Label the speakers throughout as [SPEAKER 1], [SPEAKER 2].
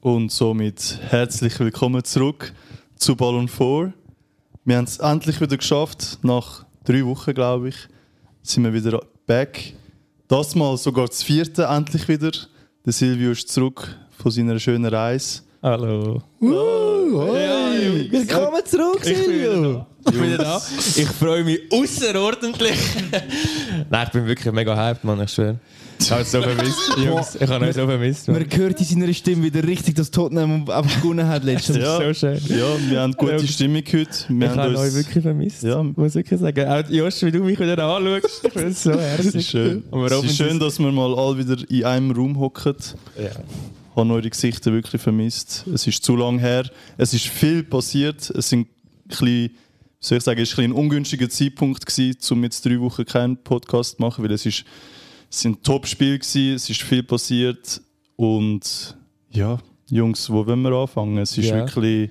[SPEAKER 1] Und somit herzlich willkommen zurück zu Ballon 4. Wir haben es endlich wieder geschafft. Nach drei Wochen, glaube ich, sind wir wieder back. Das mal sogar das vierte endlich wieder. Der Silvio ist zurück von seiner schönen Reise.
[SPEAKER 2] Hallo.
[SPEAKER 1] Hey,
[SPEAKER 3] Willkommen zurück, Silvio!
[SPEAKER 2] Ich bin wieder da. Ich freue mich außerordentlich. Nein, ich bin wirklich mega hyped, Mann, ich schwöre. Ich habe es so vermisst, Jungs. Ich habe euch so vermisst. Mann.
[SPEAKER 3] Man hört in seiner Stimme wieder richtig, dass Tottenham einfach gewonnen hat letztens.
[SPEAKER 1] Ja.
[SPEAKER 2] So schön.
[SPEAKER 1] Ja, wir haben gute Stimmung heute. Wir
[SPEAKER 2] Ich habe euch wirklich vermisst,
[SPEAKER 1] Ja.
[SPEAKER 2] muss ich wirklich sagen. Auch Josh, wie du mich wieder anschaust, ich bin so
[SPEAKER 1] Es ist
[SPEAKER 2] herzlich.
[SPEAKER 1] schön.
[SPEAKER 2] Und wir
[SPEAKER 1] Es
[SPEAKER 2] hoffen,
[SPEAKER 1] ist schön,
[SPEAKER 2] dass-
[SPEAKER 1] dass wir mal alle wieder in einem Raum hocken.
[SPEAKER 2] Ja.
[SPEAKER 1] Ich habe eure Gesichter wirklich vermisst. Es ist zu lange her. Es ist viel passiert. Es sind ein bisschen, wie soll ich sagen, es ist ein, bisschen ein ungünstiger Zeitpunkt gewesen, um jetzt drei Wochen keinen Podcast zu machen, weil es ist es sind Top-Spiel gewesen. Es ist viel passiert und ja, Jungs, wo wollen wir anfangen? Es ist
[SPEAKER 2] Ja.
[SPEAKER 1] wirklich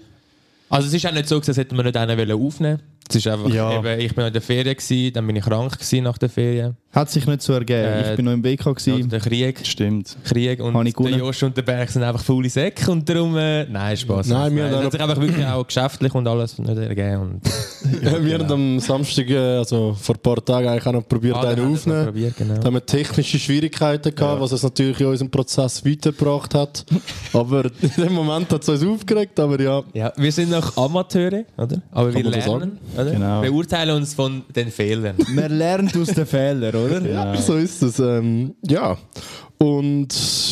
[SPEAKER 2] Also es ist auch nicht so, gewesen, als hätten wir nicht einen wollen aufnehmen Es ist einfach,
[SPEAKER 1] Ja.
[SPEAKER 2] eben, ich bin in der Ferien, gewesen, dann bin ich krank gewesen nach der Ferien.
[SPEAKER 3] Hat sich nicht so ergeben.
[SPEAKER 2] Äh,
[SPEAKER 3] ich bin noch im BK.
[SPEAKER 2] Also
[SPEAKER 3] Gewesen.
[SPEAKER 2] der Krieg.
[SPEAKER 1] stimmt.
[SPEAKER 2] Krieg
[SPEAKER 3] Habe
[SPEAKER 2] und
[SPEAKER 3] ich
[SPEAKER 2] der
[SPEAKER 3] gewonnen.
[SPEAKER 2] Josh und der Berg sind einfach faule Säcke und darum... Äh, nein, Spaß.
[SPEAKER 4] Nein, wir haben
[SPEAKER 2] Es
[SPEAKER 4] auch-
[SPEAKER 2] hat sich einfach wirklich auch geschäftlich und alles nicht ergeben. Und
[SPEAKER 4] wir haben am Samstag, äh, also vor ein paar Tagen, eigentlich auch noch probiert,
[SPEAKER 2] Genau. Ah, dann
[SPEAKER 4] einen
[SPEAKER 2] haben wir das
[SPEAKER 4] aufzunehmen.
[SPEAKER 2] probiert, genau.
[SPEAKER 4] Da haben wir technische Schwierigkeiten gehabt, was uns natürlich in unserem Prozess weitergebracht hat. aber in dem Moment hat es uns aufgeregt, aber ja.
[SPEAKER 2] Ja, wir sind noch Amateure, oder? Aber wir
[SPEAKER 4] man so
[SPEAKER 2] lernen, oder?
[SPEAKER 1] Genau.
[SPEAKER 2] Beurteilen uns von den Fehlern.
[SPEAKER 3] Man lernt aus den Fehlern, oder?
[SPEAKER 4] Äh, Ja, so ist es. Ähm, ja. Und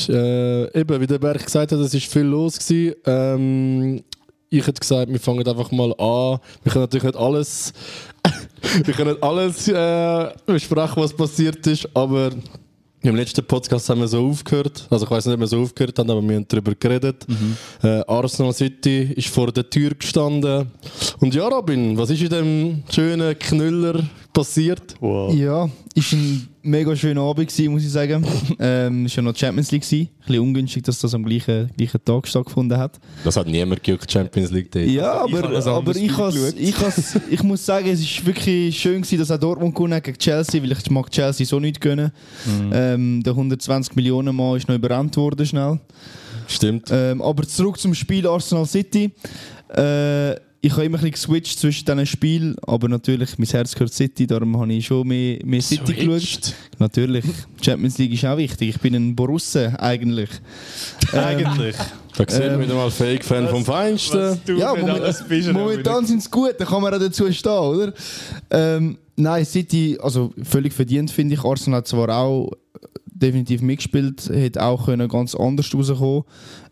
[SPEAKER 4] äh, eben, wie der Berg gesagt hat, es ist viel los. Gewesen. Ähm, ich hätte gesagt, wir fangen einfach mal an. Wir können natürlich nicht alles, wir können nicht alles äh, besprechen, was passiert ist, aber im letzten Podcast haben wir so aufgehört. Also ich weiß nicht, ob wir so aufgehört haben, aber wir haben darüber geredet. Äh, Arsenal City ist vor der Tür gestanden. Und ja, Robin, was ist in dem schönen Knüller passiert?
[SPEAKER 1] Wow.
[SPEAKER 3] Ja, ist ein mega schöner Abend, gewesen, muss ich sagen. ähm, es war ja noch die Champions League. Gewesen. Ein bisschen ungünstig, dass das am gleichen, gleichen Tag stattgefunden hat.
[SPEAKER 4] Das hat niemand gejuckt, Champions League Day.
[SPEAKER 3] Ja,
[SPEAKER 2] Ich habe
[SPEAKER 3] aber
[SPEAKER 2] ein
[SPEAKER 3] ich, aber
[SPEAKER 2] anderes
[SPEAKER 3] ich,
[SPEAKER 2] Spiel
[SPEAKER 3] has,
[SPEAKER 2] geschaut.
[SPEAKER 3] ich, has, ich muss sagen, es ist wirklich schön, gewesen, dass auch Dortmund gewonnen hat gegen Chelsea, weil ich mag Chelsea so nicht gönnen. Ähm, der 120 Millionen Mann ist noch überrannt worden schnell.
[SPEAKER 4] Stimmt.
[SPEAKER 3] Ähm, aber zurück zum Spiel Arsenal City. Äh, ich habe immer ein bisschen geswitcht zwischen diesen Spielen, aber natürlich, mein Herz gehört City, darum habe ich schon mehr, mehr City geschaut. Natürlich, Champions League ist auch wichtig. Ich bin ein Borusse eigentlich.
[SPEAKER 1] Eigentlich.
[SPEAKER 4] Da sehen wir
[SPEAKER 3] ähm,
[SPEAKER 4] wieder mal Fake-Fan vom Feinsten.
[SPEAKER 3] ja, moment- momentan sind sie gut, da kann man auch dazu stehen, oder? Ähm, nein, City, also völlig verdient finde ich. Arsenal hat zwar auch äh, definitiv mitgespielt, hätte auch können ganz anders rauskommen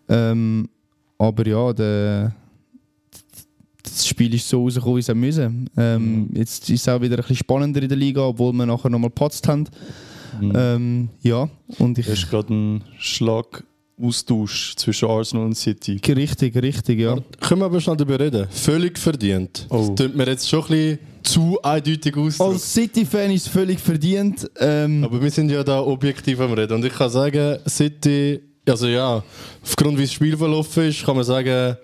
[SPEAKER 3] ähm, Aber ja, der, das Spiel ist so rausgekommen, wie es auch müssen. Ähm, Jetzt ist es auch wieder ein bisschen spannender in der Liga, obwohl wir nachher nochmal gepatzt haben. Ähm, ja, und ich...
[SPEAKER 1] Es ist gerade ein Schlagaustausch zwischen Arsenal und City.
[SPEAKER 3] Richtig, richtig, ja.
[SPEAKER 4] Können wir aber schnell darüber reden? Völlig verdient.
[SPEAKER 1] Oh.
[SPEAKER 4] Das tut mir jetzt schon ein bisschen zu eindeutig aus.
[SPEAKER 3] Als City-Fan ist es völlig verdient. Ähm,
[SPEAKER 4] Aber wir sind ja da objektiv am Reden. Und ich kann sagen, City, also ja, aufgrund wie das Spiel verlaufen ist, kann man sagen,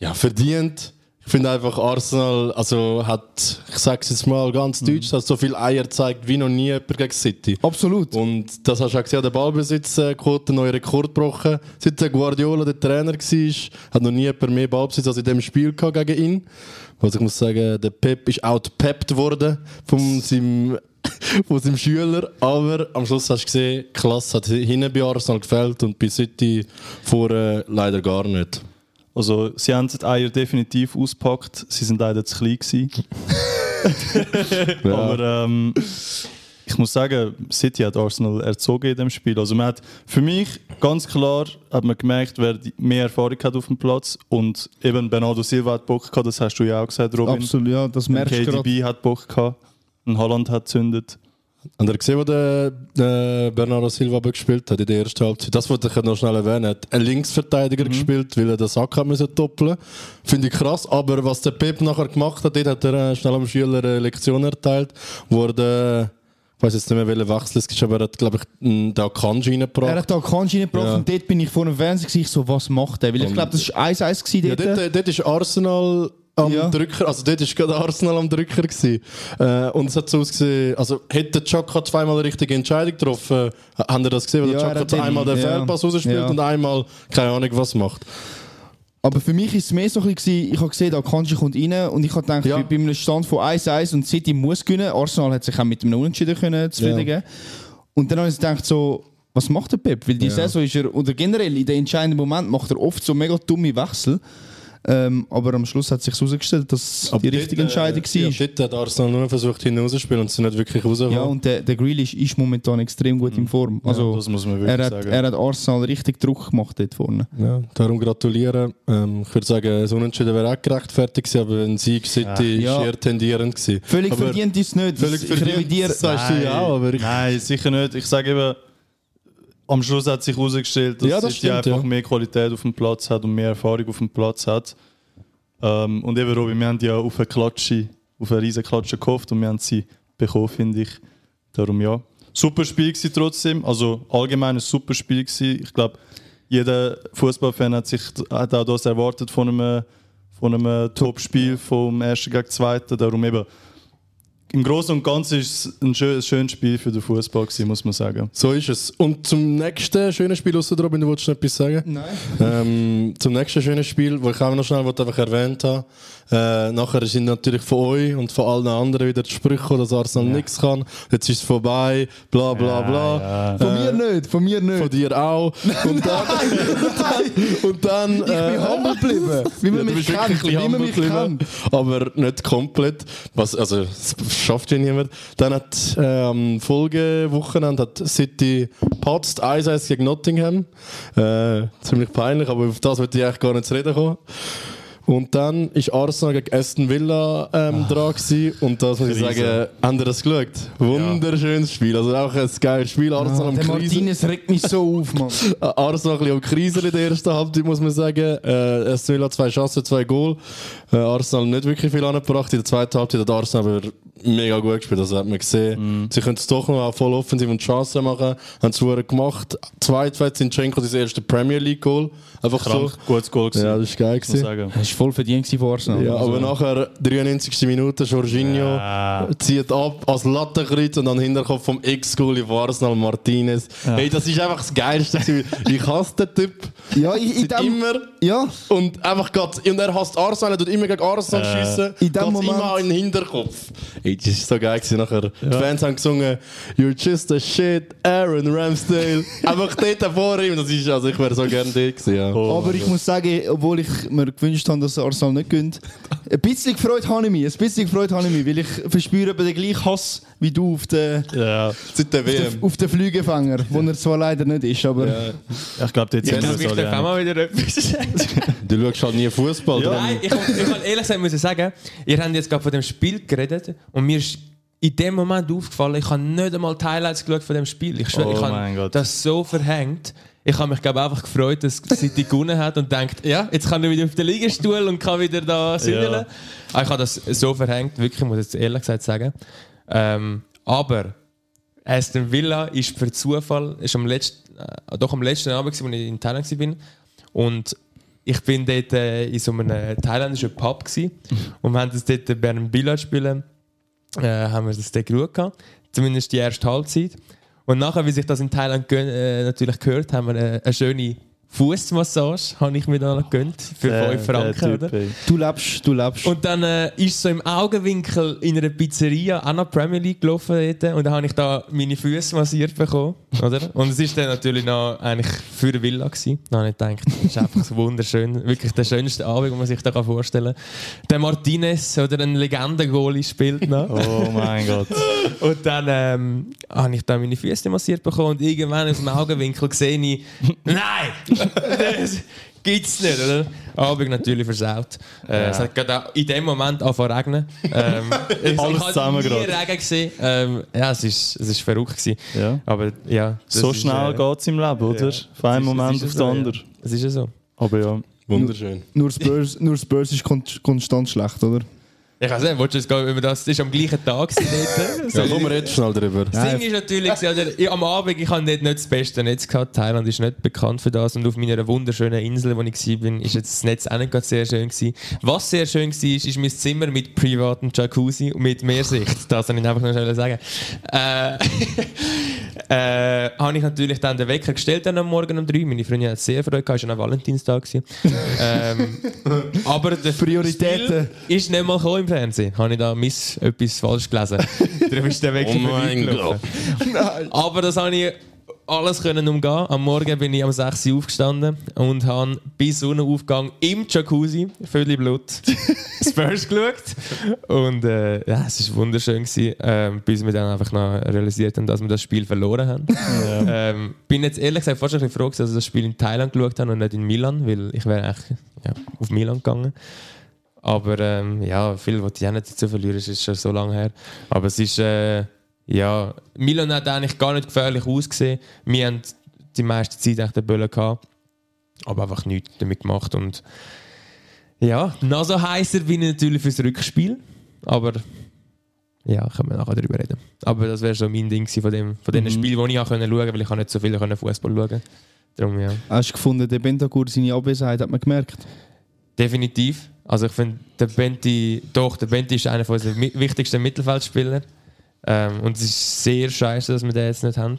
[SPEAKER 4] ja, verdient. Ich finde einfach, Arsenal also hat, ich sage es jetzt mal ganz deutsch, hat so viel Eier gezeigt wie noch nie jemand gegen City.
[SPEAKER 3] absolut.
[SPEAKER 4] Und das hast du auch gesehen, der Ballbesitz, äh, Quote, neuer Rekord gebrochen. Seit der Guardiola der Trainer war, hat noch nie jemand mehr Ballbesitz als in dem Spiel gehabt gegen ihn. Also ich muss sagen, der Pep ist outpeppt worden von seinem, von seinem Schüler. Aber am Schluss hast du gesehen, Klasse hat hinten bei Arsenal gefällt und bei City vorher leider gar nicht.
[SPEAKER 1] Also, sie haben die Eier definitiv ausgepackt. Sie sind leider zu klein. Gewesen. Aber ähm, ich muss sagen, City hat Arsenal erzogen in dem Spiel. Also man hat für mich ganz klar hat man gemerkt, wer die- mehr Erfahrung hat auf dem Platz und eben Bernardo Silva hat Bock gehabt, das hast du ja auch gesagt, Robin.
[SPEAKER 3] Absolut, ja, das merkst du gerade.
[SPEAKER 1] KDB hat Bock gehabt. Ein Holland hat zündet.
[SPEAKER 4] Und ihr gesehen, wo der, der Bernardo Silva aber gespielt hat in der ersten Halbzeit? Das wollte ich noch schnell erwähnen. Er hat einen
[SPEAKER 3] Mhm.
[SPEAKER 4] Linksverteidiger gespielt, weil er den Sack hat müssen doppeln Finde ich krass. Aber was der Pep nachher gemacht hat, dort hat er äh, schnell am Schüler eine Lektion erteilt, wo er den, ich weiß jetzt nicht mehr, welchen Wechsel es ist, aber er hat, glaube ich, den Akanji
[SPEAKER 3] Er
[SPEAKER 4] reingebracht.
[SPEAKER 3] hat da Kanji reingebracht
[SPEAKER 4] Ja.
[SPEAKER 3] und dort bin ich vor dem Fernseher gewesen, ich so, was macht der? Weil ich
[SPEAKER 4] Und-
[SPEAKER 3] glaube, das war 1-1 gewesen
[SPEAKER 4] Ja,
[SPEAKER 3] dort.
[SPEAKER 4] dort, äh, dort ist Arsenal am
[SPEAKER 3] Ja.
[SPEAKER 4] Drücker, also dort war gerade Arsenal am Drücker. Gewesen. Äh, und es hat so ausgesehen, also hätte Chaka zweimal die richtige Entscheidung getroffen, h- habt ihr das gesehen? Weil
[SPEAKER 3] Ja,
[SPEAKER 4] der
[SPEAKER 3] er
[SPEAKER 4] Chaka
[SPEAKER 3] hat
[SPEAKER 4] hat einmal den
[SPEAKER 3] den- ja.
[SPEAKER 4] Fehlpass rausspielt
[SPEAKER 3] Ja.
[SPEAKER 4] und einmal keine Ahnung was macht.
[SPEAKER 3] Aber für mich war es mehr so ein bisschen, ich habe gesehen, Akanji kommt rein und ich habe gedacht,
[SPEAKER 4] Ja.
[SPEAKER 3] bei, bei einem Stand von 1-1 und City muss gewinnen. Arsenal hat sich auch mit einem Unentschieden können zufrieden geben. Und dann habe ich gedacht, so, was macht der Pep? Weil die Saison ist er, oder generell in den entscheidenden Moment macht er oft so mega dumme Wechsel. Ähm, aber am Schluss hat sich herausgestellt, dass die richtige Entscheidung
[SPEAKER 4] war.
[SPEAKER 3] war.
[SPEAKER 4] äh, Ja, dort hat Arsenal nur versucht hinauszuspielen und sie nicht wirklich rausgekommen.
[SPEAKER 3] Ja, und der, der Grealish ist momentan extrem
[SPEAKER 4] Mhm.
[SPEAKER 3] gut in Form. Also,
[SPEAKER 1] das muss man wirklich
[SPEAKER 3] er, hat,
[SPEAKER 1] sagen.
[SPEAKER 3] er hat Arsenal richtig Druck gemacht dort vorne.
[SPEAKER 4] Ja, darum gratulieren. Ähm, ich würde sagen, ein Unentschieden wäre auch gerechtfertigt gewesen, aber ein Sieg City
[SPEAKER 3] Ja.
[SPEAKER 4] ist eher tendierend gewesen.
[SPEAKER 3] Völlig
[SPEAKER 4] aber
[SPEAKER 3] verdient ist es nicht. Das-
[SPEAKER 4] Völlig
[SPEAKER 3] ich revidiere.
[SPEAKER 4] verdient, sagst du ja auch, aber ich...
[SPEAKER 1] Nein, sicher nicht. Ich sage eben, am Schluss hat sich herausgestellt, dass
[SPEAKER 4] Ja,
[SPEAKER 1] ja,
[SPEAKER 4] das
[SPEAKER 1] City
[SPEAKER 4] stimmt,
[SPEAKER 1] einfach
[SPEAKER 4] ja.
[SPEAKER 1] mehr Qualität auf dem Platz hat und mehr Erfahrung auf dem Platz hat. Ähm, und eben, Robin, wir haben ja auf eine Klatsche, auf eine riesen Klatsche gehofft und wir haben sie bekommen, finde ich. Darum ja. Super Spiel gewesen trotzdem. Also allgemein ein super Spiel gewesen. Ich glaube, jeder Fußballfan hat sich hat auch das erwartet von einem, von einem Top-Spiel vom ersten gegen zweiten. Darum eben. Im Großen und Ganzen ist es ein schön- ein schönes Spiel für den Fußball gewesen, muss man sagen.
[SPEAKER 4] So ist es. Und zum nächsten schönen Spiel, ausser Robin, du wolltest noch etwas sagen?
[SPEAKER 3] Nein.
[SPEAKER 4] ähm, zum nächsten schönen Spiel, wo ich auch noch schnell wollte einfach erwähnt habe. Äh, nachher sind natürlich von euch und von allen anderen wieder die Sprüche, gekommen, dass Arsenal nichts kann. Jetzt ist es vorbei, bla bla bla.
[SPEAKER 3] Von mir nicht, von mir nicht.
[SPEAKER 4] Äh, Von dir auch. Und dann. und dann
[SPEAKER 3] Ich bin humble geblieben. Wie man
[SPEAKER 4] Äh, du
[SPEAKER 3] mich
[SPEAKER 4] bist wirklich
[SPEAKER 3] kennt.
[SPEAKER 4] ein bisschen
[SPEAKER 3] Wie man
[SPEAKER 4] humble
[SPEAKER 3] mich
[SPEAKER 4] geblieben,
[SPEAKER 3] kennt.
[SPEAKER 4] Aber nicht komplett. Was, also, das schafft ja niemand. Dann hat äh, am Folgewochenende hat City patzt 1-1 gegen Nottingham. Äh, ziemlich peinlich, aber auf das wollte ich eigentlich gar nicht zu reden kommen. Und dann ist Arsenal gegen Aston Villa ähm, dran gewesen. und das muss ich
[SPEAKER 1] Krise.
[SPEAKER 4] sagen, haben ihr das geschaut? Wunderschönes Spiel, also auch ein geiles Spiel, Arsenal am
[SPEAKER 3] Ah, Der
[SPEAKER 4] Krisen.
[SPEAKER 3] Martinez regt mich so auf, Mann.
[SPEAKER 4] Äh, Arsenal ein bisschen am Kriseln in der ersten Halbzeit, muss man sagen. Äh, Aston Villa zwei Chancen, zwei Goal. Äh, Arsenal nicht wirklich viel angebracht. In der zweiten Halbzeit hat Arsenal aber mega gut gespielt, das hat man
[SPEAKER 1] Mhm.
[SPEAKER 4] gesehen. Sie können es doch noch auch voll offensiv und Chancen machen. Haben es verdammt gemacht. 2-2 Zinchenko, sein erste Premier League Goal. Einfach
[SPEAKER 1] Krank, gutes Goal
[SPEAKER 4] so.
[SPEAKER 1] gewesen,
[SPEAKER 4] Ja, das ist geil
[SPEAKER 1] muss
[SPEAKER 4] gewesen.
[SPEAKER 1] sagen.
[SPEAKER 3] Das war voll verdient von Arsenal.
[SPEAKER 4] Ja, aber nachher 93. Minute, Jorginho zieht ab als Lattenkreuz und dann Hinterkopf vom Ex-Goalie von Arsenal Martinez. Hey, das ist einfach das Geilste. gewesen. ich hasse den Typ.
[SPEAKER 3] Ja, ich, in
[SPEAKER 4] Seit
[SPEAKER 3] dem,
[SPEAKER 4] immer.
[SPEAKER 3] ja,
[SPEAKER 4] Und einfach geht, und er hasst Arsenal, er tut immer gegen Arsenal schiessen.
[SPEAKER 3] in dem
[SPEAKER 4] geht's
[SPEAKER 3] Moment-
[SPEAKER 4] immer in den Hinterkopf. Äh, Ey, das ist so geil gewesen. Nachher, Die Fans haben gesungen, You're just a shit, Aaron Ramsdale. einfach dort vor ihm. Das ist, also ich wäre so gerne dort gewesen. Ja.
[SPEAKER 3] aber ich muss sagen, obwohl ich mir gewünscht habe, dass Arsenal nicht gönnt, ein bisschen gefreut habe ich mich, ein bisschen gefreut habe ich mich, weil ich verspüre eben den gleichen Hass wie du auf den,
[SPEAKER 1] Ja.
[SPEAKER 4] Seit der WM.
[SPEAKER 3] auf den Flügelfänger, wo er zwar leider nicht ist, aber...
[SPEAKER 1] Ich glaube, dort
[SPEAKER 2] Ich
[SPEAKER 1] sind
[SPEAKER 2] darf
[SPEAKER 1] wir
[SPEAKER 2] ich
[SPEAKER 1] es alle
[SPEAKER 2] darf auch
[SPEAKER 1] einig.
[SPEAKER 2] mal wieder etwas sagen.
[SPEAKER 4] Du schaust halt nie Fußball.
[SPEAKER 1] Ja.
[SPEAKER 4] drum.
[SPEAKER 2] Nein, ich, ich kann ehrlich sein, muss ich sagen, ihr habt jetzt gerade von dem Spiel geredet und mir ist in dem Moment aufgefallen, ich habe nicht einmal die Highlights geschaut von dem Spiel. Ich, schwöre,
[SPEAKER 1] Oh
[SPEAKER 2] ich
[SPEAKER 1] mein
[SPEAKER 2] habe
[SPEAKER 1] Gott.
[SPEAKER 2] das so verhängt. Ich habe mich glaube ich, einfach gefreut, dass City gewonnen hat und denkt, ja, jetzt kann ich wieder auf den Liegestuhl und kann wieder da sündeln. Ah, Ich habe das so verhängt, wirklich, muss ich jetzt ehrlich gesagt sagen. Ähm, aber Aston Villa ist per Zufall, ist am letzten, äh, doch am letzten Abend, gewesen, als ich in Thailand war. Und ich bin dort äh, in so einem thailändischen Pub gewesen. und wir haben das dort bei einem Billard spielen, äh, haben wir das dort geschaut. gehabt. Zumindest die erste Halbzeit. Und nachher, wie sich das in Thailand gön- äh, natürlich gehört, haben wir äh, eine schöne Fußmassage, habe ich mir da noch gegönnt, für
[SPEAKER 1] Der-
[SPEAKER 2] 5
[SPEAKER 1] der
[SPEAKER 2] Franken.
[SPEAKER 1] Typ,
[SPEAKER 2] oder?
[SPEAKER 1] ey.
[SPEAKER 3] Du lebst, du lebst.
[SPEAKER 2] Und dann äh, ist so im Augenwinkel in einer Pizzeria auch noch die Premier League gelaufen dort, und dann habe ich da meine Füße massiert bekommen, oder? Und es ist dann natürlich noch eigentlich für eine Villa gewesen. Dann habe ich gedacht, das ist einfach so wunderschön, wirklich der schönste Abend, den man sich da kann vorstellen kann. Der Martinez, oder ein Legenden-Goalie spielt noch.
[SPEAKER 1] Oh mein Gott.
[SPEAKER 2] Und dann ähm, habe ich dann meine Füße massiert bekommen und irgendwann aus dem Augenwinkel sehe ich, nein, das gibt's nicht, oder? Abend natürlich versaut. Äh, Es hat gerade auch in dem Moment angefangen zu regnen. Ähm, ich-
[SPEAKER 1] Alles
[SPEAKER 2] ich habe
[SPEAKER 1] zusammen
[SPEAKER 2] nie
[SPEAKER 1] gerade.
[SPEAKER 2] Regen gesehen. Ähm, ja, es ist, es ist verrückt gewesen.
[SPEAKER 1] Ja.
[SPEAKER 2] Aber ja. das
[SPEAKER 1] So
[SPEAKER 2] ist,
[SPEAKER 1] schnell
[SPEAKER 2] äh,
[SPEAKER 1] geht es im Leben, oder? Von einem
[SPEAKER 2] es ist-
[SPEAKER 1] Moment
[SPEAKER 2] es
[SPEAKER 1] auf
[SPEAKER 2] ist
[SPEAKER 1] den
[SPEAKER 2] so, ja.
[SPEAKER 1] anderen.
[SPEAKER 2] Es ist ja so.
[SPEAKER 1] Aber ja.
[SPEAKER 4] Wunderschön.
[SPEAKER 3] nur, Spurs, nur Spurs ist kon konstant schlecht, oder?
[SPEAKER 2] Ich weiß nicht, willst du jetzt gehen, wenn wir das, das ist am gleichen Tag gewesen dort.
[SPEAKER 4] Ja, komm, red schnell drüber.
[SPEAKER 2] Das Ding ist natürlich, gewesen, oder, ich, am Abend ich habe nicht, nicht das beste Netz gehabt. Thailand ist nicht bekannt für das. Und auf meiner wunderschönen Insel, wo ich war, bin, ist jetzt das Netz auch nicht gerade sehr schön gewesen. Was sehr schön war, ist, ist mein Zimmer mit privatem Jacuzzi und mit Meersicht. Das kann ich einfach nur schnell sagen. Äh, äh, habe ich natürlich dann den Wecker gestellt dann am Morgen um 3. Meine Freundin hat sehr Freude gehabt, es war ja noch Valentinstag. gewesen. ähm, aber der
[SPEAKER 3] Prioritäten.
[SPEAKER 2] Spiel ist nicht mal gekommen im Fernsehen. Habe ich da miss etwas falsch gelesen. Darum ist der Wecker
[SPEAKER 4] Oh mein
[SPEAKER 2] vorbeigelaufen.
[SPEAKER 4] Gott.
[SPEAKER 2] Aber das habe ich alles können umgehen. Am Morgen bin ich am 6 Uhr aufgestanden und habe bis Sonnenaufgang im Jacuzzi, völlig Blut, Spurs geschaut. Und äh, ja, es war wunderschön, gewesen, ähm, bis wir dann einfach noch realisiert haben, dass wir das Spiel verloren haben. ähm, bin jetzt ehrlich gesagt fast ein bisschen froh, gewesen, dass ich das Spiel in Thailand geschaut habe und nicht in Milan, weil ich wäre eigentlich ja, auf Milan gegangen. Aber ähm, ja, viel, was ich auch nicht dazu verlieren, ist, ist schon so lange her. Aber es ist, äh, ja, Milan hat eigentlich gar nicht gefährlich ausgesehen. Wir haben die meiste Zeit echt den Böllen gehabt, aber einfach nichts damit gemacht. Und ja, noch so heißer bin ich natürlich fürs Rückspiel, aber ja, können wir nachher darüber reden. Aber das wäre so mein Ding gewesen von dem von diesen Spielen, die ich auch schauen konnte, weil ich auch nicht so viel können Fußball schauen konnte. Darum ja.
[SPEAKER 3] Hast du gefunden, der Bentakur seine Abwesenheit hat man gemerkt?
[SPEAKER 2] Definitiv. Also ich finde, der Benti, doch, der Benti ist einer von unseren mi- wichtigsten Mittelfeldspieler. Ähm, und es ist sehr scheiße, dass wir den jetzt nicht haben.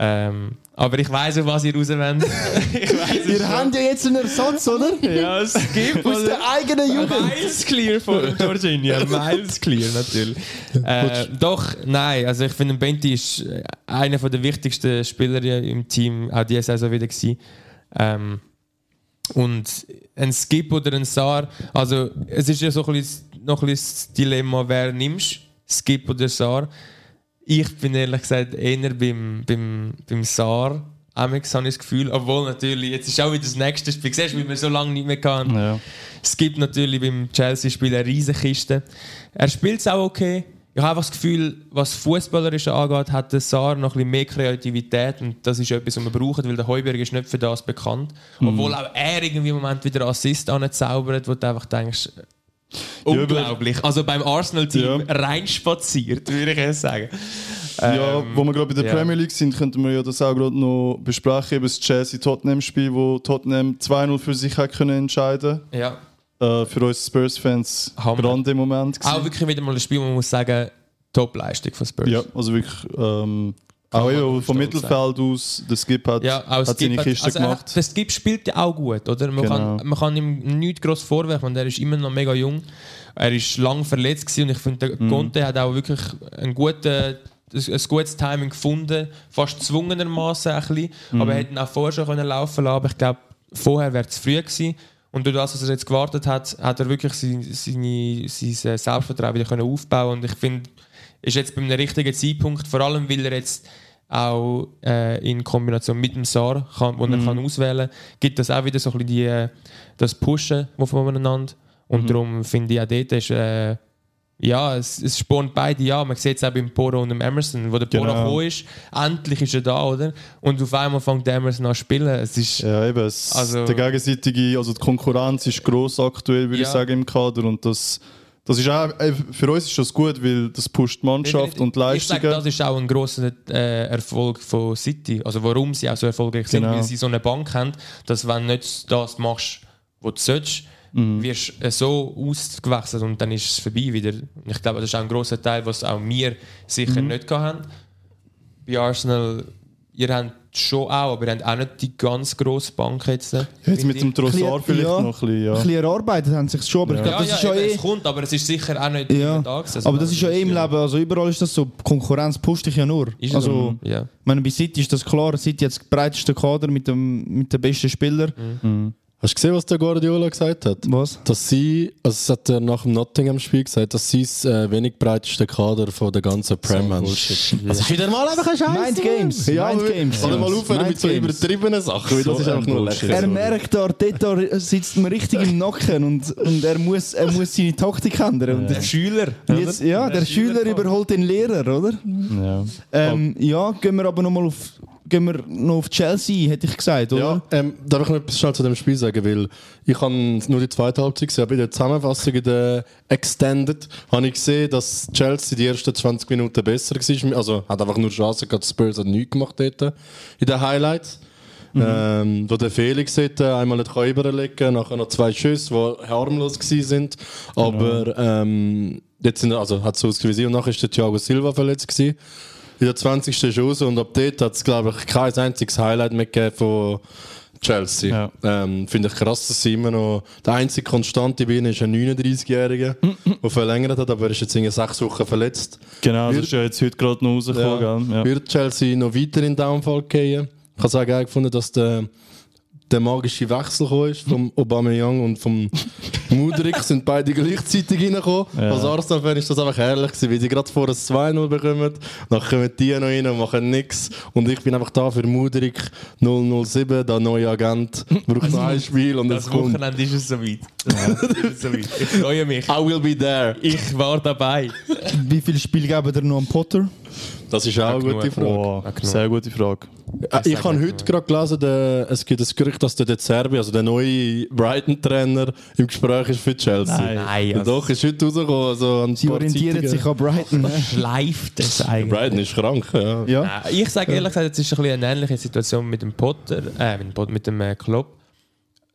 [SPEAKER 2] Ähm, aber ich weiß, auf was ihr raus wollt. ich weiß es
[SPEAKER 3] Wir haben ja jetzt einen Ersatz, oder?
[SPEAKER 2] Ja, es gibt
[SPEAKER 3] Aus der eigenen Jugend.
[SPEAKER 2] Miles Clear von Jorginho. Miles Clear, natürlich. Äh, doch, nein. Also ich finde, Benti ist äh, einer von der wichtigsten Spieler im Team, auch diese Saison wieder gewesen. Ähm, und ein Skip oder ein Saar, also es ist ja so ein bisschen, noch ein bisschen das Dilemma, wer nimmst, Skip oder Saar. Ich bin ehrlich gesagt eher beim, beim, beim Saar. Amix habe ich das Gefühl, obwohl natürlich, jetzt ist auch wieder das nächste Spiel. Siehst du, wie wir so lange nicht mehr hatten.
[SPEAKER 1] Ja.
[SPEAKER 2] Es gibt natürlich beim Chelsea-Spiel eine riesige Kiste. Er spielt es auch okay. Ich habe einfach das Gefühl, was Fußballerisch angeht, hat der Saar noch ein bisschen mehr Kreativität und das ist etwas, was wir brauchen, weil der Heuberg ist nicht für das bekannt.
[SPEAKER 1] Mhm.
[SPEAKER 2] Obwohl auch er irgendwie im Moment wieder Assist anzaubert, wo du einfach denkst, unglaublich. Also beim Arsenal-Team
[SPEAKER 1] Ja.
[SPEAKER 2] reinspaziert, würde ich jetzt sagen.
[SPEAKER 1] Ähm, Ja, wo wir gerade bei der
[SPEAKER 2] ja.
[SPEAKER 1] Premier League sind, könnten wir ja das auch gerade noch besprechen, eben das Chelsea-Tottenham-Spiel, wo Tottenham 2-0 für sich hat können entscheiden
[SPEAKER 2] Ja.
[SPEAKER 1] äh, Für uns Spurs-Fans
[SPEAKER 2] Hammer.
[SPEAKER 1] gerade im Moment. gewesen.
[SPEAKER 2] Auch wirklich wieder mal ein Spiel, wo man muss sagen, Top-Leistung von Spurs.
[SPEAKER 1] Ja, also wirklich. Ähm, auch
[SPEAKER 2] man
[SPEAKER 1] eben vom
[SPEAKER 2] stolz
[SPEAKER 1] Mittelfeld aus, der Skip hat,
[SPEAKER 2] Ja, auch
[SPEAKER 1] hat seine
[SPEAKER 2] Skip hat-
[SPEAKER 1] Kiste
[SPEAKER 2] also er-
[SPEAKER 1] gemacht.
[SPEAKER 2] Der Skip spielt ja auch gut, oder? Man,
[SPEAKER 1] Genau.
[SPEAKER 2] kann, man kann ihm nichts gross vorwerfen, und er ist immer noch mega jung. Er ist lang verletzt gewesen und ich finde,
[SPEAKER 1] Mhm.
[SPEAKER 2] der Conte hat auch wirklich einen guten, ein gutes Timing gefunden, fast zwungenermaßen ein bisschen,
[SPEAKER 1] Mhm.
[SPEAKER 2] aber er hätte ihn auch vorher schon können laufen lassen, aber ich glaube, vorher wäre es zu früh gewesen. Und durch das, was er jetzt gewartet hat, hat er wirklich sein, seine, sein äh, Selbstvertrauen wieder können aufbauen und ich finde, ist jetzt beim richtigen Zeitpunkt, vor allem weil er jetzt auch äh, in Kombination mit dem SAR, kann, wo er kann auswählen kann, gibt das auch wieder so ein bisschen die, äh, das Pushen wo voneinander. Und darum finde ich auch dort ist, äh, ja, es, es spornt beide ja. Man sieht es auch beim Poro und dem Emerson, wo der Poro
[SPEAKER 1] Genau.
[SPEAKER 2] gekommen ist. Endlich ist er da, oder? Und auf einmal fängt der Emerson an zu spielen. Es ist,
[SPEAKER 1] Ja, eben. Es,
[SPEAKER 2] Also-
[SPEAKER 1] der gegenseitige, also die Konkurrenz ist gross aktuell, würde ich
[SPEAKER 2] Ja.
[SPEAKER 1] sagen, im Kader. Und das, das ist auch, äh, für uns ist das gut, weil das pusht die Mannschaft und die
[SPEAKER 2] Ich sage,
[SPEAKER 1] Leistungen.
[SPEAKER 2] das ist auch ein grosser äh, Erfolg von City. Also warum sie auch so erfolgreich sind,
[SPEAKER 1] Genau.
[SPEAKER 2] weil sie so eine Bank haben, dass wenn du nicht das machst, was du sollst,
[SPEAKER 3] Mhm.
[SPEAKER 2] wirst du äh, so ausgewechselt und dann ist es vorbei wieder. Und ich glaube, das ist auch ein grosser Teil, was auch wir sicher
[SPEAKER 3] Mhm.
[SPEAKER 2] nicht gehabt haben. Bei Arsenal, ihr habt schon auch, aber ihr habt auch nicht die ganz grosse Bank jetzt.
[SPEAKER 1] Jetzt mit dem Trossard
[SPEAKER 3] Bisschen-
[SPEAKER 1] vielleicht
[SPEAKER 3] ja.
[SPEAKER 1] noch ein bisschen. Ja.
[SPEAKER 3] Ein bisschen erarbeitet haben sich schon, aber ich
[SPEAKER 2] ja,
[SPEAKER 3] glaube,
[SPEAKER 2] ja,
[SPEAKER 3] das ist ja
[SPEAKER 2] eben,
[SPEAKER 3] eh...
[SPEAKER 2] es kommt, aber es ist sicher auch nicht
[SPEAKER 3] Ja,
[SPEAKER 2] jeden Tag. Also
[SPEAKER 3] aber das ist ja eh im
[SPEAKER 2] ja.
[SPEAKER 3] Leben, also überall ist das so, die Konkurrenz pusht dich ja nur.
[SPEAKER 2] Ist es
[SPEAKER 3] also,
[SPEAKER 2] so? Ja.
[SPEAKER 3] ich meine, bei City ist das klar, City hat den breitesten Kader mit dem, mit den besten Spielern.
[SPEAKER 4] Hast du gesehen, was der Guardiola gesagt hat?
[SPEAKER 3] Was?
[SPEAKER 4] Dass sie, also das hat er nach dem Nottingham-Spiel gesagt, dass sie das äh, wenig breiteste Kader von der ganzen Prem haben. Das Also, ist wieder mal einfach ein Scheiß.
[SPEAKER 3] Mind Games, Mind Games.
[SPEAKER 4] Soll mal aufhören
[SPEAKER 3] Mind
[SPEAKER 4] mit so
[SPEAKER 3] Games.
[SPEAKER 4] übertriebenen Sachen, ähm, weil das
[SPEAKER 1] So
[SPEAKER 4] ist einfach
[SPEAKER 1] ein
[SPEAKER 4] nur
[SPEAKER 1] Bullshit.
[SPEAKER 4] lächerlich.
[SPEAKER 3] Er merkt, der Arteta sitzt ihm richtig im Nacken und, und er, muss, er muss seine Taktik ändern. Und
[SPEAKER 2] Der Schüler.
[SPEAKER 3] jetzt, ja, der, Schüler überholt den Lehrer, oder?
[SPEAKER 1] Ja.
[SPEAKER 3] Ähm, ja, gehen wir aber nochmal auf gehen wir noch auf Chelsea, hätte ich gesagt, oder?
[SPEAKER 4] Ja, ähm, darf ich noch etwas schnell zu dem Spiel sagen, weil ich habe nur die zweite Halbzeit gesehen, aber in der Zusammenfassung, in der Extended, habe ich gesehen, dass Chelsea die ersten 20 Minuten besser war. Also hat einfach nur Chancen gehabt, Spurs hat nichts gemacht dort in den Highlights. Ähm, wo der Felix dort einmal nicht kann überlegen kann, nachher noch zwei Schüsse, die harmlos waren. Aber ähm, jetzt sind, also, hat es ausgewiesen und nachher war der Thiago Silva verletzt. Gewesen. In der 20. ist er raus und ab dort hat es, glaube ich, kein einziges Highlight mehr gegeben von Chelsea.
[SPEAKER 1] Ja.
[SPEAKER 4] Ähm, Finde ich krass, dass sie immer noch. Der einzige Konstante bei ihnen ist ein 39-Jähriger, der verlängert hat, aber er ist jetzt in sechs Wochen verletzt.
[SPEAKER 1] Genau, das ist ja jetzt heute gerade noch rausgekommen. Ja. Ja.
[SPEAKER 4] Wird Chelsea noch weiter in den Downfall gehen? Ich habe es auch geil gefunden, dass der, der magische Wechsel gekommen ist vom Aubameyang und vom Mudrik sind beide gleichzeitig reingekommen.
[SPEAKER 1] Ja.
[SPEAKER 4] Als Arsenal-Fan ist das einfach herrlich gewesen, weil die gerade vor ein 2-0 bekommen, dann kommen die noch rein und machen nichts und ich bin einfach da für Mudrik 007, der neue Agent, braucht noch ein Spiel und es
[SPEAKER 2] Das
[SPEAKER 4] kommt.
[SPEAKER 2] Wochenende ist es soweit. Ja. so weit. Ich freue mich.
[SPEAKER 4] I will be there.
[SPEAKER 2] Ich war dabei.
[SPEAKER 3] Wie viel Spiel geben der noch an Potter?
[SPEAKER 4] Das ist auch eine
[SPEAKER 2] genug.
[SPEAKER 4] gute Frage.
[SPEAKER 1] Boah, sehr gute Frage.
[SPEAKER 4] Äh, Ich habe heute gerade gelesen, der, es gibt das Gerücht, dass der De Zerbi, also der neue Brighton-Trainer, im Gespräch ist für Chelsea.
[SPEAKER 2] Nein,
[SPEAKER 4] Ja, doch, ist heute rausgekommen. Also ein
[SPEAKER 3] Sie
[SPEAKER 4] paar
[SPEAKER 3] orientieren
[SPEAKER 4] Zeitungen.
[SPEAKER 3] sich an Brighton. ne?
[SPEAKER 2] schleift es eigentlich.
[SPEAKER 4] Brighton ist krank, ja.
[SPEAKER 3] ja.
[SPEAKER 2] Nein, Ich sage ehrlich gesagt, es ist ein bisschen eine ähnliche Situation mit dem Potter, äh, mit dem, Potter, mit dem äh, Klopp.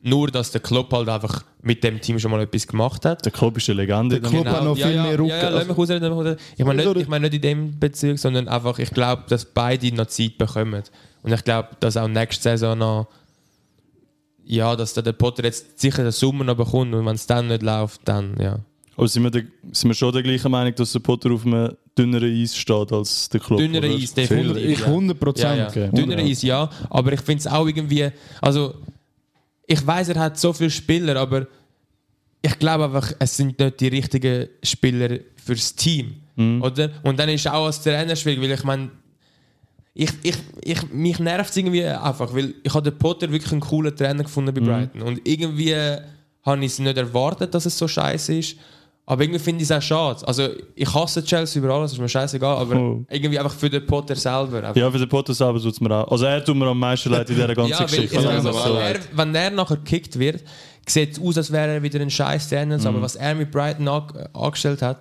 [SPEAKER 2] Nur, dass der Klopp halt einfach mit dem Team schon mal etwas gemacht hat.
[SPEAKER 1] Der Club ist eine Legende.
[SPEAKER 3] Der Klopp hat noch
[SPEAKER 2] ja,
[SPEAKER 3] viel
[SPEAKER 2] Genau. ja, Ja,
[SPEAKER 3] mehr
[SPEAKER 2] ja,
[SPEAKER 3] Rücken.
[SPEAKER 2] lass mich ausreden, lass mich ausreden. Ich meine nicht,
[SPEAKER 3] Sorry.
[SPEAKER 2] ich meine nicht in dem Bezug, sondern einfach, ich glaube, dass beide noch Zeit bekommen. Und ich glaube, dass auch nächste Saison noch, ja, dass der der Potter jetzt sicher den Sommer noch bekommt und wenn es dann nicht läuft, dann, ja.
[SPEAKER 1] Aber sind wir, der, sind wir schon der gleichen Meinung, dass der Potter auf einem dünneren Eis steht als der Club?
[SPEAKER 2] Dünnerer
[SPEAKER 1] oder?
[SPEAKER 2] Eis, definitiv.
[SPEAKER 3] Ich
[SPEAKER 2] ja.
[SPEAKER 3] 100
[SPEAKER 2] Ja,
[SPEAKER 3] Prozent.
[SPEAKER 2] ja.
[SPEAKER 1] Okay.
[SPEAKER 2] Dünner
[SPEAKER 1] Ja.
[SPEAKER 2] ist ja, aber ich finde es auch irgendwie. Also, ich weiß, er hat so viele Spieler, aber ich glaube einfach, es sind nicht die richtigen Spieler fürs Team. Oder? Und dann ist auch als Trainer schwierig, weil ich meine, ich, ich, ich, mich nervt es irgendwie einfach, weil ich habe den Potter wirklich einen coolen Trainer gefunden bei Brighton. Und irgendwie habe ich es nicht erwartet, dass es so scheiße ist. Aber irgendwie finde ich es auch schade. Also ich hasse Chelsea über alles, ist mir scheißegal, aber
[SPEAKER 1] Oh.
[SPEAKER 2] irgendwie einfach für den Potter selber. Einfach.
[SPEAKER 1] Ja, für den Potter selber tut es mir auch. Also er tut mir am meisten leid in dieser ganzen
[SPEAKER 2] Ja, weil
[SPEAKER 1] Geschichte.
[SPEAKER 2] es-
[SPEAKER 4] Ja,
[SPEAKER 2] also,
[SPEAKER 4] das
[SPEAKER 2] wenn,
[SPEAKER 4] war
[SPEAKER 2] er,
[SPEAKER 4] leid.
[SPEAKER 2] wenn er nachher gekickt wird, sieht es aus, als wäre er wieder ein scheiß Trainer. Aber was er mit Brighton an, angestellt hat,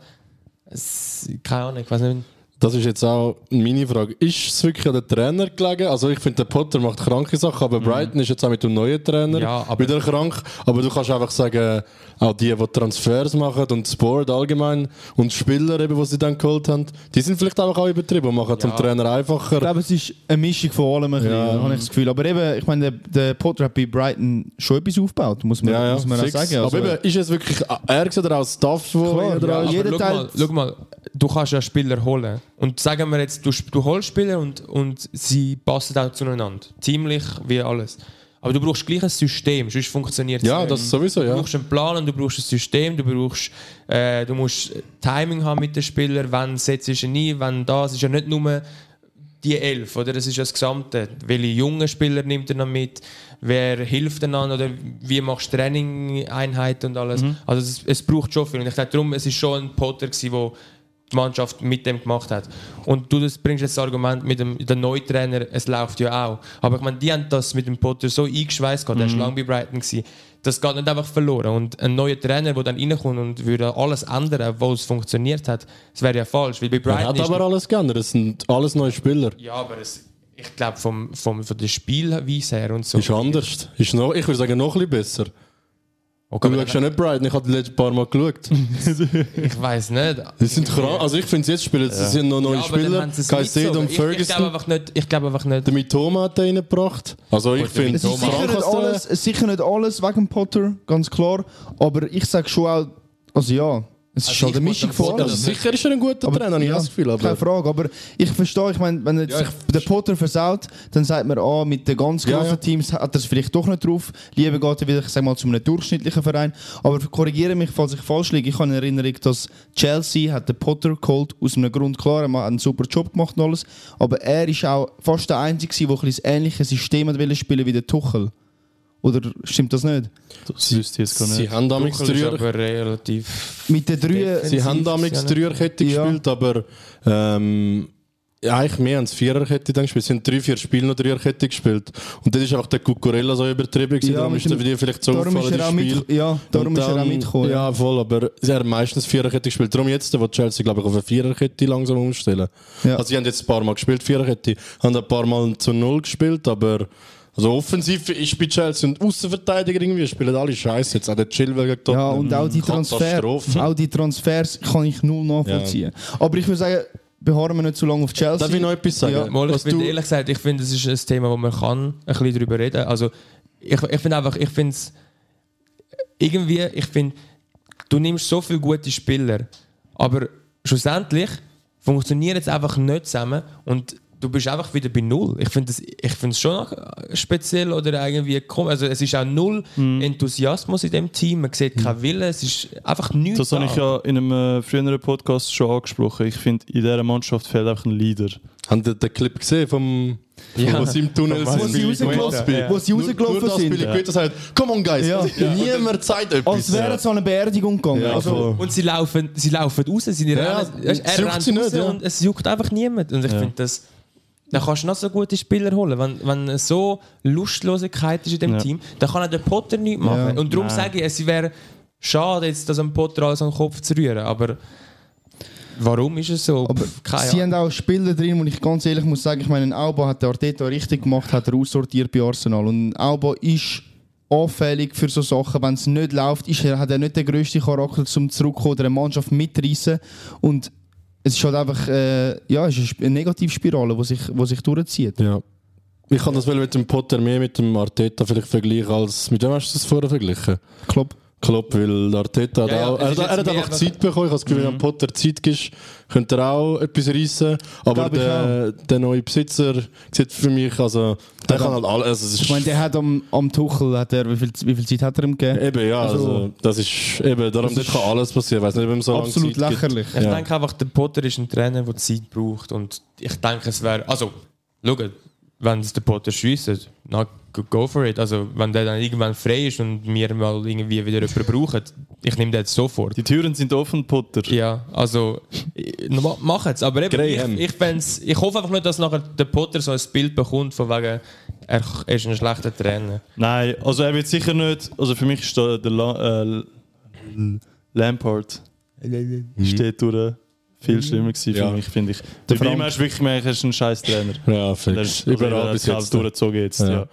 [SPEAKER 2] es, keine Ahnung, ich weiß nicht.
[SPEAKER 4] Das ist jetzt auch meine Frage. Ist es wirklich an den Trainer gelegen? Also ich finde, der Potter macht kranke Sachen, aber Brighton ist jetzt auch mit dem neuen Trainer
[SPEAKER 2] Mhm. Ja, aber-
[SPEAKER 4] wieder krank. Aber du kannst einfach sagen, auch die, die Transfers machen und das Board allgemein und die Spieler, eben, die sie dann geholt haben, die sind vielleicht einfach auch übertrieben und machen zum Trainer einfacher.
[SPEAKER 3] Ich glaube, es ist eine Mischung von allem, ein bisschen, habe ich das Gefühl. Aber eben, ich meine, der, der Potter hat bei Brighton schon etwas aufgebaut, muss man,
[SPEAKER 4] ja, ja,
[SPEAKER 3] muss man auch
[SPEAKER 4] fix.
[SPEAKER 3] sagen. Also,
[SPEAKER 4] aber eben, ist es wirklich er oder auch Staff, wo
[SPEAKER 3] Klar,
[SPEAKER 4] dran
[SPEAKER 3] ja.
[SPEAKER 4] ist?
[SPEAKER 2] Aber
[SPEAKER 3] jeder
[SPEAKER 2] schau,
[SPEAKER 3] Teil-
[SPEAKER 2] mal, schau mal, du kannst ja Spieler holen. Und sagen wir jetzt, du, sp- du holst Spieler und, und sie passen auch zueinander. Ziemlich wie alles. Aber du brauchst gleich ein System, sonst funktioniert es
[SPEAKER 4] Ja, das sowieso, ja.
[SPEAKER 2] Du brauchst einen Plan und du brauchst ein System, du brauchst, äh, du musst Timing haben mit den Spielern, wann setzt du ihn ein, wann das. Es ist ja nicht nur die Elf, oder? Es ist ja das Gesamte. Welche jungen Spieler nimmt er noch mit? Wer hilft einander? Oder wie machst du Training-Einheiten und alles?
[SPEAKER 4] Mhm.
[SPEAKER 2] Also es, es braucht schon viel. Und ich glaube, darum, es ist schon ein Potter gewesen, der die Mannschaft mit dem gemacht hat. Und du das bringst jetzt das Argument mit dem der Neutrainer, es läuft ja auch. Aber ich meine, die haben das mit dem Potter so eingeschweißt, gehabt, der war
[SPEAKER 4] Mhm.
[SPEAKER 2] lange bei Brighton. Gewesen. Das geht nicht einfach verloren. Und ein neuer Trainer, der dann reinkommt und würde alles ändern, wo es funktioniert hat, das wäre ja falsch. Weil bei
[SPEAKER 4] Er
[SPEAKER 2] Brighton
[SPEAKER 4] hat
[SPEAKER 2] ist
[SPEAKER 4] aber alles geändert. Es sind alles neue Spieler.
[SPEAKER 2] ja, aber es, ich glaube, vom, vom, von der Spielweise her und so.
[SPEAKER 4] Ist anders. Ist noch, ich würde sagen, noch ein bisschen besser.
[SPEAKER 2] Okay,
[SPEAKER 4] Du
[SPEAKER 2] aber
[SPEAKER 4] schaust ja nicht Brighton, ich habe die letzten paar Mal geschaut.
[SPEAKER 2] ich weiß nicht.
[SPEAKER 4] Die sind krank. Also ich finde es jetzt spielen, es sind noch neue
[SPEAKER 2] Ja, aber dann
[SPEAKER 4] Spieler.
[SPEAKER 2] haben sie es mitgezogen.
[SPEAKER 4] Caicedo und
[SPEAKER 2] Ich, ich glaube
[SPEAKER 4] Ferguson.
[SPEAKER 2] einfach nicht. Ich glaube einfach nicht.
[SPEAKER 4] Der Mitoma hat den reingebracht. Also ich
[SPEAKER 2] Gut,
[SPEAKER 4] finde,
[SPEAKER 3] es ist
[SPEAKER 2] Thomas.
[SPEAKER 3] sicher nicht, alles, es ist sicher nicht alles wegen Potter, ganz klar. Aber ich sage schon auch, also ja, es ist
[SPEAKER 2] Also
[SPEAKER 3] schon
[SPEAKER 2] ich
[SPEAKER 3] eine
[SPEAKER 2] muss
[SPEAKER 3] Mischung
[SPEAKER 2] dem
[SPEAKER 3] von
[SPEAKER 2] Potter
[SPEAKER 3] allem.
[SPEAKER 4] Also sicher ist er ein guter Trainer, habe ich
[SPEAKER 3] ja,
[SPEAKER 4] das Gefühl.
[SPEAKER 3] Keine
[SPEAKER 4] Aber
[SPEAKER 3] Frage, aber ich verstehe, ich meine, wenn jetzt
[SPEAKER 2] Ja,
[SPEAKER 3] sich der Potter versaut, dann sagt man, ah, mit den ganz
[SPEAKER 4] Ja,
[SPEAKER 3] grossen
[SPEAKER 4] ja.
[SPEAKER 3] Teams hat er es vielleicht doch nicht drauf. Lieber geht er wieder, ich sag mal, zu einem durchschnittlichen Verein. Aber korrigiere mich, falls ich falsch liege. Ich habe in Erinnerung, dass Chelsea hat den Potter geholt, aus einem Grund, klar, er hat einen super Job gemacht und alles, aber er ist auch fast der Einzige, der ein bisschen ein ähnliches System hat wollen spielen wie der Tuchel. Oder stimmt das nicht?
[SPEAKER 1] Das wüsste ich jetzt gar
[SPEAKER 4] sie
[SPEAKER 1] nicht.
[SPEAKER 4] haben damals
[SPEAKER 2] Tuchel ist
[SPEAKER 4] Dreier-
[SPEAKER 2] aber relativ.
[SPEAKER 3] Mit den drei...
[SPEAKER 2] Defensiv.
[SPEAKER 4] Sie haben damals
[SPEAKER 2] Ja,
[SPEAKER 4] Dreierkette
[SPEAKER 3] Ja.
[SPEAKER 4] gespielt, aber ähm, ja, eigentlich mehr als Viererkette dann gespielt. Sie haben drei, vier Spiele noch Dreierkette gespielt. Und dann ist einfach der Cucurella so übertrieben gewesen.
[SPEAKER 3] Ja,
[SPEAKER 4] darum
[SPEAKER 3] mit
[SPEAKER 4] ist er
[SPEAKER 3] dem-
[SPEAKER 4] für die vielleicht so
[SPEAKER 3] Darum ist
[SPEAKER 4] aufgefallen,
[SPEAKER 3] er auch
[SPEAKER 4] das Spiel.
[SPEAKER 3] mit, ja, darum
[SPEAKER 4] Und
[SPEAKER 3] ist er auch
[SPEAKER 4] dann-
[SPEAKER 3] mitgekommen.
[SPEAKER 4] Ja, voll, aber er hat meistens Viererkette gespielt. Darum jetzt, wo Chelsea, glaube ich, auf eine Viererkette langsam umstellen.
[SPEAKER 3] Ja.
[SPEAKER 4] Also, sie haben jetzt ein paar Mal gespielt, Viererkette, haben ein paar Mal zu Null gespielt, aber also offensiv ist bei Chelsea und Außenverteidiger irgendwie, spielen alle Scheiße jetzt. Auch der Chilwell gegen
[SPEAKER 3] Ja,
[SPEAKER 4] Tottenham.
[SPEAKER 3] und auch die, Transfer,
[SPEAKER 4] Katastrophe.
[SPEAKER 3] auch die Transfers kann ich null nachvollziehen. Aber ich würde sagen, beharren wir nicht zu lange auf Chelsea.
[SPEAKER 4] Darf ich noch etwas sagen?
[SPEAKER 3] Ja.
[SPEAKER 2] Mal, ich
[SPEAKER 4] Was du-
[SPEAKER 2] finde ehrlich gesagt, ich finde, es ist ein Thema, wo man kann ein bisschen drüber reden. Also ich, ich finde einfach, ich finde es irgendwie, ich finde, du nimmst so viele gute Spieler, aber schlussendlich funktionieren es einfach nicht zusammen und du bist einfach wieder bei null. Ich finde es ich find's schon noch speziell oder irgendwie komisch. Also es ist auch null Enthusiasmus in dem Team, man sieht keinen Willen, es ist einfach nichts
[SPEAKER 1] Das habe
[SPEAKER 2] da.
[SPEAKER 1] ich ja in einem äh, früheren Podcast schon angesprochen. Ich finde, in dieser Mannschaft fehlt einfach ein Leader.
[SPEAKER 4] Haben Sie den Clip gesehen vom
[SPEAKER 2] Ja.
[SPEAKER 4] wo sie im Tunnel
[SPEAKER 2] Von
[SPEAKER 4] sind?
[SPEAKER 3] Wo sie
[SPEAKER 4] Billy
[SPEAKER 3] rausgelaufen-
[SPEAKER 4] Crosby.
[SPEAKER 3] wo sie
[SPEAKER 4] Nur-
[SPEAKER 3] rausgelaufen
[SPEAKER 4] Nur, dass
[SPEAKER 3] sind.
[SPEAKER 4] Billy
[SPEAKER 3] Ja.
[SPEAKER 4] Peter sagt, come on guys,
[SPEAKER 3] Ja.
[SPEAKER 4] niemand zeigt etwas.
[SPEAKER 3] Als wäre es an eine Beerdigung gegangen.
[SPEAKER 4] Ja,
[SPEAKER 3] also,
[SPEAKER 4] voll.
[SPEAKER 2] Und sie laufen, sie laufen raus, sie
[SPEAKER 4] Ja,
[SPEAKER 2] rennen, weißt,
[SPEAKER 4] es
[SPEAKER 2] er
[SPEAKER 4] juckt
[SPEAKER 2] rennt
[SPEAKER 4] sie nicht,
[SPEAKER 2] raus
[SPEAKER 4] ja.
[SPEAKER 2] und es juckt einfach niemand. Und ich finde das, da kannst du noch so gute Spieler holen. Wenn, wenn so Lustlosigkeit ist in dem
[SPEAKER 1] Ja.
[SPEAKER 2] Team, dann kann auch der Potter nichts machen.
[SPEAKER 3] Ja.
[SPEAKER 2] Und darum sage ich, es wäre schade, jetzt das am Potter alles an den Kopf zu rühren, aber warum ist es so?
[SPEAKER 3] aber
[SPEAKER 2] Pff, keine
[SPEAKER 3] sie
[SPEAKER 2] Ahnung.
[SPEAKER 3] haben auch Spieler drin, wo ich ganz ehrlich muss sagen, ich meine, Alba hat der Arteta richtig gemacht, hat er aussortiert bei Arsenal. Und Alba ist anfällig für so Sachen. Wenn es nicht läuft, ist er, hat er nicht den grössten Charakter zum Zurückkommen oder eine Mannschaft mitreißen. Und es ist halt einfach äh, ja, es ist eine Sp- eine Negativspirale, die sich, wo sich durchzieht.
[SPEAKER 4] Ja. Ich kann das wohl mit dem Potter mehr mit dem Arteta vielleicht vergleichen als mit dem hast du das vorher verglichen?
[SPEAKER 3] Klopp.
[SPEAKER 4] Klopp, weil der Arteta
[SPEAKER 2] Ja, ja,
[SPEAKER 4] hat auch,
[SPEAKER 2] es
[SPEAKER 4] er,
[SPEAKER 2] ist
[SPEAKER 4] hat- er
[SPEAKER 2] jetzt
[SPEAKER 4] hat
[SPEAKER 2] mehr
[SPEAKER 4] einfach
[SPEAKER 2] einfach-
[SPEAKER 4] Zeit bekommen. Ich habe das Gefühl, wenn Potter Zeit gibt, könnte er auch etwas reissen. Aber
[SPEAKER 3] Glaub ich
[SPEAKER 4] der, der neue Besitzer sieht für mich, also der kann halt alles. Also, es ist
[SPEAKER 3] Ich meine, der hat am, am Tuchel, hat er, wie, viel, wie viel Zeit hat er ihm gegeben?
[SPEAKER 4] eben ja, also,
[SPEAKER 3] Also-
[SPEAKER 4] das ist eben darum dort kann alles passieren. Ich weiß nicht, ob ihm so lange
[SPEAKER 3] Absolut
[SPEAKER 4] Zeit gibt.
[SPEAKER 3] lächerlich.
[SPEAKER 2] Ich
[SPEAKER 4] Ja.
[SPEAKER 2] denke einfach, der Potter ist ein Trainer, der Zeit braucht. Und ich denke, es wäre. Also, schaut, wenn es der Potter schiesst, na, go- go for it. Also, wenn der dann irgendwann frei ist und wir mal irgendwie wieder jemanden brauchen, ich nehme den jetzt sofort.
[SPEAKER 1] Die Türen sind offen, Potter.
[SPEAKER 2] Ja, also, ich- ma- mach es. Aber eben,
[SPEAKER 4] Graham.
[SPEAKER 2] ich, ich, fänd's- ich hoffe einfach nicht, dass nachher der Potter so ein Bild bekommt, von wegen, er, er ist ein schlechter Trainer.
[SPEAKER 1] Nein, also er wird sicher nicht. Also für mich ist da der La äh, Lampard steht durch. äh, Viel schlimmer gewesen
[SPEAKER 4] Ja.
[SPEAKER 1] für mich, finde ich. Der
[SPEAKER 3] Frank-
[SPEAKER 1] Bei ihm hast du wirklich gemerkt, er ist ein scheiß Trainer.
[SPEAKER 4] Ja,
[SPEAKER 1] Der
[SPEAKER 4] fix.
[SPEAKER 1] ist also er
[SPEAKER 4] Überall
[SPEAKER 1] hat
[SPEAKER 4] bis
[SPEAKER 1] alles
[SPEAKER 4] jetzt.
[SPEAKER 1] durchgezogen jetzt.
[SPEAKER 4] Ja.
[SPEAKER 1] Ja.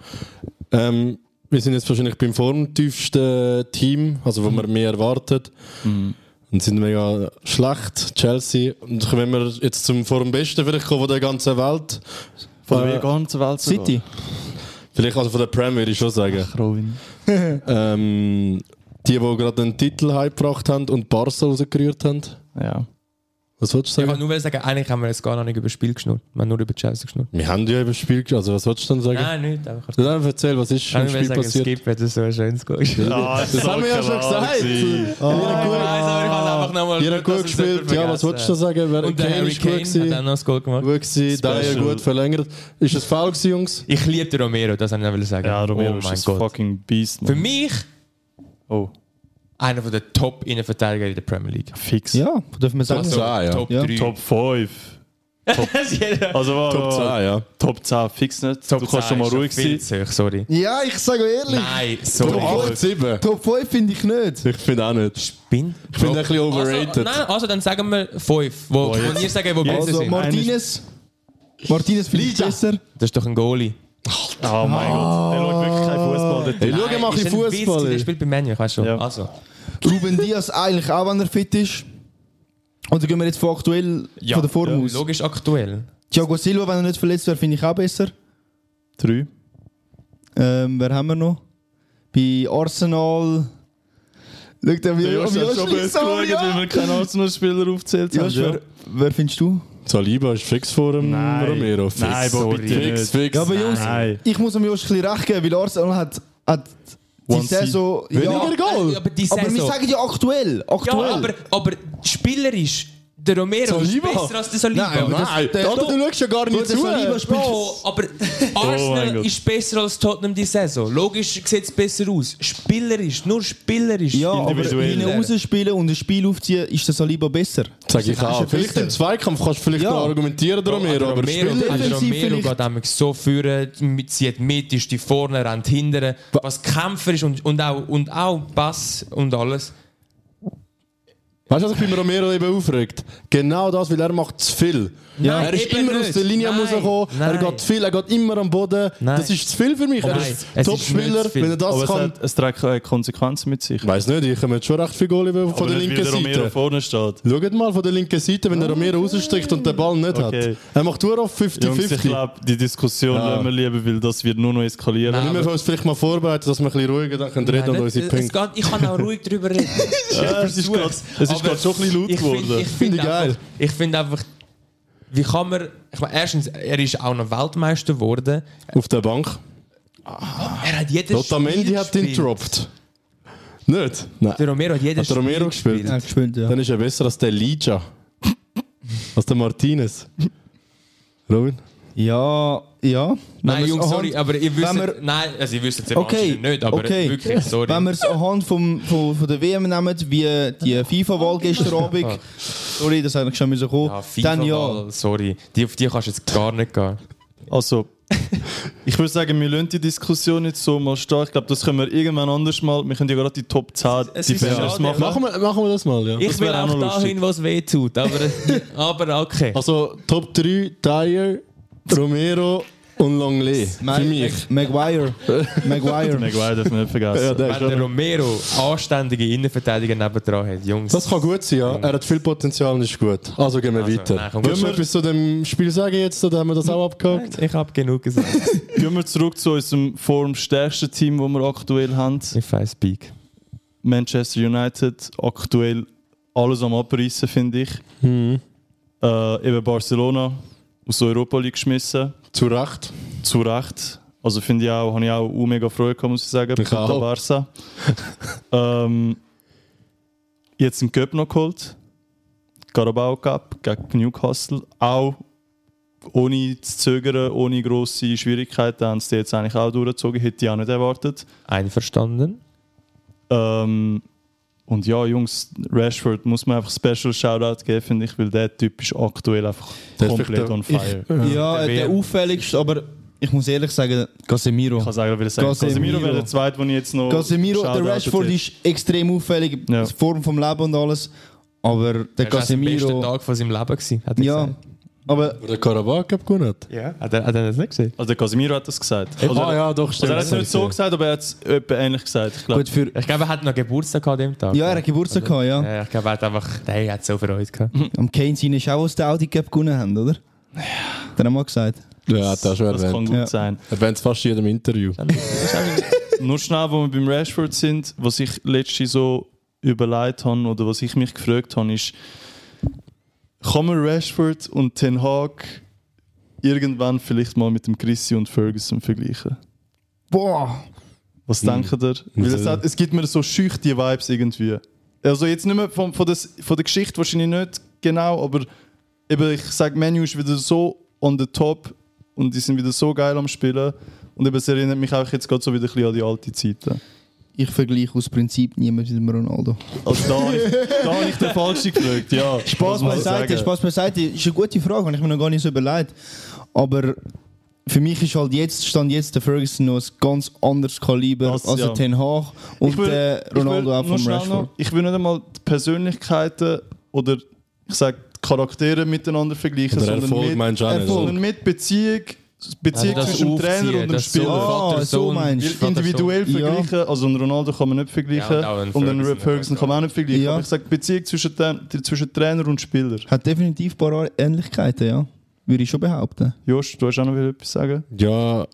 [SPEAKER 4] Ähm, wir sind jetzt wahrscheinlich beim formtiefsten Team, also wo
[SPEAKER 2] Mhm.
[SPEAKER 4] man mehr erwartet. Und sind mega schlecht, Chelsea. Und wenn wir jetzt zum formbesten vielleicht kommen von der ganzen Welt,
[SPEAKER 1] Von
[SPEAKER 4] Äh,
[SPEAKER 1] der ganzen Welt sogar.
[SPEAKER 3] City.
[SPEAKER 4] vielleicht also von der Premier, würde ich schon sagen.
[SPEAKER 1] Robin.
[SPEAKER 4] Ähm, die, die gerade den Titel heimgebracht haben und Barca rausgerührt haben.
[SPEAKER 1] Ja.
[SPEAKER 4] Was wolltest du
[SPEAKER 2] Ich kann
[SPEAKER 4] sagen?
[SPEAKER 2] nur sagen, eigentlich haben wir jetzt gar noch nicht über das Spiel geschnurrt. Wir haben nur über die Scheiße geschnurrt.
[SPEAKER 4] Wir haben ja über das Spiel gesch- Also, was wolltest du denn sagen?
[SPEAKER 2] Nein, nicht. Einfach.
[SPEAKER 4] Du darfst erzählen, was ist im
[SPEAKER 2] Ich will
[SPEAKER 4] Spiel
[SPEAKER 2] sagen,
[SPEAKER 4] passiert?
[SPEAKER 2] Skip, wenn das so ein schönes Goal ist.
[SPEAKER 1] das
[SPEAKER 4] haben wir ja schon gesagt. Ah.
[SPEAKER 2] Ja, gut. Nein, aber ich habe einfach nochmal.
[SPEAKER 4] Jeder gut gespielt. Ja, was wolltest du sagen? Wer
[SPEAKER 2] Und der Harry
[SPEAKER 4] ist
[SPEAKER 2] Kane
[SPEAKER 4] gut gewesen.
[SPEAKER 2] hat auch noch das Goal gemacht.
[SPEAKER 4] Gut gewesen, Dyer
[SPEAKER 1] Special.
[SPEAKER 4] gut verlängert. Ist das faul gewesen, Jungs?
[SPEAKER 2] Ich liebe den Romero, das wollte ich noch sagen.
[SPEAKER 1] Ja, Romero
[SPEAKER 2] oh
[SPEAKER 1] ist
[SPEAKER 2] mein
[SPEAKER 1] ein
[SPEAKER 2] Gott.
[SPEAKER 1] fucking Beast.
[SPEAKER 2] Für
[SPEAKER 1] Mann.
[SPEAKER 2] mich
[SPEAKER 1] Oh,
[SPEAKER 2] einer der Top-Innenverteidiger in der Premier League.
[SPEAKER 1] fix.
[SPEAKER 3] Ja, dürfen wir sagen.
[SPEAKER 4] Also- Zwei, ja.
[SPEAKER 2] Top
[SPEAKER 3] Ja.
[SPEAKER 2] 3.
[SPEAKER 1] Top 5. Also, war,
[SPEAKER 4] Top 2, ja.
[SPEAKER 1] Top 10 fix nicht. du kannst schon mal ruhig sein.
[SPEAKER 2] sein. Sorry.
[SPEAKER 3] Ja, ich sage ehrlich.
[SPEAKER 2] Nein,
[SPEAKER 4] Top
[SPEAKER 2] sorry.
[SPEAKER 4] 8, 7.
[SPEAKER 3] Top 5 finde ich nicht.
[SPEAKER 4] Ich finde auch nicht. Ich
[SPEAKER 2] Bin.
[SPEAKER 4] finde ein bisschen
[SPEAKER 2] Also,
[SPEAKER 4] overrated.
[SPEAKER 2] nein, also dann sagen wir 5, wo, wo ihr sagen, wo besser
[SPEAKER 3] Also
[SPEAKER 2] sind.
[SPEAKER 3] Martinez. Martinez finde ich besser.
[SPEAKER 2] Das ist doch ein Goalie.
[SPEAKER 1] Oh mein Gott, der schaut wirklich keinen Fußball. Der Typ.
[SPEAKER 4] Hey, schau mal ein
[SPEAKER 2] Nein,
[SPEAKER 4] bisschen
[SPEAKER 2] ist ein Witz,
[SPEAKER 4] Fußball.
[SPEAKER 2] Der
[SPEAKER 4] ey.
[SPEAKER 2] spielt bei Manu, ich weiß schon.
[SPEAKER 1] Ja.
[SPEAKER 2] Also.
[SPEAKER 3] Ruben Diaz eigentlich auch, wenn er fit ist. Oder gehen wir jetzt von aktuell von der Form aus?
[SPEAKER 2] Logisch aktuell.
[SPEAKER 3] Thiago Silva, wenn er nicht verletzt wäre, finde ich auch besser.
[SPEAKER 1] Drei.
[SPEAKER 3] Ähm, wer haben wir noch? Bei Arsenal. Schaut er, wie
[SPEAKER 1] Der Josh
[SPEAKER 3] wie
[SPEAKER 1] hat
[SPEAKER 3] Josh-
[SPEAKER 1] schon böse
[SPEAKER 3] sorry,
[SPEAKER 1] geschaut,
[SPEAKER 3] ja.
[SPEAKER 1] weil wir keinen Arsenal-Spieler aufzählt haben.
[SPEAKER 3] Josh,
[SPEAKER 1] Ja.
[SPEAKER 3] wer, wer findest du?
[SPEAKER 4] Saliba ist fix vor dem
[SPEAKER 1] Nein.
[SPEAKER 4] Romero. Fix.
[SPEAKER 1] Nein, Bro, bitte
[SPEAKER 4] Fix,
[SPEAKER 1] nicht.
[SPEAKER 4] fix.
[SPEAKER 3] Ja, aber Jungs,
[SPEAKER 1] Nein.
[SPEAKER 3] ich muss dem Josh ein bisschen recht geben, weil Arsenal hat, hat die
[SPEAKER 1] One seed.
[SPEAKER 3] Saison... Ja,
[SPEAKER 4] Weniger Goal.
[SPEAKER 2] Aber die
[SPEAKER 3] aber wir
[SPEAKER 2] Saison-
[SPEAKER 3] sagen ja aktuell. aktuell.
[SPEAKER 2] Ja, aber, aber spielerisch, der Romero
[SPEAKER 1] Saliba?
[SPEAKER 2] ist besser als der Saliba.
[SPEAKER 3] Nein, aber das-
[SPEAKER 4] Nein,
[SPEAKER 3] der-
[SPEAKER 4] Alter, du schaust ja gar
[SPEAKER 3] Gut,
[SPEAKER 4] nicht
[SPEAKER 3] der
[SPEAKER 4] zu.
[SPEAKER 3] Saliba spielt-
[SPEAKER 2] Bro, aber
[SPEAKER 1] mein
[SPEAKER 2] Arsenal
[SPEAKER 1] Gott.
[SPEAKER 2] ist besser als Tottenham die Saison. Logisch sieht es besser aus. Spielerisch, nur spielerisch.
[SPEAKER 3] Ja, aber
[SPEAKER 1] Individuell.
[SPEAKER 3] hinten rausspielen und ein Spiel aufziehen, ist der Saliba besser.
[SPEAKER 4] Sag ich
[SPEAKER 3] Das ist
[SPEAKER 4] auch.
[SPEAKER 3] ja
[SPEAKER 4] Vielleicht
[SPEAKER 3] besser.
[SPEAKER 4] im Zweikampf kannst du vielleicht
[SPEAKER 3] Ja.
[SPEAKER 4] noch argumentieren, Romero, aber
[SPEAKER 2] Romero,
[SPEAKER 4] spiel
[SPEAKER 2] der
[SPEAKER 3] defensiv
[SPEAKER 2] Romero
[SPEAKER 3] vielleicht-
[SPEAKER 2] geht einmal so führen, zieht mit, ist die vorne, rennt hinten. Was Kämpfer ist und, und, auch, und auch Pass und alles.
[SPEAKER 4] Weißt du, was ich bei Romero eben aufregt? Genau das, weil er macht zu viel.
[SPEAKER 2] Ja.
[SPEAKER 4] er ist
[SPEAKER 2] Eben
[SPEAKER 4] immer
[SPEAKER 2] nicht.
[SPEAKER 4] aus der Linie
[SPEAKER 2] Nein.
[SPEAKER 4] rausgekommen, er
[SPEAKER 2] Nein.
[SPEAKER 4] geht zu viel, er geht immer am Boden.
[SPEAKER 2] Nein.
[SPEAKER 4] Das ist zu viel für mich.
[SPEAKER 2] Nein,
[SPEAKER 4] Er ist
[SPEAKER 2] es ist nicht zu
[SPEAKER 4] Top-Spieler,
[SPEAKER 2] viel.
[SPEAKER 4] wenn er das
[SPEAKER 1] Aber es,
[SPEAKER 4] kann.
[SPEAKER 1] hat, es trägt äh, Konsequenzen mit sich.
[SPEAKER 4] Ich weiss nicht, ich komme jetzt schon recht viele Goalie von
[SPEAKER 1] Aber
[SPEAKER 4] der
[SPEAKER 1] nicht, weil
[SPEAKER 4] linken
[SPEAKER 1] der Romero
[SPEAKER 4] Seite.
[SPEAKER 1] vorne steht.
[SPEAKER 4] Schaut mal von der linken Seite, wenn der Romero rausstreckt und den Ball nicht
[SPEAKER 1] Okay.
[SPEAKER 4] hat. Er macht nur auf
[SPEAKER 1] Jungs, ich
[SPEAKER 4] 50-50.
[SPEAKER 1] glaube, die Diskussion
[SPEAKER 4] Ja.
[SPEAKER 1] lassen wir lieber, weil das wird nur noch eskalieren.
[SPEAKER 2] Nein.
[SPEAKER 4] Wir müssen uns vielleicht mal vorbereiten, dass wir ein bisschen ruhiger dann können reden
[SPEAKER 2] Nein,
[SPEAKER 4] und
[SPEAKER 2] nicht-
[SPEAKER 4] unsere
[SPEAKER 2] es
[SPEAKER 4] Punkte.
[SPEAKER 2] geht, ich kann auch ruhig darüber reden.
[SPEAKER 1] Ja, es ist
[SPEAKER 2] versuch's.
[SPEAKER 1] grad- es ist
[SPEAKER 2] Aber
[SPEAKER 1] grad schon ein bisschen laut
[SPEAKER 2] ich find-
[SPEAKER 1] geworden.
[SPEAKER 2] Ich finde
[SPEAKER 4] ich geil.
[SPEAKER 2] einfach, ich find einfach, wie kann man. Ich meine, erstens, er ist auch noch Weltmeister geworden.
[SPEAKER 4] Auf der Bank.
[SPEAKER 2] Er hat jedes
[SPEAKER 4] Otamendi
[SPEAKER 2] Spiel
[SPEAKER 4] hat ihn
[SPEAKER 2] gespielt.
[SPEAKER 4] gedroppt. Nicht? Nein.
[SPEAKER 2] Der Romero hat jedes
[SPEAKER 4] Hat der Romero
[SPEAKER 2] Spiel
[SPEAKER 4] gespielt?
[SPEAKER 3] Ja, gespielt, ja.
[SPEAKER 4] Dann ist er besser als der Ligia. als der Martinez. Robin?
[SPEAKER 3] Ja, ja.
[SPEAKER 2] Nein, Jungs, sorry, aber ihr wisst,
[SPEAKER 3] wenn wir-
[SPEAKER 2] nein, also ihr wisst es ja
[SPEAKER 3] Okay,
[SPEAKER 2] anscheinend nicht, aber
[SPEAKER 3] okay.
[SPEAKER 2] wirklich, sorry.
[SPEAKER 3] Wenn wir es anhand vom, von, von der WM nehmen, wie die FIFA-Wahl gestern Abend, sorry, das hätte ich schon müssen kommen,
[SPEAKER 2] ja, FIFA
[SPEAKER 3] dann ja.
[SPEAKER 2] sorry, die, auf die kannst du jetzt gar nicht gehen.
[SPEAKER 1] Also, ich würde sagen, wir lassen die Diskussion jetzt so mal stehen. Ich glaube, das können wir irgendwann anders mal. Wir können ja gerade die Top 10
[SPEAKER 2] Es
[SPEAKER 1] die
[SPEAKER 2] ist schade,
[SPEAKER 1] Bangers machen.
[SPEAKER 4] Machen wir, machen wir das mal, ja.
[SPEAKER 2] Ich will
[SPEAKER 1] wäre auch
[SPEAKER 2] auch
[SPEAKER 1] noch lustig.
[SPEAKER 2] dahin, wo es weh tut, aber, aber okay.
[SPEAKER 4] Also Top 3, Dyer, Romero und Longley. Für mich.
[SPEAKER 3] Maguire. Maguire.
[SPEAKER 1] Maguire dürfen wir nicht vergessen.
[SPEAKER 4] Ja, der ist
[SPEAKER 2] Wenn der
[SPEAKER 4] schon-
[SPEAKER 2] Romero anständige Innenverteidiger nebendran hat, Jungs.
[SPEAKER 4] das kann gut sein, ja. Er hat viel Potenzial und ist gut. Also gehen wir
[SPEAKER 2] Also, nein,
[SPEAKER 4] weiter.
[SPEAKER 2] komm,
[SPEAKER 4] Willst du
[SPEAKER 1] wir-
[SPEAKER 4] etwas zu dem Spiel sagen jetzt, oder haben wir das auch abgehakt?
[SPEAKER 2] ich habe genug gesagt.
[SPEAKER 1] Gehen wir zurück zu unserem formstärksten Team, das wir aktuell haben.
[SPEAKER 2] If I speak.
[SPEAKER 1] Manchester United aktuell alles am Abreißen, finde ich. Äh, eben Barcelona aus der Europa League geschmissen.
[SPEAKER 4] Zu Recht.
[SPEAKER 1] Zu Recht. Also finde ich auch, habe ich auch uh, mega Freude gehabt, muss ich sagen.
[SPEAKER 4] Ich auch.
[SPEAKER 1] Barca. ähm, jetzt im Cup noch geholt. Carabao Cup gegen Newcastle. Auch ohne zu zögern, ohne grosse Schwierigkeiten haben sie die jetzt eigentlich auch durchgezogen. Hätte ich auch nicht erwartet.
[SPEAKER 2] Einverstanden?
[SPEAKER 1] Ähm, und ja, Jungs, Rashford muss man einfach Special Shoutout geben, finde ich, weil der Typ ist aktuell einfach
[SPEAKER 4] Der ist
[SPEAKER 1] komplett
[SPEAKER 4] vielleicht
[SPEAKER 1] on
[SPEAKER 4] der-
[SPEAKER 1] fire. Ich,
[SPEAKER 3] Ja, der auffälligste, aber ich muss ehrlich sagen, Casemiro.
[SPEAKER 1] kann sagen, wie ich sagen.
[SPEAKER 3] Casemiro.
[SPEAKER 1] Casemiro wäre der zweite, den ich jetzt noch.
[SPEAKER 3] Casemiro, der
[SPEAKER 1] shoutoutet
[SPEAKER 3] Rashford
[SPEAKER 1] hätte.
[SPEAKER 3] ist extrem auffällig,
[SPEAKER 1] Ja.
[SPEAKER 3] Form vom Leben und alles,
[SPEAKER 2] Das war
[SPEAKER 3] aber der
[SPEAKER 2] der beste
[SPEAKER 3] Casemiro...
[SPEAKER 2] Tag von seinem Leben, gewesen, hat er
[SPEAKER 3] Ja,
[SPEAKER 2] gesagt.
[SPEAKER 3] aber
[SPEAKER 4] Wo der Karabakh gewonnen hat.
[SPEAKER 2] Ja. Hat er, hat er das nicht gesehen?
[SPEAKER 1] Also, der Casemiro hat das gesagt. Also,
[SPEAKER 4] Ah ja, doch,
[SPEAKER 1] also
[SPEAKER 4] stimmt.
[SPEAKER 1] er hat es nicht so gesagt, aber er hat es etwa ähnlich gesagt. Ich glaube,
[SPEAKER 3] gut für...
[SPEAKER 2] Ich glaube, er hat noch Geburtstag gehabt an dem Tag.
[SPEAKER 3] Ja, er hat Geburtstag gehabt, ja.
[SPEAKER 2] Ja, ich glaube, er hat einfach, hey, er hat so Freude gehabt.
[SPEAKER 3] Am Kane sein ist auch, als der Audi Cup gewonnen haben, oder? Ja. Dann haben wir gesagt.
[SPEAKER 4] Ja, hat er schon
[SPEAKER 1] das kann
[SPEAKER 4] erwähnt.
[SPEAKER 1] gut
[SPEAKER 3] Ja.
[SPEAKER 1] sein.
[SPEAKER 4] Erwähnt es fast in jedem Interview.
[SPEAKER 1] Nur schnell, wo wir beim Rashford sind, was ich letztens so überlegt habe oder was ich mich gefragt habe, ist, kann man Rashford und Ten Hag irgendwann vielleicht mal mit dem Chrissy und Ferguson vergleichen?
[SPEAKER 3] Boah!
[SPEAKER 1] Was denkt ihr? Weil es, hat, es gibt mir so schüch die Vibes irgendwie. Also jetzt nicht mehr von, von, des, von der Geschichte wahrscheinlich nicht genau, aber eben ich sage, Menu ist wieder so on the top und die sind wieder so geil am Spielen. Und eben, es erinnert mich auch jetzt gerade so wieder ein bisschen an die alte Zeiten.
[SPEAKER 3] Ich vergleiche aus Prinzip niemand mit dem Ronaldo.
[SPEAKER 1] Also da habe ich, da habe ich den Falschen gefragt, ja.
[SPEAKER 3] Spaß beiseite, Spaß beiseite. Ist eine gute Frage, habe ich mir noch gar nicht so überlegt. Aber für mich ist halt jetzt, stand jetzt der Ferguson noch ein ganz anderes Kaliber
[SPEAKER 1] Das,
[SPEAKER 3] als
[SPEAKER 1] ja.
[SPEAKER 3] der Ten Hag und der Ronaldo
[SPEAKER 1] will
[SPEAKER 3] auch
[SPEAKER 1] nur
[SPEAKER 3] vom
[SPEAKER 1] schnell
[SPEAKER 3] Rashford.
[SPEAKER 1] noch- Ich will nicht einmal die Persönlichkeiten oder ich sage die Charaktere miteinander vergleichen,
[SPEAKER 4] Oder
[SPEAKER 1] sondern
[SPEAKER 4] Erfolg
[SPEAKER 1] mit,
[SPEAKER 4] meinst du auch nicht,
[SPEAKER 1] sondern mit Beziehung, Beziehung
[SPEAKER 2] Also das
[SPEAKER 1] zwischen dem Trainer
[SPEAKER 2] Aufziehen,
[SPEAKER 1] und dem
[SPEAKER 2] das so
[SPEAKER 1] Spieler.
[SPEAKER 3] Ah, so
[SPEAKER 2] Vater-Sohn-
[SPEAKER 3] meinst
[SPEAKER 1] Weil individuell
[SPEAKER 3] Ja.
[SPEAKER 1] vergleichen, also einen Ronaldo kann man nicht
[SPEAKER 2] Ja,
[SPEAKER 1] vergleichen
[SPEAKER 2] und auch einen
[SPEAKER 1] und einen
[SPEAKER 2] Ferguson
[SPEAKER 1] Ferguson kann man auch nicht vergleichen.
[SPEAKER 3] Ja.
[SPEAKER 1] Aber ich sage Beziehung zwischen, den- zwischen Trainer und Spieler.
[SPEAKER 3] Hat definitiv ein paar Ähnlichkeiten, ja. Würde ich schon behaupten.
[SPEAKER 1] Jost, du hast auch noch etwas sagen?
[SPEAKER 4] Ja,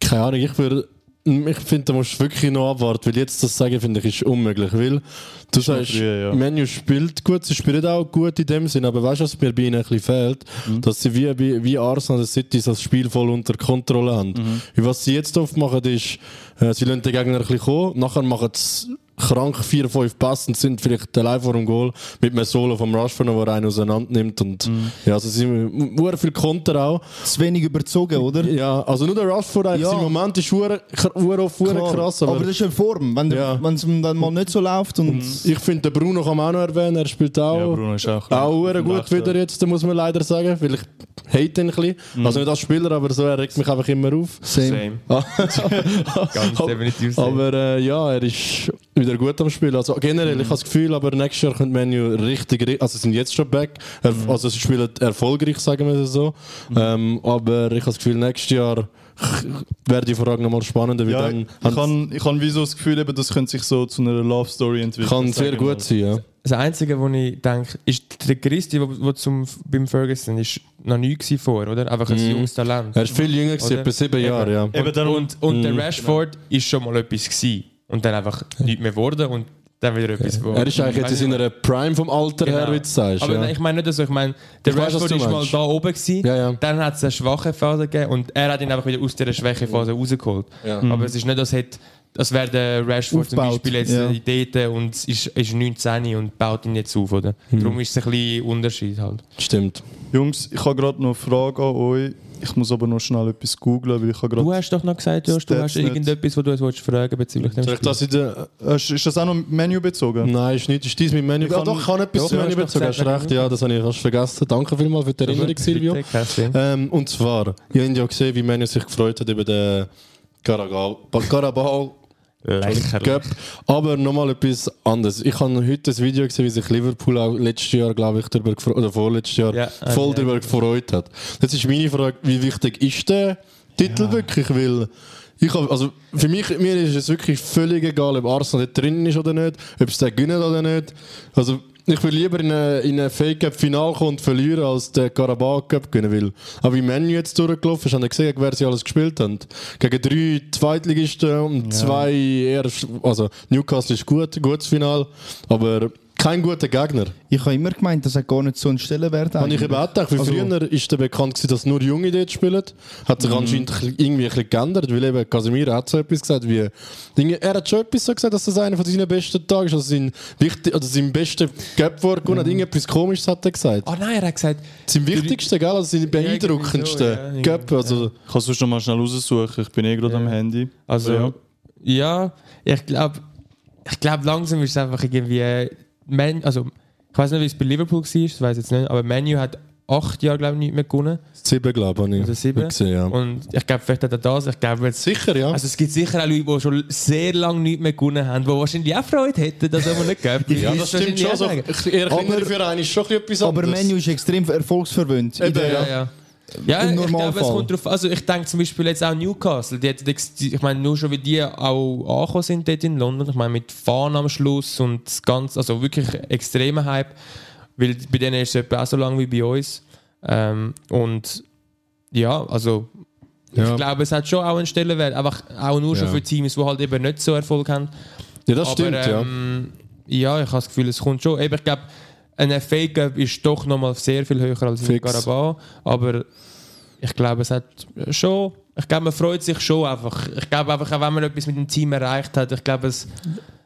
[SPEAKER 4] keine Ahnung, ich würde. mm, Ich finde, da musst du wirklich noch abwarten, weil jetzt das sagen, finde ich, ist unmöglich. Weil du sagst,
[SPEAKER 1] früh, ja.
[SPEAKER 4] Menu spielt gut, sie spielen auch gut in dem Sinn, aber weißt du, was mir bei ihnen ein bisschen fehlt? Dass sie wie, wie, wie Arsenal und City das Spiel voll unter Kontrolle haben. Und Was sie jetzt oft machen, ist, äh, sie lassen den Gegner ein bisschen kommen, nachher machen sie krank 4, 5 Pässe und sind vielleicht allein vor dem Goal mit einem Solo vom Rashford, der einen auseinandernimmt. Und ja, also sie sind sehr viel Konter auch.
[SPEAKER 3] Zu wenig überzogen, oder?
[SPEAKER 4] Ja, also nur der Rashford eigentlich
[SPEAKER 3] Ja.
[SPEAKER 4] im Moment ist sehr, sehr oft sehr
[SPEAKER 3] Klar.
[SPEAKER 4] krass.
[SPEAKER 3] aber,
[SPEAKER 4] Aber,
[SPEAKER 3] das ist eine Form, wenn
[SPEAKER 4] Ja.
[SPEAKER 3] es ihm dann mal nicht so läuft. Und
[SPEAKER 4] ich finde, der Bruno kann man auch noch erwähnen, er spielt auch.
[SPEAKER 1] Ja, Bruno ist auch.
[SPEAKER 4] Auch sehr
[SPEAKER 1] sehr
[SPEAKER 4] gut wieder jetzt, muss man leider sagen, weil ich hate ihn ein bisschen.
[SPEAKER 1] Mhm.
[SPEAKER 4] Also nicht als Spieler, aber so, er regt mich einfach immer auf.
[SPEAKER 2] Same. Ganz definitiv same.
[SPEAKER 4] Aber äh, ja, er ist wieder gut am Spielen. Also generell,
[SPEAKER 1] Mhm.
[SPEAKER 4] ich habe das Gefühl, aber nächstes Jahr könnte Menu richtig, ri- also sie sind jetzt schon back, er,
[SPEAKER 1] Mhm.
[SPEAKER 4] also sie spielen erfolgreich, sagen wir es so. Ähm, aber ich habe das Gefühl, nächstes Jahr wäre die Frage nochmal spannender, weil
[SPEAKER 1] Ja,
[SPEAKER 4] dann
[SPEAKER 1] ich habe ich hab wie so das Gefühl, eben, das könnte sich so zu einer Love Story entwickeln.
[SPEAKER 4] kann
[SPEAKER 1] sagen
[SPEAKER 4] sehr
[SPEAKER 1] wir mal.
[SPEAKER 4] gut sein. Ja.
[SPEAKER 2] Das Einzige, wo ich denke, ist der Christi, wo, wo zum, beim Ferguson ist, noch nie gewesen vor, oder? Einfach ein junges Talent.
[SPEAKER 4] Er ist viel jünger, gewesen,
[SPEAKER 2] Oder?
[SPEAKER 4] etwa sieben Jahre. Ja. Mhm.
[SPEAKER 1] Eben
[SPEAKER 2] Und,
[SPEAKER 1] darum-
[SPEAKER 2] und, und der Rashford ist schon mal etwas gewesen und dann einfach nichts mehr geworden und dann wieder etwas geworden.
[SPEAKER 4] Er ist eigentlich jetzt in seiner Prime vom Alter her, wie du sagst.
[SPEAKER 2] Genau. Aber
[SPEAKER 4] ja.
[SPEAKER 2] nein, ich meine nicht so, ich meine, der
[SPEAKER 4] Ich weiß, was
[SPEAKER 2] Rashford
[SPEAKER 4] du
[SPEAKER 2] ist mal
[SPEAKER 4] meinst.
[SPEAKER 2] da oben gewesen,
[SPEAKER 4] Ja, ja.
[SPEAKER 2] dann hat es eine schwache Phase gegeben und er hat ihn einfach wieder aus dieser Schwächephase rausgeholt.
[SPEAKER 4] Mhm. Ja. Mhm.
[SPEAKER 2] Aber es ist nicht, als, hätte, als wäre der Rashford
[SPEAKER 3] Aufgebaut,
[SPEAKER 2] zum Beispiel jetzt
[SPEAKER 3] ja.
[SPEAKER 2] äh, dort und es ist, ist 19 und baut ihn jetzt auf, oder?
[SPEAKER 4] Mhm.
[SPEAKER 2] Darum ist es ein bisschen Unterschied halt.
[SPEAKER 4] Stimmt.
[SPEAKER 1] Jungs, ich habe gerade noch eine Frage an euch. Ich muss aber noch schnell etwas googlen, weil ich habe
[SPEAKER 2] Du
[SPEAKER 1] gerade.
[SPEAKER 2] hast doch noch gesagt, Josh, du
[SPEAKER 1] Stats
[SPEAKER 2] hast
[SPEAKER 1] nicht.
[SPEAKER 2] irgendetwas, was du uns wolltest fragen bezüglich dem
[SPEAKER 4] Soll ich
[SPEAKER 2] Spiel.
[SPEAKER 4] das in der.
[SPEAKER 1] Hast- Äh, Ist das auch noch Menü bezogen?
[SPEAKER 4] Nein, ist nicht. Ist dies mit Menü.
[SPEAKER 1] Ich kann-
[SPEAKER 4] kann etwas
[SPEAKER 2] Doch,
[SPEAKER 4] zum Menü
[SPEAKER 2] hast du
[SPEAKER 4] bezogen.
[SPEAKER 2] gesagt,
[SPEAKER 4] Hast recht, ja, das habe ich fast vergessen. Danke vielmals für die Erinnerung, Silvio.
[SPEAKER 2] Bitte, kein Ding.
[SPEAKER 4] Ähm, und zwar, ihr habt ja gesehen, wie Menu sich gefreut hat über den Karabal. Äh,
[SPEAKER 2] Lächerlich.
[SPEAKER 4] Cup. Aber nochmal etwas anderes. Ich habe heute ein Video gesehen, wie sich Liverpool auch letztes Jahr, glaube ich, darüber gefreut, oder vorletztes Jahr
[SPEAKER 2] Ja, äh,
[SPEAKER 4] voll
[SPEAKER 2] ja.
[SPEAKER 4] darüber gefreut hat. Jetzt ist meine Frage, wie wichtig ist der Titel wirklich? Weil ich hab, also für mich mir ist es wirklich völlig egal, ob Arsenal dort drin ist oder nicht, ob es den gewinnen oder nicht. Also ich will lieber in eine, in eine Fake Cup Final kommen und verlieren, als den Carabao Cup gewinnen will. Aber wie Menu jetzt durchgelaufen ist, haben wir gesehen, gegen wer sie alles gespielt haben. Gegen drei Zweitligisten und zwei eher, also Newcastle ist gut, gutes Final, aber kein guter Gegner.
[SPEAKER 3] ich habe immer gemeint, das hat gar nicht so einen Stellenwert.
[SPEAKER 4] Habe ich eben auch gedacht, weil
[SPEAKER 3] Also-
[SPEAKER 4] früher ist der bekannt gewesen, dass nur Junge dort spielen. Hat
[SPEAKER 2] Mhm.
[SPEAKER 4] sich anscheinend ein bisschen- irgendwie ein bisschen geändert, weil eben Casemiro hat so etwas gesagt wie, Dinge- er hat schon etwas so gesagt, dass das einer von seinen besten Tagen ist, also sein, wichtig, also sein bester Gap war gewonnen hat,
[SPEAKER 2] Mhm.
[SPEAKER 4] irgendetwas komisches hat er gesagt.
[SPEAKER 2] Oh nein, er hat gesagt,
[SPEAKER 4] Sein wichtigster, gell, also sein
[SPEAKER 2] irgendwie so,
[SPEAKER 4] beeindruckendster
[SPEAKER 2] ja, irgendwie,
[SPEAKER 4] Gap, also
[SPEAKER 1] Ich kann es sonst noch mal schnell raussuchen. Ich bin eh gerade am Handy.
[SPEAKER 2] Also,
[SPEAKER 1] Ja.
[SPEAKER 2] ja, ich glaube, ich glaub, langsam ist es einfach irgendwie. äh, Man, also, ich weiß nicht, wie es bei Liverpool war, das weiß ich jetzt nicht, aber Manu hat acht Jahre, glaube ich, nicht mehr gewonnen.
[SPEAKER 4] sieben, glaube ich, habe
[SPEAKER 2] Oder
[SPEAKER 4] ich
[SPEAKER 2] sieben.
[SPEAKER 4] gesehen, ja.
[SPEAKER 2] Und ich glaube, vielleicht hat er das. Ich glaube, jetzt.
[SPEAKER 4] Sicher, ja.
[SPEAKER 2] Also, es gibt sicher auch Leute, die schon sehr lange nicht mehr gewonnen haben, die wahrscheinlich auch Freude hätten, dass es nicht gäbe.
[SPEAKER 4] ja,
[SPEAKER 2] Weil
[SPEAKER 4] das
[SPEAKER 2] es
[SPEAKER 4] stimmt schon. also
[SPEAKER 2] wahrscheinlich
[SPEAKER 4] So,
[SPEAKER 2] auch sagen.
[SPEAKER 4] eher kleiner für einen ist schon ein bisschen etwas
[SPEAKER 3] aber
[SPEAKER 4] anderes.
[SPEAKER 3] Menu ist extrem erfolgsverwöhnt. In
[SPEAKER 4] Eben,
[SPEAKER 3] der-
[SPEAKER 2] Ja, ja. Ja,
[SPEAKER 3] Im
[SPEAKER 2] ich glaube, es
[SPEAKER 3] Normalfall.
[SPEAKER 2] kommt drauf Also ich denke zum Beispiel jetzt auch Newcastle. Die, hat- die, die, ich meine, nur schon wie die auch angekommen sind dort in London. Ich meine, mit Fahren am Schluss und das Ganze, also wirklich extremer Hype. Weil bei denen ist es etwa auch so lang wie bei uns. Ähm, und ja, also
[SPEAKER 4] Ja.
[SPEAKER 2] ich glaube, es hat schon auch einen Stellenwert. Einfach auch nur schon
[SPEAKER 4] Ja.
[SPEAKER 2] für Teams, die halt eben nicht so Erfolg haben.
[SPEAKER 4] Ja, das stimmt, ja.
[SPEAKER 2] ähm, ja. ich habe das Gefühl, es kommt schon. Eben, ich glaube, ein FA Cup ist doch nochmal sehr viel höher als in
[SPEAKER 4] Fix.
[SPEAKER 2] Carabao. Aber ich glaube, es hat schon. Ich glaube, man freut sich schon einfach. Ich glaube einfach, auch wenn man etwas mit dem Team erreicht hat, ich glaube, es.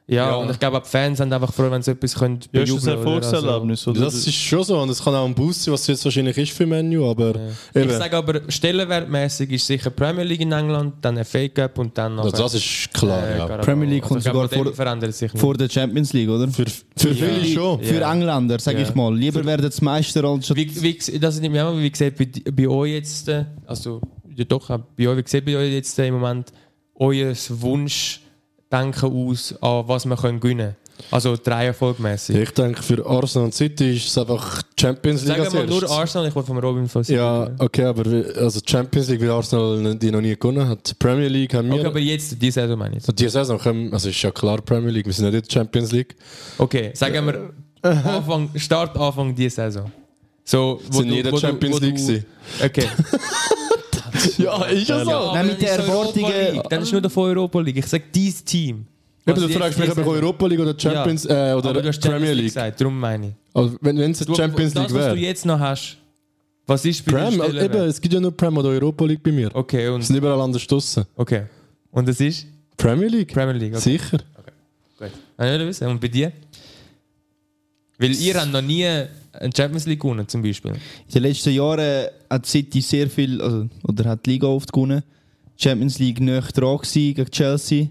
[SPEAKER 2] Ja,
[SPEAKER 4] Ja.
[SPEAKER 2] und ich glaube, auch die Fans sind einfach froh, wenn sie etwas können.
[SPEAKER 1] Ja, ist das ein
[SPEAKER 2] bejubeln, oder? Also-
[SPEAKER 1] Erfolgserlebnis, oder?
[SPEAKER 4] Das ist schon so und es kann auch ein Boost sein, was es jetzt wahrscheinlich ist für Menu, aber eben,
[SPEAKER 2] Ich sage aber, stellenwertmäßig ist sicher Premier League in England, dann FA Cup und dann
[SPEAKER 4] also
[SPEAKER 2] nachher,
[SPEAKER 4] das ist klar.
[SPEAKER 2] äh,
[SPEAKER 4] ja.
[SPEAKER 2] Carabao.
[SPEAKER 3] Premier League kommt
[SPEAKER 2] ich glaube,
[SPEAKER 3] sogar
[SPEAKER 2] bei dem
[SPEAKER 3] vor-
[SPEAKER 2] verändert sich nicht.
[SPEAKER 3] Vor der Champions League, oder?
[SPEAKER 4] Für, für viele schon.
[SPEAKER 3] Für
[SPEAKER 2] Ja.
[SPEAKER 3] Engländer, sage
[SPEAKER 2] Ja.
[SPEAKER 3] ich mal. Lieber werden sie Meister als schon
[SPEAKER 2] Wie, wie, das nimmt mich auch mal, wie gesagt, bei, bei euch jetzt, äh, also ja doch, auch bei euch, wie sieht bei euch jetzt äh, im Moment euer Wunschdenken aus, an oh, was man können gewinnen Also drei erfolgmäßig.
[SPEAKER 4] Ich denke, für Arsenal und City ist es einfach Champions League
[SPEAKER 2] Sagen wir
[SPEAKER 4] als
[SPEAKER 2] mal nur
[SPEAKER 4] erstes.
[SPEAKER 2] Arsenal, ich will vom Robin von City
[SPEAKER 4] Ja,
[SPEAKER 2] hören.
[SPEAKER 4] okay, aber wie- also Champions League, weil Arsenal die noch nie gewonnen hat. Premier League haben wir.
[SPEAKER 2] Okay, aber jetzt, diese Saison meine ich.
[SPEAKER 4] also diese Saison kommen, also ist ja klar Premier League, wir sind nicht in der Champions League.
[SPEAKER 2] Okay, sagen wir Anfang, Start, Anfang dieser Saison. So, wo
[SPEAKER 4] Sind nie in der Champions League gewesen.
[SPEAKER 2] Okay.
[SPEAKER 4] Ja, ist ja so.
[SPEAKER 2] Aber
[SPEAKER 3] Nein, mit
[SPEAKER 2] dann
[SPEAKER 3] der
[SPEAKER 2] ist Europa
[SPEAKER 3] Erwartungen-
[SPEAKER 2] League, Dann ist nur davon Europa League. Ich sage, dieses Team.
[SPEAKER 4] Eben,
[SPEAKER 2] Was
[SPEAKER 4] du
[SPEAKER 2] jetzt
[SPEAKER 4] fragst mich,
[SPEAKER 2] diese
[SPEAKER 4] ob ich
[SPEAKER 2] Saison-
[SPEAKER 4] Europa League oder Champions äh, oder
[SPEAKER 2] Aber du hast
[SPEAKER 4] Premier League.
[SPEAKER 2] gesagt, darum meine ich.
[SPEAKER 4] Also, wenn wenn es
[SPEAKER 2] Du-
[SPEAKER 4] Champions
[SPEAKER 2] das,
[SPEAKER 4] League
[SPEAKER 2] was du
[SPEAKER 4] wäre.
[SPEAKER 2] jetzt noch hast, was ist bei
[SPEAKER 4] Prem,
[SPEAKER 2] dir
[SPEAKER 4] also eben,
[SPEAKER 2] Stellenwert?
[SPEAKER 4] es gibt ja nur Prem oder Europa League bei mir.
[SPEAKER 2] Okay,
[SPEAKER 4] Es
[SPEAKER 2] und,
[SPEAKER 4] sind überall anders draussen.
[SPEAKER 2] okay. Und das ist
[SPEAKER 4] Premier League?
[SPEAKER 2] Premier League. Okay.
[SPEAKER 4] Sicher.
[SPEAKER 2] Gut. Ah, ja, wissen. Und bei dir? Weil ihr habt noch nie eine Champions League gewonnen, zum Beispiel.
[SPEAKER 3] In den letzten Jahren hat City sehr viel, also, oder hat die Liga oft gewonnen. Champions League nahe dran gewesen, gegen Chelsea.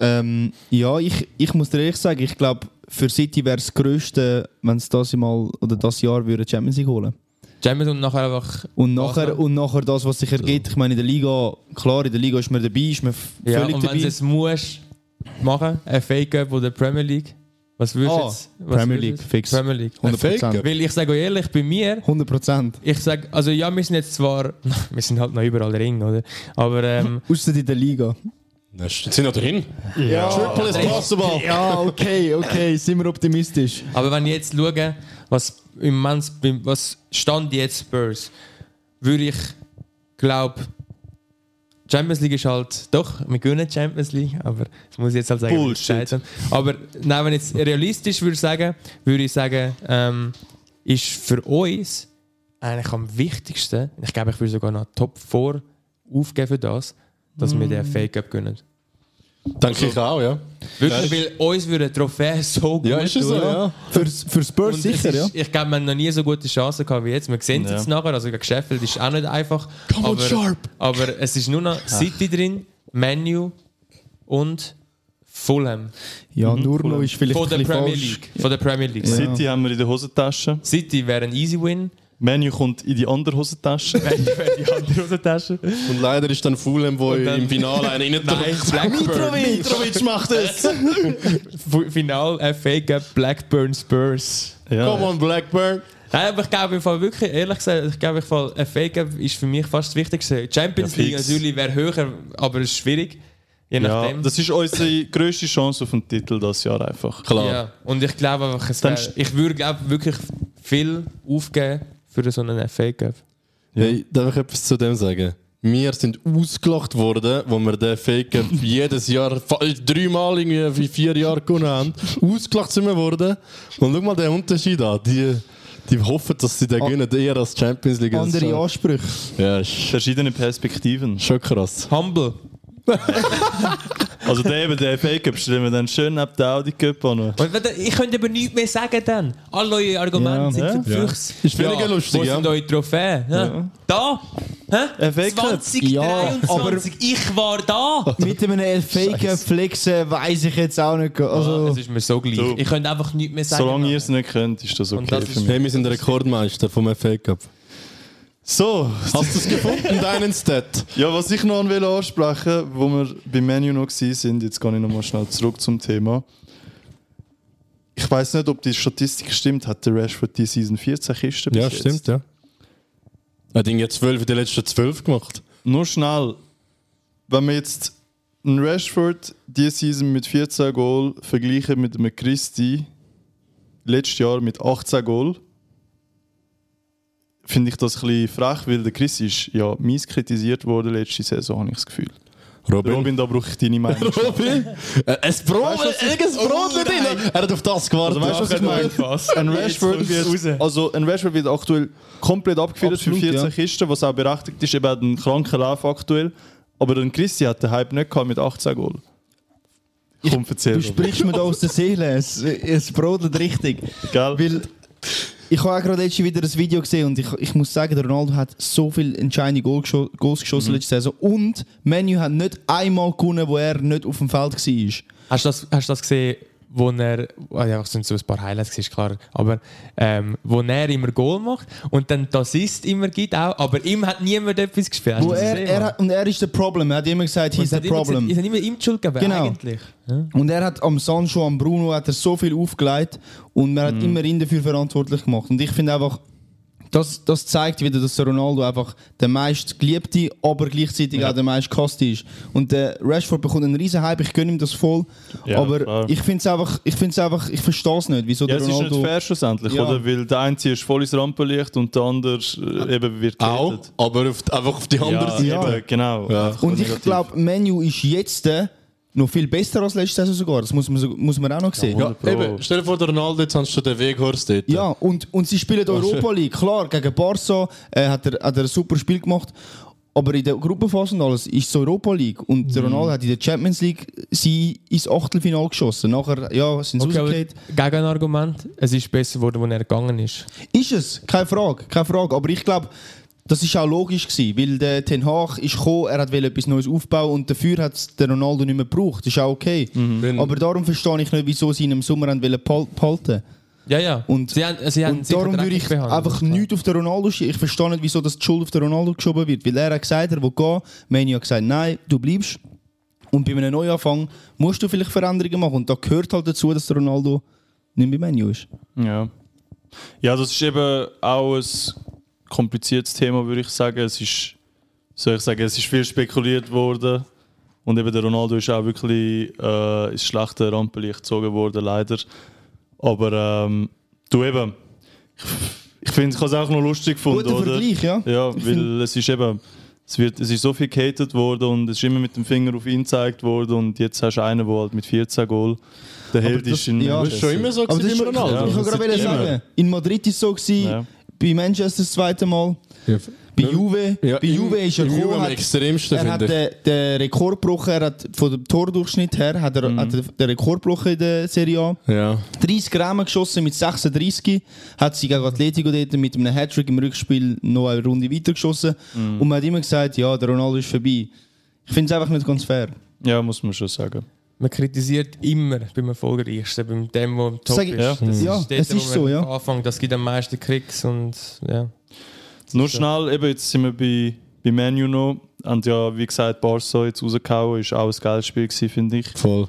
[SPEAKER 3] Ähm, ja, ich, ich muss dir ehrlich sagen, ich glaube, für City wäre es das Größte, wenn sie das mal oder das Jahr würde Champions League holen.
[SPEAKER 2] Champions und nachher einfach.
[SPEAKER 3] Und
[SPEAKER 2] Was
[SPEAKER 3] nachher,
[SPEAKER 2] dann?
[SPEAKER 3] und nachher das, was sich ergibt. Ich meine, in der Liga, klar, in der Liga ist man dabei, ist man f-
[SPEAKER 2] Ja,
[SPEAKER 3] völlig
[SPEAKER 2] und wenn du
[SPEAKER 3] dabei.
[SPEAKER 2] es musst machen, eine Fake-Up oder Premier League, was würdest du
[SPEAKER 3] Ah,
[SPEAKER 2] jetzt? Was
[SPEAKER 3] Premier
[SPEAKER 2] würdest
[SPEAKER 3] League,
[SPEAKER 2] du-
[SPEAKER 3] fix.
[SPEAKER 2] Premier League.
[SPEAKER 4] Ein Fake?
[SPEAKER 3] 100%.
[SPEAKER 2] Weil ich sage euch ehrlich, bei mir,
[SPEAKER 3] 100%.
[SPEAKER 2] ich sage, also ja, wir sind jetzt zwar, wir sind halt noch überall Ring, oder? Aber ähm,
[SPEAKER 3] Außer in der Liga.
[SPEAKER 4] Na, Sind wir drin?
[SPEAKER 3] Ja.
[SPEAKER 4] Triple is possible.
[SPEAKER 3] Ja, okay, okay, sind wir optimistisch.
[SPEAKER 2] Aber wenn ich jetzt schaue, was im Moment, was stand jetzt Spurs, würde ich glaube Champions League ist halt doch, wir gewinnen Champions League, aber das muss ich jetzt halt sagen. wie ich gesagt habe. Aber nein, wenn ich jetzt realistisch würde sagen, würde ich sagen, ähm, ist für uns eigentlich am wichtigsten, ich glaube, ich würde sogar noch Top 4 aufgeben für das, dass wir
[SPEAKER 4] Mm.
[SPEAKER 2] den Fake-Up gewinnen.
[SPEAKER 4] Denke ich auch, ja.
[SPEAKER 2] Wirklich, weil uns würde eine Trophäe so gut
[SPEAKER 4] Ja, ist es so,
[SPEAKER 2] tun.
[SPEAKER 4] ja.
[SPEAKER 3] Für, für Spurs
[SPEAKER 2] Und
[SPEAKER 3] Oh, sicher,
[SPEAKER 2] es
[SPEAKER 3] ja.
[SPEAKER 2] ist, Ich glaube, wir haben noch nie so gute Chancen gehabt wie jetzt. Wir sehen es
[SPEAKER 1] Ja.
[SPEAKER 2] jetzt nachher. Also gegen Sheffield ist auch nicht einfach.
[SPEAKER 4] Come on,
[SPEAKER 2] aber,
[SPEAKER 4] Sharp!
[SPEAKER 2] aber es ist nur
[SPEAKER 1] Ah.
[SPEAKER 2] noch City drin, Menu und Fulham.
[SPEAKER 3] Ja, nur noch ist vielleicht
[SPEAKER 2] Von
[SPEAKER 3] ein
[SPEAKER 2] der
[SPEAKER 3] bisschen
[SPEAKER 2] Premier
[SPEAKER 3] falsch.
[SPEAKER 2] League. Von der Premier League.
[SPEAKER 3] Ja.
[SPEAKER 1] City haben wir in der Hosentasche.
[SPEAKER 2] City wäre ein easy win.
[SPEAKER 1] Menu kommt in die andere Hosentasche.
[SPEAKER 2] Menu wäre die andere Hosentasche.
[SPEAKER 4] Und leider ist dann Fulham, wo
[SPEAKER 2] dann-
[SPEAKER 4] im Finale einen
[SPEAKER 2] Nein,
[SPEAKER 4] reindrückt.
[SPEAKER 2] Blackburn.
[SPEAKER 1] Mitrovic macht es!
[SPEAKER 2] Fu- Final FA Cup Blackburn Spurs.
[SPEAKER 1] Ja.
[SPEAKER 4] Come on, Blackburn.
[SPEAKER 2] Nein, aber ich glaube im Fall wirklich, ehrlich gesagt, ich glaube, im Fall, ein Fake-Up ist für mich fast das Wichtigste. Champions
[SPEAKER 1] Ja,
[SPEAKER 2] League
[SPEAKER 1] fix.
[SPEAKER 2] natürlich wäre höher, aber es ist schwierig. Je
[SPEAKER 1] Ja,
[SPEAKER 2] nachdem.
[SPEAKER 1] das ist unsere grösste Chance auf den Titel dieses Jahr einfach.
[SPEAKER 4] Klar.
[SPEAKER 2] Ja, und ich glaube einfach, es
[SPEAKER 1] Dann
[SPEAKER 2] wär,
[SPEAKER 1] st-
[SPEAKER 2] ich würde glaub, wirklich viel aufgeben für so einen FA Cup.
[SPEAKER 4] Hey, darf ich etwas zu dem sagen? Wir sind ausgelacht worden, wo wir den Fake jedes Jahr, fa- äh, dreimal irgendwie in vier Jahren gewonnen haben. Ausgelacht sind wir worden. Und schau mal den Unterschied an. Die, die hoffen, dass sie den
[SPEAKER 3] Ah.
[SPEAKER 4] gewinnen, eher als Champions League. Das ist
[SPEAKER 3] Andere
[SPEAKER 4] schon-
[SPEAKER 3] Ansprüche.
[SPEAKER 4] Ja, ist
[SPEAKER 1] Verschiedene Perspektiven.
[SPEAKER 4] schon krass.
[SPEAKER 2] Humble.
[SPEAKER 1] Also der eben, der Fake-Up stellen wir dann schön neben der Audi Cup an.
[SPEAKER 2] Und wenn- ich könnte aber nichts mehr sagen dann. Alle eure Argumente
[SPEAKER 3] Ja.
[SPEAKER 1] Ja.
[SPEAKER 2] sind
[SPEAKER 4] Ja.
[SPEAKER 2] verflucht.
[SPEAKER 4] Ist weniger lustig,
[SPEAKER 2] Wo
[SPEAKER 4] ja.
[SPEAKER 2] sind eure Trophäen? Ja. Da! Hä?
[SPEAKER 1] FA Cup.
[SPEAKER 2] 2023, ich war da!
[SPEAKER 3] Mit einem Fake Flexen weiß ich jetzt auch nicht. Also,
[SPEAKER 2] Ah, Es ist mir so gleich.
[SPEAKER 1] Du.
[SPEAKER 2] Ich könnte einfach nichts mehr sagen.
[SPEAKER 1] Solange ihr es nicht könnt, ist das okay
[SPEAKER 2] das
[SPEAKER 1] für
[SPEAKER 2] ist-
[SPEAKER 1] mich.
[SPEAKER 4] Hey, wir sind Rekordmeister vom Fake Cup.
[SPEAKER 1] So,
[SPEAKER 4] Hast du es gefunden, deinen Stat?
[SPEAKER 1] ja, was ich noch will ansprechen, wo wir beim Menu noch waren, jetzt gehe ich nochmal schnell zurück zum Thema. Ich weiß nicht, ob die Statistik stimmt. Hat der Rashford die Season 14 Kisten bis
[SPEAKER 4] Ja,
[SPEAKER 1] jetzt?
[SPEAKER 4] stimmt, ja. Er hat ihn jetzt zwölf in den letzten zwölf gemacht.
[SPEAKER 1] Nur schnell, wenn wir jetzt einen Rashford diese Season mit 14 Goal vergleichen mit einem Christi letztes Jahr mit 18 Goal, finde ich das ein bisschen frech, weil der Chris ist ja mies kritisiert worden letzte Saison, habe ich das Gefühl.
[SPEAKER 4] Robin.
[SPEAKER 1] Robin, da brauche ich deine Meinung.
[SPEAKER 4] Robin? Äh, Ein Brot, irgendein Brot mit drin. Er hat auf das gewartet.
[SPEAKER 1] Oh, Also weißt du, was ich meine? Ein Rashford, wird, also ein Rashford wird aktuell komplett abgefedert für
[SPEAKER 3] Absolut,
[SPEAKER 1] 14
[SPEAKER 3] ja.
[SPEAKER 1] Kisten, was auch berechtigt ist, eben ein kranker Lauf aktuell. Aber den Christi hat den Hype nicht gehabt mit 18 Goal. Komm, erzähl.
[SPEAKER 3] du
[SPEAKER 1] Robin.
[SPEAKER 3] sprichst mir da aus der Seele. Es, es brodelt richtig.
[SPEAKER 1] Gell?
[SPEAKER 3] Weil ich habe auch gerade letztens wieder ein Video gesehen und ich, ich muss sagen, der Ronaldo hat so viele entscheidende Goal gescho Goals geschossen
[SPEAKER 2] Mhm.
[SPEAKER 3] letzte Saison. Und Menu hat nicht einmal gewonnen, wo er nicht auf dem Feld war.
[SPEAKER 2] Hast du das, hast du das gesehen, wo er, ah ja, es sind so ein paar Highlights, gewesen, ist klar, aber ähm, wo er immer Goal macht und dann das ist immer gibt auch, aber ihm hat niemand etwas gespielt. Hast
[SPEAKER 3] Wo
[SPEAKER 2] du das
[SPEAKER 3] er,
[SPEAKER 2] gesehen,
[SPEAKER 3] er
[SPEAKER 2] Mann?
[SPEAKER 3] hat, und er ist der Problem. Er hat immer gesagt, he's the
[SPEAKER 2] Und es hat immer gesagt-
[SPEAKER 3] problem.
[SPEAKER 2] Es hat immer ihm die Schuld gegeben,
[SPEAKER 3] Genau.
[SPEAKER 2] eigentlich. Ja.
[SPEAKER 3] Und er hat am Sancho, am Bruno hat er so viel aufgelegt und man
[SPEAKER 1] Mhm.
[SPEAKER 3] hat immer ihn dafür verantwortlich gemacht. Und ich finde einfach, das, das zeigt wieder, dass der Ronaldo einfach der meist geliebte, aber gleichzeitig auch der meist gehasste ist. Und der Rashford bekommt einen riesen Hype, ich gönne ihm das voll.
[SPEAKER 1] Ja,
[SPEAKER 3] aber
[SPEAKER 1] klar.
[SPEAKER 3] ich finde es einfach, ich finde es einfach, ich verstehe es nicht, wieso
[SPEAKER 1] Ja,
[SPEAKER 3] der
[SPEAKER 1] es ist nicht
[SPEAKER 3] Ronaldo...
[SPEAKER 1] fair schlussendlich,
[SPEAKER 3] Ja.
[SPEAKER 1] oder? Weil der eine ist voll ins Rampenlicht und der andere äh, eben wird
[SPEAKER 4] Auch,
[SPEAKER 1] gerettet.
[SPEAKER 4] aber auf, einfach auf die andere
[SPEAKER 1] Ja,
[SPEAKER 4] Seite.
[SPEAKER 3] Ja.
[SPEAKER 1] eben, genau.
[SPEAKER 4] Ja.
[SPEAKER 1] Einfach
[SPEAKER 3] Und ich
[SPEAKER 1] negativ.
[SPEAKER 3] glaube, Menu ist jetzt äh, noch viel besser als letzte Saison sogar. Das muss man, so- muss man auch noch sehen.
[SPEAKER 4] Ja,
[SPEAKER 1] Pro.
[SPEAKER 4] eben, stell dir vor, der Ronaldo, jetzt hast du den Weghorst dort.
[SPEAKER 3] Ja, und, und sie spielen Europa League. Klar, gegen Barca äh, hat, er, hat er ein super Spiel gemacht. Aber in der Gruppenphase und alles ist es Europa League. Und
[SPEAKER 2] Mhm.
[SPEAKER 3] der Ronaldo hat in der Champions League sie ins Achtelfinale geschossen. Nachher ja, sind sie
[SPEAKER 2] Okay, aber
[SPEAKER 3] rausgeflogen.
[SPEAKER 2] Gegenargument, es ist besser geworden, als er gegangen ist.
[SPEAKER 3] Ist es, keine Frage, keine Frage. Aber ich glaube, das ist auch logisch gewesen, weil der Ten Hag ist gekommen, er hat will etwas Neues aufbauen und dafür hat der Ronaldo nicht mehr gebraucht. Das ist auch okay.
[SPEAKER 2] Mhm.
[SPEAKER 4] Wenn-
[SPEAKER 3] Aber darum verstehe ich nicht, wieso sie ihn im Sommer haben wollen behal- behalten.
[SPEAKER 2] Ja, ja.
[SPEAKER 3] Und-
[SPEAKER 2] sie haben, sie haben
[SPEAKER 3] und
[SPEAKER 2] sicher
[SPEAKER 3] darum würde
[SPEAKER 2] dreckig
[SPEAKER 3] ich
[SPEAKER 2] behandelt,
[SPEAKER 3] einfach
[SPEAKER 2] klar.
[SPEAKER 3] nichts auf den Ronaldo schieben. Ich verstehe nicht, wieso das die Schuld auf den Ronaldo geschoben wird. Weil er hat gesagt, er will gehen. Manu hat gesagt, nein, du bleibst. Und bei einem Neuanfang musst du vielleicht Veränderungen machen. Und da gehört halt dazu, dass der Ronaldo nicht bei Manu ist.
[SPEAKER 1] Ja. Ja, das ist eben auch ein kompliziertes Thema, würde ich sagen. Es ist, soll ich sagen, es ist viel spekuliert worden. Und eben der Ronaldo ist auch wirklich äh, ins schlechte Rampenlicht gezogen worden, leider. Aber ähm, du eben, ich, ich finde, ich habe es auch noch lustig gefunden,
[SPEAKER 3] Guter
[SPEAKER 1] oder?
[SPEAKER 3] Vergleich, ja?
[SPEAKER 1] Ja, weil es ist eben, es, wird, es ist so viel gehatet worden und es ist immer mit dem Finger auf ihn gezeigt worden und jetzt hast du einen, der halt mit 14 Goal der Held
[SPEAKER 3] das-
[SPEAKER 1] ist in
[SPEAKER 3] ja.
[SPEAKER 4] Das ist schon immer so
[SPEAKER 3] Aber das
[SPEAKER 4] gewesen
[SPEAKER 3] ist,
[SPEAKER 4] wie Ronaldo.
[SPEAKER 1] Ja.
[SPEAKER 3] ich
[SPEAKER 1] das
[SPEAKER 3] wollte gerade
[SPEAKER 1] ist
[SPEAKER 3] sagen,
[SPEAKER 1] immer.
[SPEAKER 3] in Madrid ist es so, gewesen,
[SPEAKER 1] Ja.
[SPEAKER 3] bei Manchester das zweite Mal, bei Juve,
[SPEAKER 4] Ja,
[SPEAKER 3] bei Juve ist er
[SPEAKER 4] im Juve
[SPEAKER 3] gekommen,
[SPEAKER 4] am
[SPEAKER 3] hat-
[SPEAKER 4] extremsten,
[SPEAKER 3] er hat
[SPEAKER 4] finde ich.
[SPEAKER 3] den, den Rekord gebrochen, er hat von dem Tordurchschnitt her hat
[SPEAKER 4] Mhm.
[SPEAKER 3] er, hat er den Rekord gebrochen in der Serie A.
[SPEAKER 4] Ja.
[SPEAKER 3] 30 Rahmen geschossen mit 36, hat sie gegen Atletico dort mit einem Hattrick im Rückspiel noch eine Runde weiter geschossen und man hat immer gesagt, ja, der Ronaldo ist vorbei. Ich finde es einfach nicht ganz fair.
[SPEAKER 1] Ja, muss man schon sagen.
[SPEAKER 2] Man kritisiert immer beim Erfolgreichsten, beim dem, der im Top
[SPEAKER 3] Sag ich-
[SPEAKER 2] ist.
[SPEAKER 1] Ja.
[SPEAKER 2] Das
[SPEAKER 3] Ja,
[SPEAKER 2] dort,
[SPEAKER 3] es
[SPEAKER 2] wo
[SPEAKER 3] ist
[SPEAKER 2] man
[SPEAKER 3] so, ja.
[SPEAKER 2] am Anfang, das gibt am meisten Klicks und ja.
[SPEAKER 1] Nur schnell, eben, jetzt sind wir bei, bei Manu noch. Und ja, wie gesagt, Barca jetzt rausgehauen, ist auch ein geiles Spiel gewesen, finde ich.
[SPEAKER 4] Voll.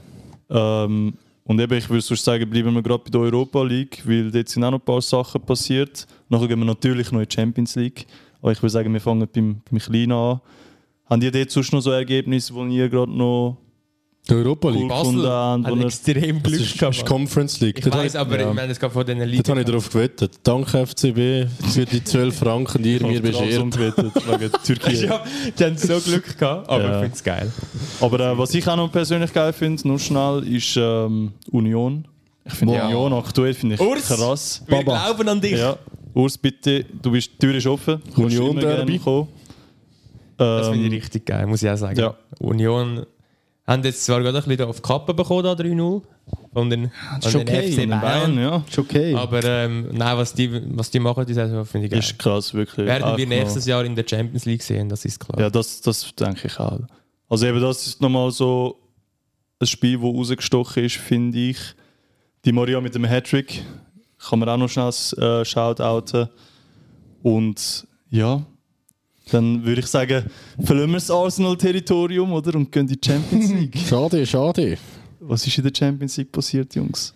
[SPEAKER 1] Ähm, und eben, ich würde sonst sagen, bleiben wir gerade bei der Europa League, weil dort sind auch noch ein paar Sachen passiert. Nachher gehen wir natürlich noch in die Champions League. Aber ich würde sagen, wir fangen beim, beim Kleinen an. Haben ihr dort sonst noch so Ergebnisse, die ihr gerade noch
[SPEAKER 4] Die Europa League.
[SPEAKER 1] cool gefunden habt?
[SPEAKER 2] hat
[SPEAKER 1] wo ihr-
[SPEAKER 2] extrem
[SPEAKER 4] Das
[SPEAKER 2] Glück
[SPEAKER 4] ist, das ist
[SPEAKER 2] gehabt.
[SPEAKER 4] Conference League.
[SPEAKER 2] Ich
[SPEAKER 4] Dort
[SPEAKER 2] weiß,
[SPEAKER 4] habe
[SPEAKER 2] aber ich meine, es gab von den
[SPEAKER 4] Dort habe ich
[SPEAKER 2] Elite.
[SPEAKER 4] darauf gewettet. Danke FCB für die 12 Franken, die ihr mir
[SPEAKER 1] Ich habe
[SPEAKER 4] beschert.
[SPEAKER 1] Trabzon gewettet, wegen Türkei.
[SPEAKER 2] Ja, die haben so Glück gehabt, aber
[SPEAKER 1] Ja.
[SPEAKER 2] ich finde es geil.
[SPEAKER 1] Aber äh, was ich auch noch persönlich geil finde, nur schnell, ist ähm, Union. Ich finde
[SPEAKER 3] Wow.
[SPEAKER 1] Union aktuell finde ich
[SPEAKER 2] Urs!
[SPEAKER 1] krass.
[SPEAKER 2] Wir glauben an dich.
[SPEAKER 1] Ja. Urs, bitte, du bist, die Tür ist offen. Du kannst
[SPEAKER 4] Union
[SPEAKER 1] immer gerne
[SPEAKER 4] Derby.
[SPEAKER 1] kommen.
[SPEAKER 2] Das finde ich
[SPEAKER 1] Ähm,
[SPEAKER 2] richtig geil, muss ich auch sagen.
[SPEAKER 1] ja.
[SPEAKER 2] Union haben jetzt zwar gerade ein bisschen auf die Kappe bekommen, da 3-0. Von den,
[SPEAKER 3] ist
[SPEAKER 1] Also
[SPEAKER 2] von den
[SPEAKER 3] okay,
[SPEAKER 2] FC Bayern.
[SPEAKER 1] Bayern, ja.
[SPEAKER 3] Ist okay.
[SPEAKER 2] Aber ähm, nein, was die, was die machen, die Saison, finde ich geil.
[SPEAKER 1] Ist krass, wirklich.
[SPEAKER 2] Werden wir
[SPEAKER 1] Einfach
[SPEAKER 2] nächstes Jahr in der Champions League sehen, das ist
[SPEAKER 1] noch-
[SPEAKER 2] klar.
[SPEAKER 1] Ja, das, das denke ich auch. Also eben, das ist nochmal so ein Spiel, das rausgestochen ist, finde ich. Die Maria mit dem Hattrick kann man auch noch schnell äh, shoutouten. Und ja, dann würde ich sagen, verlassen wir das Arsenal-Territorium, oder? Und gehen in die Champions League.
[SPEAKER 4] Schade, schade.
[SPEAKER 1] Was ist in der Champions League passiert, Jungs?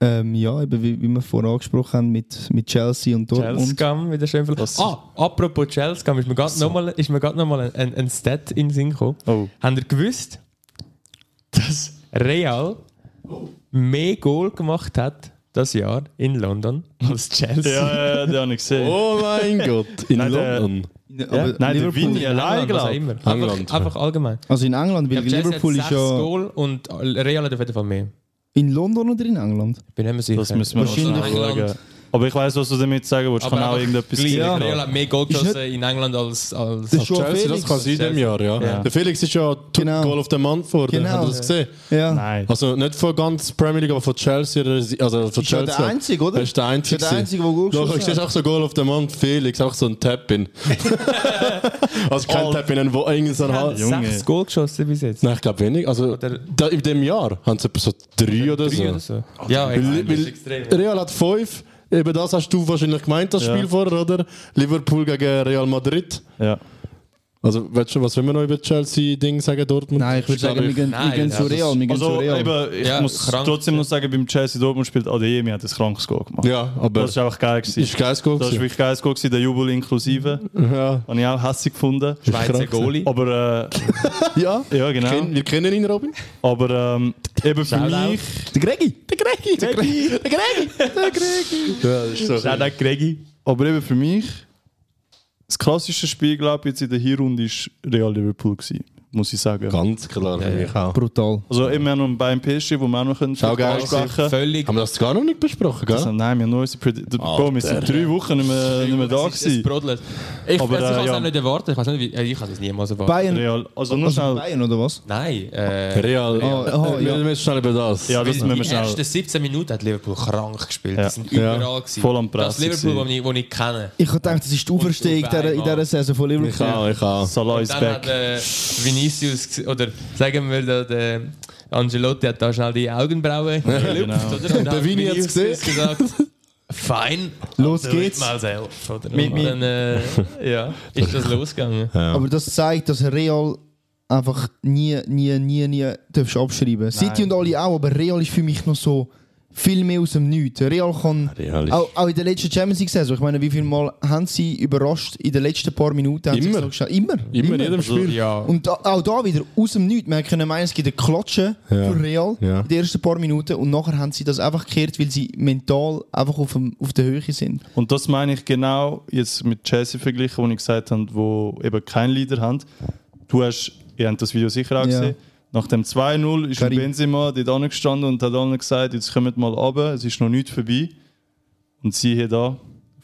[SPEAKER 3] Ähm, ja, eben wie, wie wir vorher angesprochen haben mit, mit Chelsea und Dortmund.
[SPEAKER 2] Chelscam wieder schön viel.
[SPEAKER 1] Das-
[SPEAKER 2] Ah, apropos Chelscam, ist mir gerade nochmal ist mir grad noch mal ein, ein, ein Stat in den Sinn gekommen.
[SPEAKER 1] Oh.
[SPEAKER 2] Habt ihr gewusst, dass Real mehr Goal gemacht hat das Jahr in London als Chelsea?
[SPEAKER 1] Ja, ja, den habe ich gesehen.
[SPEAKER 4] Oh mein Gott. In
[SPEAKER 1] Nein, der-
[SPEAKER 4] London.
[SPEAKER 1] Ja, nein, der
[SPEAKER 3] Liverpool-
[SPEAKER 1] Vini allein,
[SPEAKER 2] England, was auch
[SPEAKER 1] glaube ich.
[SPEAKER 2] immer.
[SPEAKER 4] England.
[SPEAKER 2] Einfach, einfach allgemein.
[SPEAKER 3] also in England, weil
[SPEAKER 2] Ich glaube,
[SPEAKER 3] Liverpool
[SPEAKER 2] Chelsea
[SPEAKER 3] ist
[SPEAKER 2] hat
[SPEAKER 3] ja
[SPEAKER 2] sechs Goal und Real hat auf jeden Fall mehr.
[SPEAKER 3] in London oder in England?
[SPEAKER 2] Ich bin nicht mehr sicher.
[SPEAKER 1] Das müssen wir noch schnell
[SPEAKER 2] Wahrscheinlich
[SPEAKER 1] schauen.
[SPEAKER 2] England.
[SPEAKER 1] Aber ich weiß, was du damit sagen willst. Ich kann auch
[SPEAKER 2] einfach
[SPEAKER 1] irgendetwas
[SPEAKER 2] gleich,
[SPEAKER 1] sagen.
[SPEAKER 2] Real hat mehr Goal
[SPEAKER 3] Ist nicht-
[SPEAKER 2] geschossen in England als, als
[SPEAKER 3] Das ist schon
[SPEAKER 4] Chelsea, das
[SPEAKER 3] Felix.
[SPEAKER 4] kann sein in diesem Jahr, ja.
[SPEAKER 1] Ja.
[SPEAKER 4] Der Felix ist ja
[SPEAKER 3] Genau.
[SPEAKER 4] genau. Goal of the Month geworden.
[SPEAKER 3] Genau.
[SPEAKER 4] Habt ihr das gesehen?
[SPEAKER 3] Ja.
[SPEAKER 1] Nein.
[SPEAKER 4] Also nicht von ganz Premier League, aber von Chelsea. oder- Also von
[SPEAKER 3] Ist ja
[SPEAKER 4] Chelsea.
[SPEAKER 3] der Einzige, oder?
[SPEAKER 4] Er ist der Einzige.
[SPEAKER 3] Ist ja der Einzige, der Goal
[SPEAKER 4] Doch,
[SPEAKER 3] geschossen
[SPEAKER 4] Ich sehe
[SPEAKER 3] hat.
[SPEAKER 4] auch so Goal of the Month, Felix, einfach so ein Tap-In. also kein Tap-In, ein wo- irgend so ein Hals.
[SPEAKER 1] Junge.
[SPEAKER 2] sechs Goal geschossen bis jetzt.
[SPEAKER 4] Nein, ich glaube wenig. Also
[SPEAKER 2] Oder-
[SPEAKER 4] da, in dem Jahr haben sie etwa so drei oder so.
[SPEAKER 2] Drei oder so. Ja, ich
[SPEAKER 4] Weil,
[SPEAKER 2] meine, das ist
[SPEAKER 4] weil
[SPEAKER 2] extrem.
[SPEAKER 4] Real hat fünf. Eben das hast du wahrscheinlich gemeint, das
[SPEAKER 1] Ja.
[SPEAKER 4] Spiel vorher, oder? Liverpool gegen Real Madrid.
[SPEAKER 1] Ja.
[SPEAKER 4] Also, weißt du, was will man noch über Chelsea-Ding sagen, Dortmund?
[SPEAKER 3] Nein, ich würde sagen, wir gehen, wir
[SPEAKER 2] Nein,
[SPEAKER 3] gehen
[SPEAKER 2] ja,
[SPEAKER 3] zu
[SPEAKER 2] das-
[SPEAKER 3] Real. Wir gehen zu
[SPEAKER 1] Also,
[SPEAKER 3] Real.
[SPEAKER 1] eben, ich
[SPEAKER 2] Ja,
[SPEAKER 1] muss
[SPEAKER 2] krank.
[SPEAKER 1] trotzdem noch sagen, beim Chelsea Dortmund spielt Adeyemi hat ein krankes Goal gemacht.
[SPEAKER 4] Ja, aber
[SPEAKER 1] Das ist einfach geil. Gewesen.
[SPEAKER 4] ist geiles Goal.
[SPEAKER 1] das ist
[SPEAKER 4] gewesen.
[SPEAKER 1] wirklich geil gewesen, der Jubel inklusive.
[SPEAKER 4] Ja,
[SPEAKER 1] Habe ich auch hässlich gefunden.
[SPEAKER 2] Schweizer Goalie.
[SPEAKER 1] Aber,
[SPEAKER 4] ja.
[SPEAKER 1] äh, ja, genau.
[SPEAKER 4] Ken- Wir kennen ihn, Robin.
[SPEAKER 1] Aber ähm, eben für
[SPEAKER 2] Shoutout.
[SPEAKER 1] mich.
[SPEAKER 3] der Gregi.
[SPEAKER 4] Der Gregi! Der Gregi! Der Gregi! Ja, das ist so.
[SPEAKER 2] Schau den Gregi.
[SPEAKER 1] Aber eben für mich, das klassische Spiel, glaube ich, jetzt in der Hinrunde war Real Liverpool. Gewesen. muss ich sagen.
[SPEAKER 4] Ganz klar, für mich auch.
[SPEAKER 3] Brutal.
[SPEAKER 1] Also immer noch beim PSG, wo wir auch noch können
[SPEAKER 4] Schau, geil,
[SPEAKER 1] besprechen können.
[SPEAKER 2] Völlig.
[SPEAKER 4] Haben wir das gar noch nicht besprochen, gell?
[SPEAKER 1] Also, nein, wir haben nur unsere Prediction. Bro, wir sind drei Wochen nicht mehr, nicht mehr da
[SPEAKER 2] Es ist- es
[SPEAKER 1] gewesen.
[SPEAKER 2] brodelt. Ich,
[SPEAKER 1] Aber,
[SPEAKER 2] also, ich
[SPEAKER 1] äh,
[SPEAKER 2] kann es
[SPEAKER 1] ja.
[SPEAKER 2] auch nicht erwarten. Ich, weiß nicht, wie, äh, ich kann es niemals erwarten.
[SPEAKER 3] Bayern,
[SPEAKER 1] Real. Also nur
[SPEAKER 3] also
[SPEAKER 1] schnell.
[SPEAKER 3] Bayern oder was?
[SPEAKER 2] Nein. Äh,
[SPEAKER 4] Real.
[SPEAKER 3] Ah, aha,
[SPEAKER 4] Äh, wir
[SPEAKER 3] ja.
[SPEAKER 4] müssen schnell über das.
[SPEAKER 1] Ja, Also das
[SPEAKER 2] in
[SPEAKER 1] müssen
[SPEAKER 2] den
[SPEAKER 1] wir schnell.
[SPEAKER 2] ersten 17 Minuten hat Liverpool krank gespielt.
[SPEAKER 1] Ja.
[SPEAKER 2] Die sind
[SPEAKER 4] Ja.
[SPEAKER 2] überall. gewesen.
[SPEAKER 1] Voll am
[SPEAKER 2] Das
[SPEAKER 1] Pressen
[SPEAKER 2] Liverpool, das
[SPEAKER 1] gewesen.
[SPEAKER 2] ich, wo ich kenne.
[SPEAKER 3] Ich habe gedacht, das ist die Auferstehung
[SPEAKER 2] auf einmal.
[SPEAKER 3] dieser- in dieser Saison von Liverpool.
[SPEAKER 4] Ich auch, ich auch.
[SPEAKER 1] Salah ist
[SPEAKER 2] Dann hat
[SPEAKER 1] back.
[SPEAKER 2] äh, Vinicius, ges- oder sagen wir, da, der Angelotti hat da schnell die Augenbrauen gelüpft.
[SPEAKER 1] genau.
[SPEAKER 2] oder? Und dann hat
[SPEAKER 4] Vini hat's
[SPEAKER 2] Vinicius gesagt, fein,
[SPEAKER 3] Los
[SPEAKER 2] do it
[SPEAKER 3] geht's.
[SPEAKER 2] myself, oder?
[SPEAKER 3] Mit
[SPEAKER 2] Und
[SPEAKER 3] mir.
[SPEAKER 2] dann äh, ja, ist das losgegangen.
[SPEAKER 3] Aber das zeigt, dass Real einfach nie, nie, nie, nie darfst abschreiben. City und alle auch, aber Real ist für mich noch so viel mehr aus dem Nichts. Real kann
[SPEAKER 4] Real ist-
[SPEAKER 3] auch, auch in der letzten Champions League Saison. Ich meine, wie viel Mal haben sie überrascht in den letzten paar Minuten? Haben sie
[SPEAKER 4] Immer.
[SPEAKER 3] es noch geschafft? Immer.
[SPEAKER 4] Immer in jedem Spiel.
[SPEAKER 2] Ja.
[SPEAKER 3] Und da, auch da wieder aus dem Nichts. Man können meinen, es gibt eine Klatsche
[SPEAKER 4] Ja.
[SPEAKER 3] für Real
[SPEAKER 4] Ja.
[SPEAKER 3] in den ersten paar Minuten und nachher haben sie das einfach gekehrt, weil sie mental einfach auf, dem, auf der Höhe sind.
[SPEAKER 1] Und das meine ich genau jetzt mit Chelsea verglichen, wo ich gesagt habe, wo eben kein Leader haben. Du hast, ihr habt das Video sicher auch
[SPEAKER 3] Ja.
[SPEAKER 1] gesehen, nach dem 2-0 ist ein
[SPEAKER 3] Karim.
[SPEAKER 1] Benzema dort angestanden und hat allen gesagt, jetzt kommt mal runter, es ist noch nichts vorbei. Und sie hier da,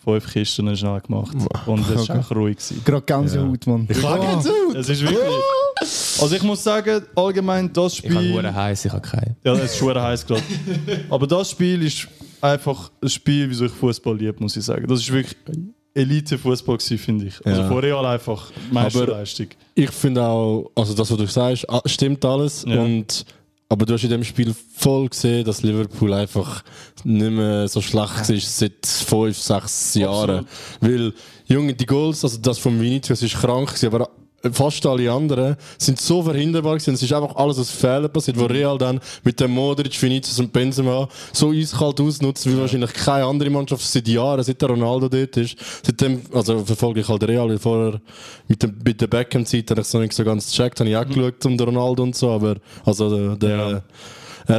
[SPEAKER 1] fünf Kisten schnell gemacht. Und es war auch ruhig. Gewesen.
[SPEAKER 3] Gerade Gänsehaut, Mann.
[SPEAKER 4] Ich habe jetzt auch.
[SPEAKER 1] Es ist wirklich... Also ich muss sagen, allgemein das
[SPEAKER 2] Ich habe
[SPEAKER 1] Spiel...
[SPEAKER 2] nur heiß, ich habe keinen.
[SPEAKER 1] Ja, das ist schon heiß gerade. Aber das Spiel ist einfach ein Spiel, wieso ich Fußball liebe, muss ich sagen. Das ist wirklich Elite-Fußball, gewesen, finde ich. Also
[SPEAKER 4] Ja.
[SPEAKER 1] von Real einfach Meisterleistung.
[SPEAKER 4] Ich finde auch, also das, was du sagst, ah, stimmt alles.
[SPEAKER 1] Ja.
[SPEAKER 4] Und, aber du hast in dem Spiel voll gesehen, dass Liverpool einfach nicht mehr so schlecht ist seit fünf, sechs Jahren. Weil, Junge, die Goals, also das von Vinicius ist krank gewesen, aber fast alle anderen sind so verhinderbar gewesen. Es ist einfach alles aus Fehlern passiert, wo Real dann mit dem Modric, Vinicius und Benzema so eiskalt ausnutzt, wie wahrscheinlich keine andere Mannschaft seit Jahren, seit der Ronaldo dort ist. Seitdem, also verfolge ich halt Real, weil vorher mit, dem, mit der Beckham-Zeit habe ich es noch nicht so ganz gecheckt, habe ich auch geschaut um den Ronaldo und so, aber, also der, der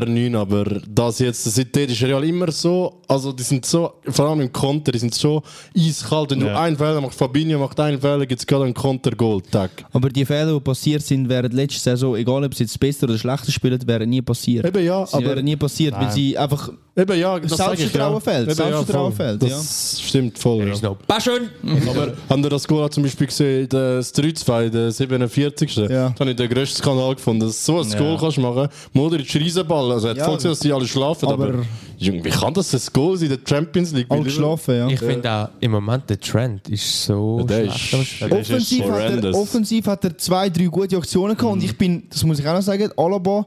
[SPEAKER 4] R9, aber das jetzt, seit dort ist Real immer so, also die sind so, vor allem im Konter, die sind so eiskalt, wenn du
[SPEAKER 1] Ja.
[SPEAKER 4] einen Fehler machst, Fabinho macht einen Fehler, gibt es gerade einen Konter-Gold-Tag.
[SPEAKER 3] Aber die Fehler, die passiert sind während der letzten Saison, egal ob sie jetzt besser oder schlechter spielen, wären nie passiert.
[SPEAKER 4] Eben ja,
[SPEAKER 3] sie
[SPEAKER 4] aber-
[SPEAKER 3] wären nie passiert, weil sie einfach
[SPEAKER 4] Eben ja, das sag ich, ja.
[SPEAKER 3] Selbstvertrauen fehlt,
[SPEAKER 4] Eben,
[SPEAKER 3] Selbstvertrauen
[SPEAKER 4] voll.
[SPEAKER 3] fehlt,
[SPEAKER 4] Das stimmt voll.
[SPEAKER 2] Ist
[SPEAKER 4] Ja.
[SPEAKER 2] noch passion.
[SPEAKER 4] Aber habt ihr das Goal auch zum Beispiel gesehen, das 3-2, der 47.
[SPEAKER 3] Ja.
[SPEAKER 4] Das habe ich den grössten Skandal gefunden, dass so ein
[SPEAKER 1] Ja.
[SPEAKER 4] Goal kannst du machen. Modric, Riesenball, also er hat
[SPEAKER 3] Ja.
[SPEAKER 4] voll gesehen, dass die alle schlafen, aber,
[SPEAKER 3] Aber-
[SPEAKER 4] Junge, wie kann das ein Goal sein in der Champions League?
[SPEAKER 3] all
[SPEAKER 4] Weil-
[SPEAKER 3] geschlafen. Ja.
[SPEAKER 2] Ich finde auch, im Moment der Trend ist so
[SPEAKER 4] Der ist-
[SPEAKER 2] schlecht. am Spiel.
[SPEAKER 4] der ist
[SPEAKER 3] offensiv, hat er,
[SPEAKER 4] horrendous. Mhm.
[SPEAKER 3] offensiv hat er zwei, drei gute Aktionen gehabt und ich bin, das muss ich auch noch sagen, Alaba,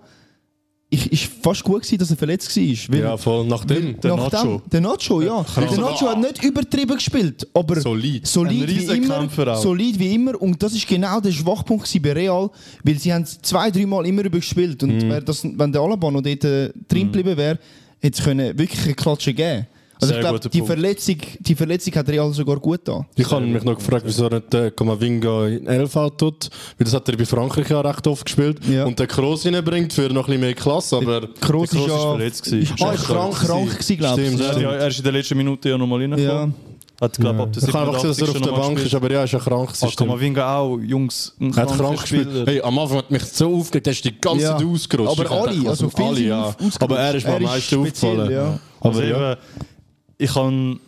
[SPEAKER 3] ich, ist fast gut gewesen, dass er verletzt war. Weil
[SPEAKER 4] Ja, voll, nach dem.
[SPEAKER 1] Der
[SPEAKER 3] nachdem-
[SPEAKER 1] Nacho.
[SPEAKER 3] Der Nacho, ja. Der
[SPEAKER 4] Also,
[SPEAKER 3] Nacho hat nicht übertrieben gespielt, aber
[SPEAKER 4] Solid.
[SPEAKER 1] Ein
[SPEAKER 3] solid, wie
[SPEAKER 1] Riesenkämpfer
[SPEAKER 3] immer,
[SPEAKER 1] auch.
[SPEAKER 3] solid wie immer. Und das ist genau der Schwachpunkt gewesen bei Real, weil sie haben zwei, dreimal immer übergespielt. Und wär das, wenn der Alaba noch dort äh, drin geblieben wäre, hätte es können wirklich eine Klatsche geben Also
[SPEAKER 1] Sehr
[SPEAKER 3] ich glaube,
[SPEAKER 1] guter
[SPEAKER 3] die
[SPEAKER 1] Punkt.
[SPEAKER 3] Verletzung, die Verletzung hat Real sogar gut da.
[SPEAKER 4] Ich habe mich noch gefragt, wieso er nicht äh, Kamavinga in LV tut, weil das hat er bei Frankreich ja recht oft gespielt
[SPEAKER 3] Ja.
[SPEAKER 4] und der Kroos reinbringt für noch ein bisschen mehr Klasse, aber
[SPEAKER 3] Kroos ist ja
[SPEAKER 1] verletzt gewesen.
[SPEAKER 3] Ah, ist krank, krank gewesen, glaube ich.
[SPEAKER 4] Stimmt,
[SPEAKER 1] Ja,
[SPEAKER 3] Ja.
[SPEAKER 1] ja, Also, er ist in der letzten Minute ja nochmal
[SPEAKER 3] Ja.
[SPEAKER 1] reingekommen. Hat, glaube ich, ab der
[SPEAKER 4] ich habe einfach gesehen, dass er auf der Bank ist, aber ja, ist ja krank.
[SPEAKER 1] Oh,
[SPEAKER 4] stimmt.
[SPEAKER 1] Kamavinga auch, Jungs. Ein
[SPEAKER 4] Er hat
[SPEAKER 1] kranker
[SPEAKER 4] krank gespielt.
[SPEAKER 1] Spieler.
[SPEAKER 4] Hey, am Anfang hat mich so aufgeregt, er ist die ganze
[SPEAKER 3] Ja.
[SPEAKER 4] Zeit ausgerutscht.
[SPEAKER 3] Aber
[SPEAKER 4] Ich hab
[SPEAKER 3] alle,
[SPEAKER 4] gedacht,
[SPEAKER 3] also
[SPEAKER 4] was
[SPEAKER 3] viele
[SPEAKER 4] mit alle,
[SPEAKER 3] sind
[SPEAKER 4] ja.
[SPEAKER 3] auf- ausgerutscht.
[SPEAKER 4] Aber er ist mir am
[SPEAKER 3] Er ist
[SPEAKER 4] meisten
[SPEAKER 3] speziell,
[SPEAKER 4] aufgefallen.
[SPEAKER 3] ja.
[SPEAKER 1] Also
[SPEAKER 4] Aber ja.
[SPEAKER 1] eben, ich kann...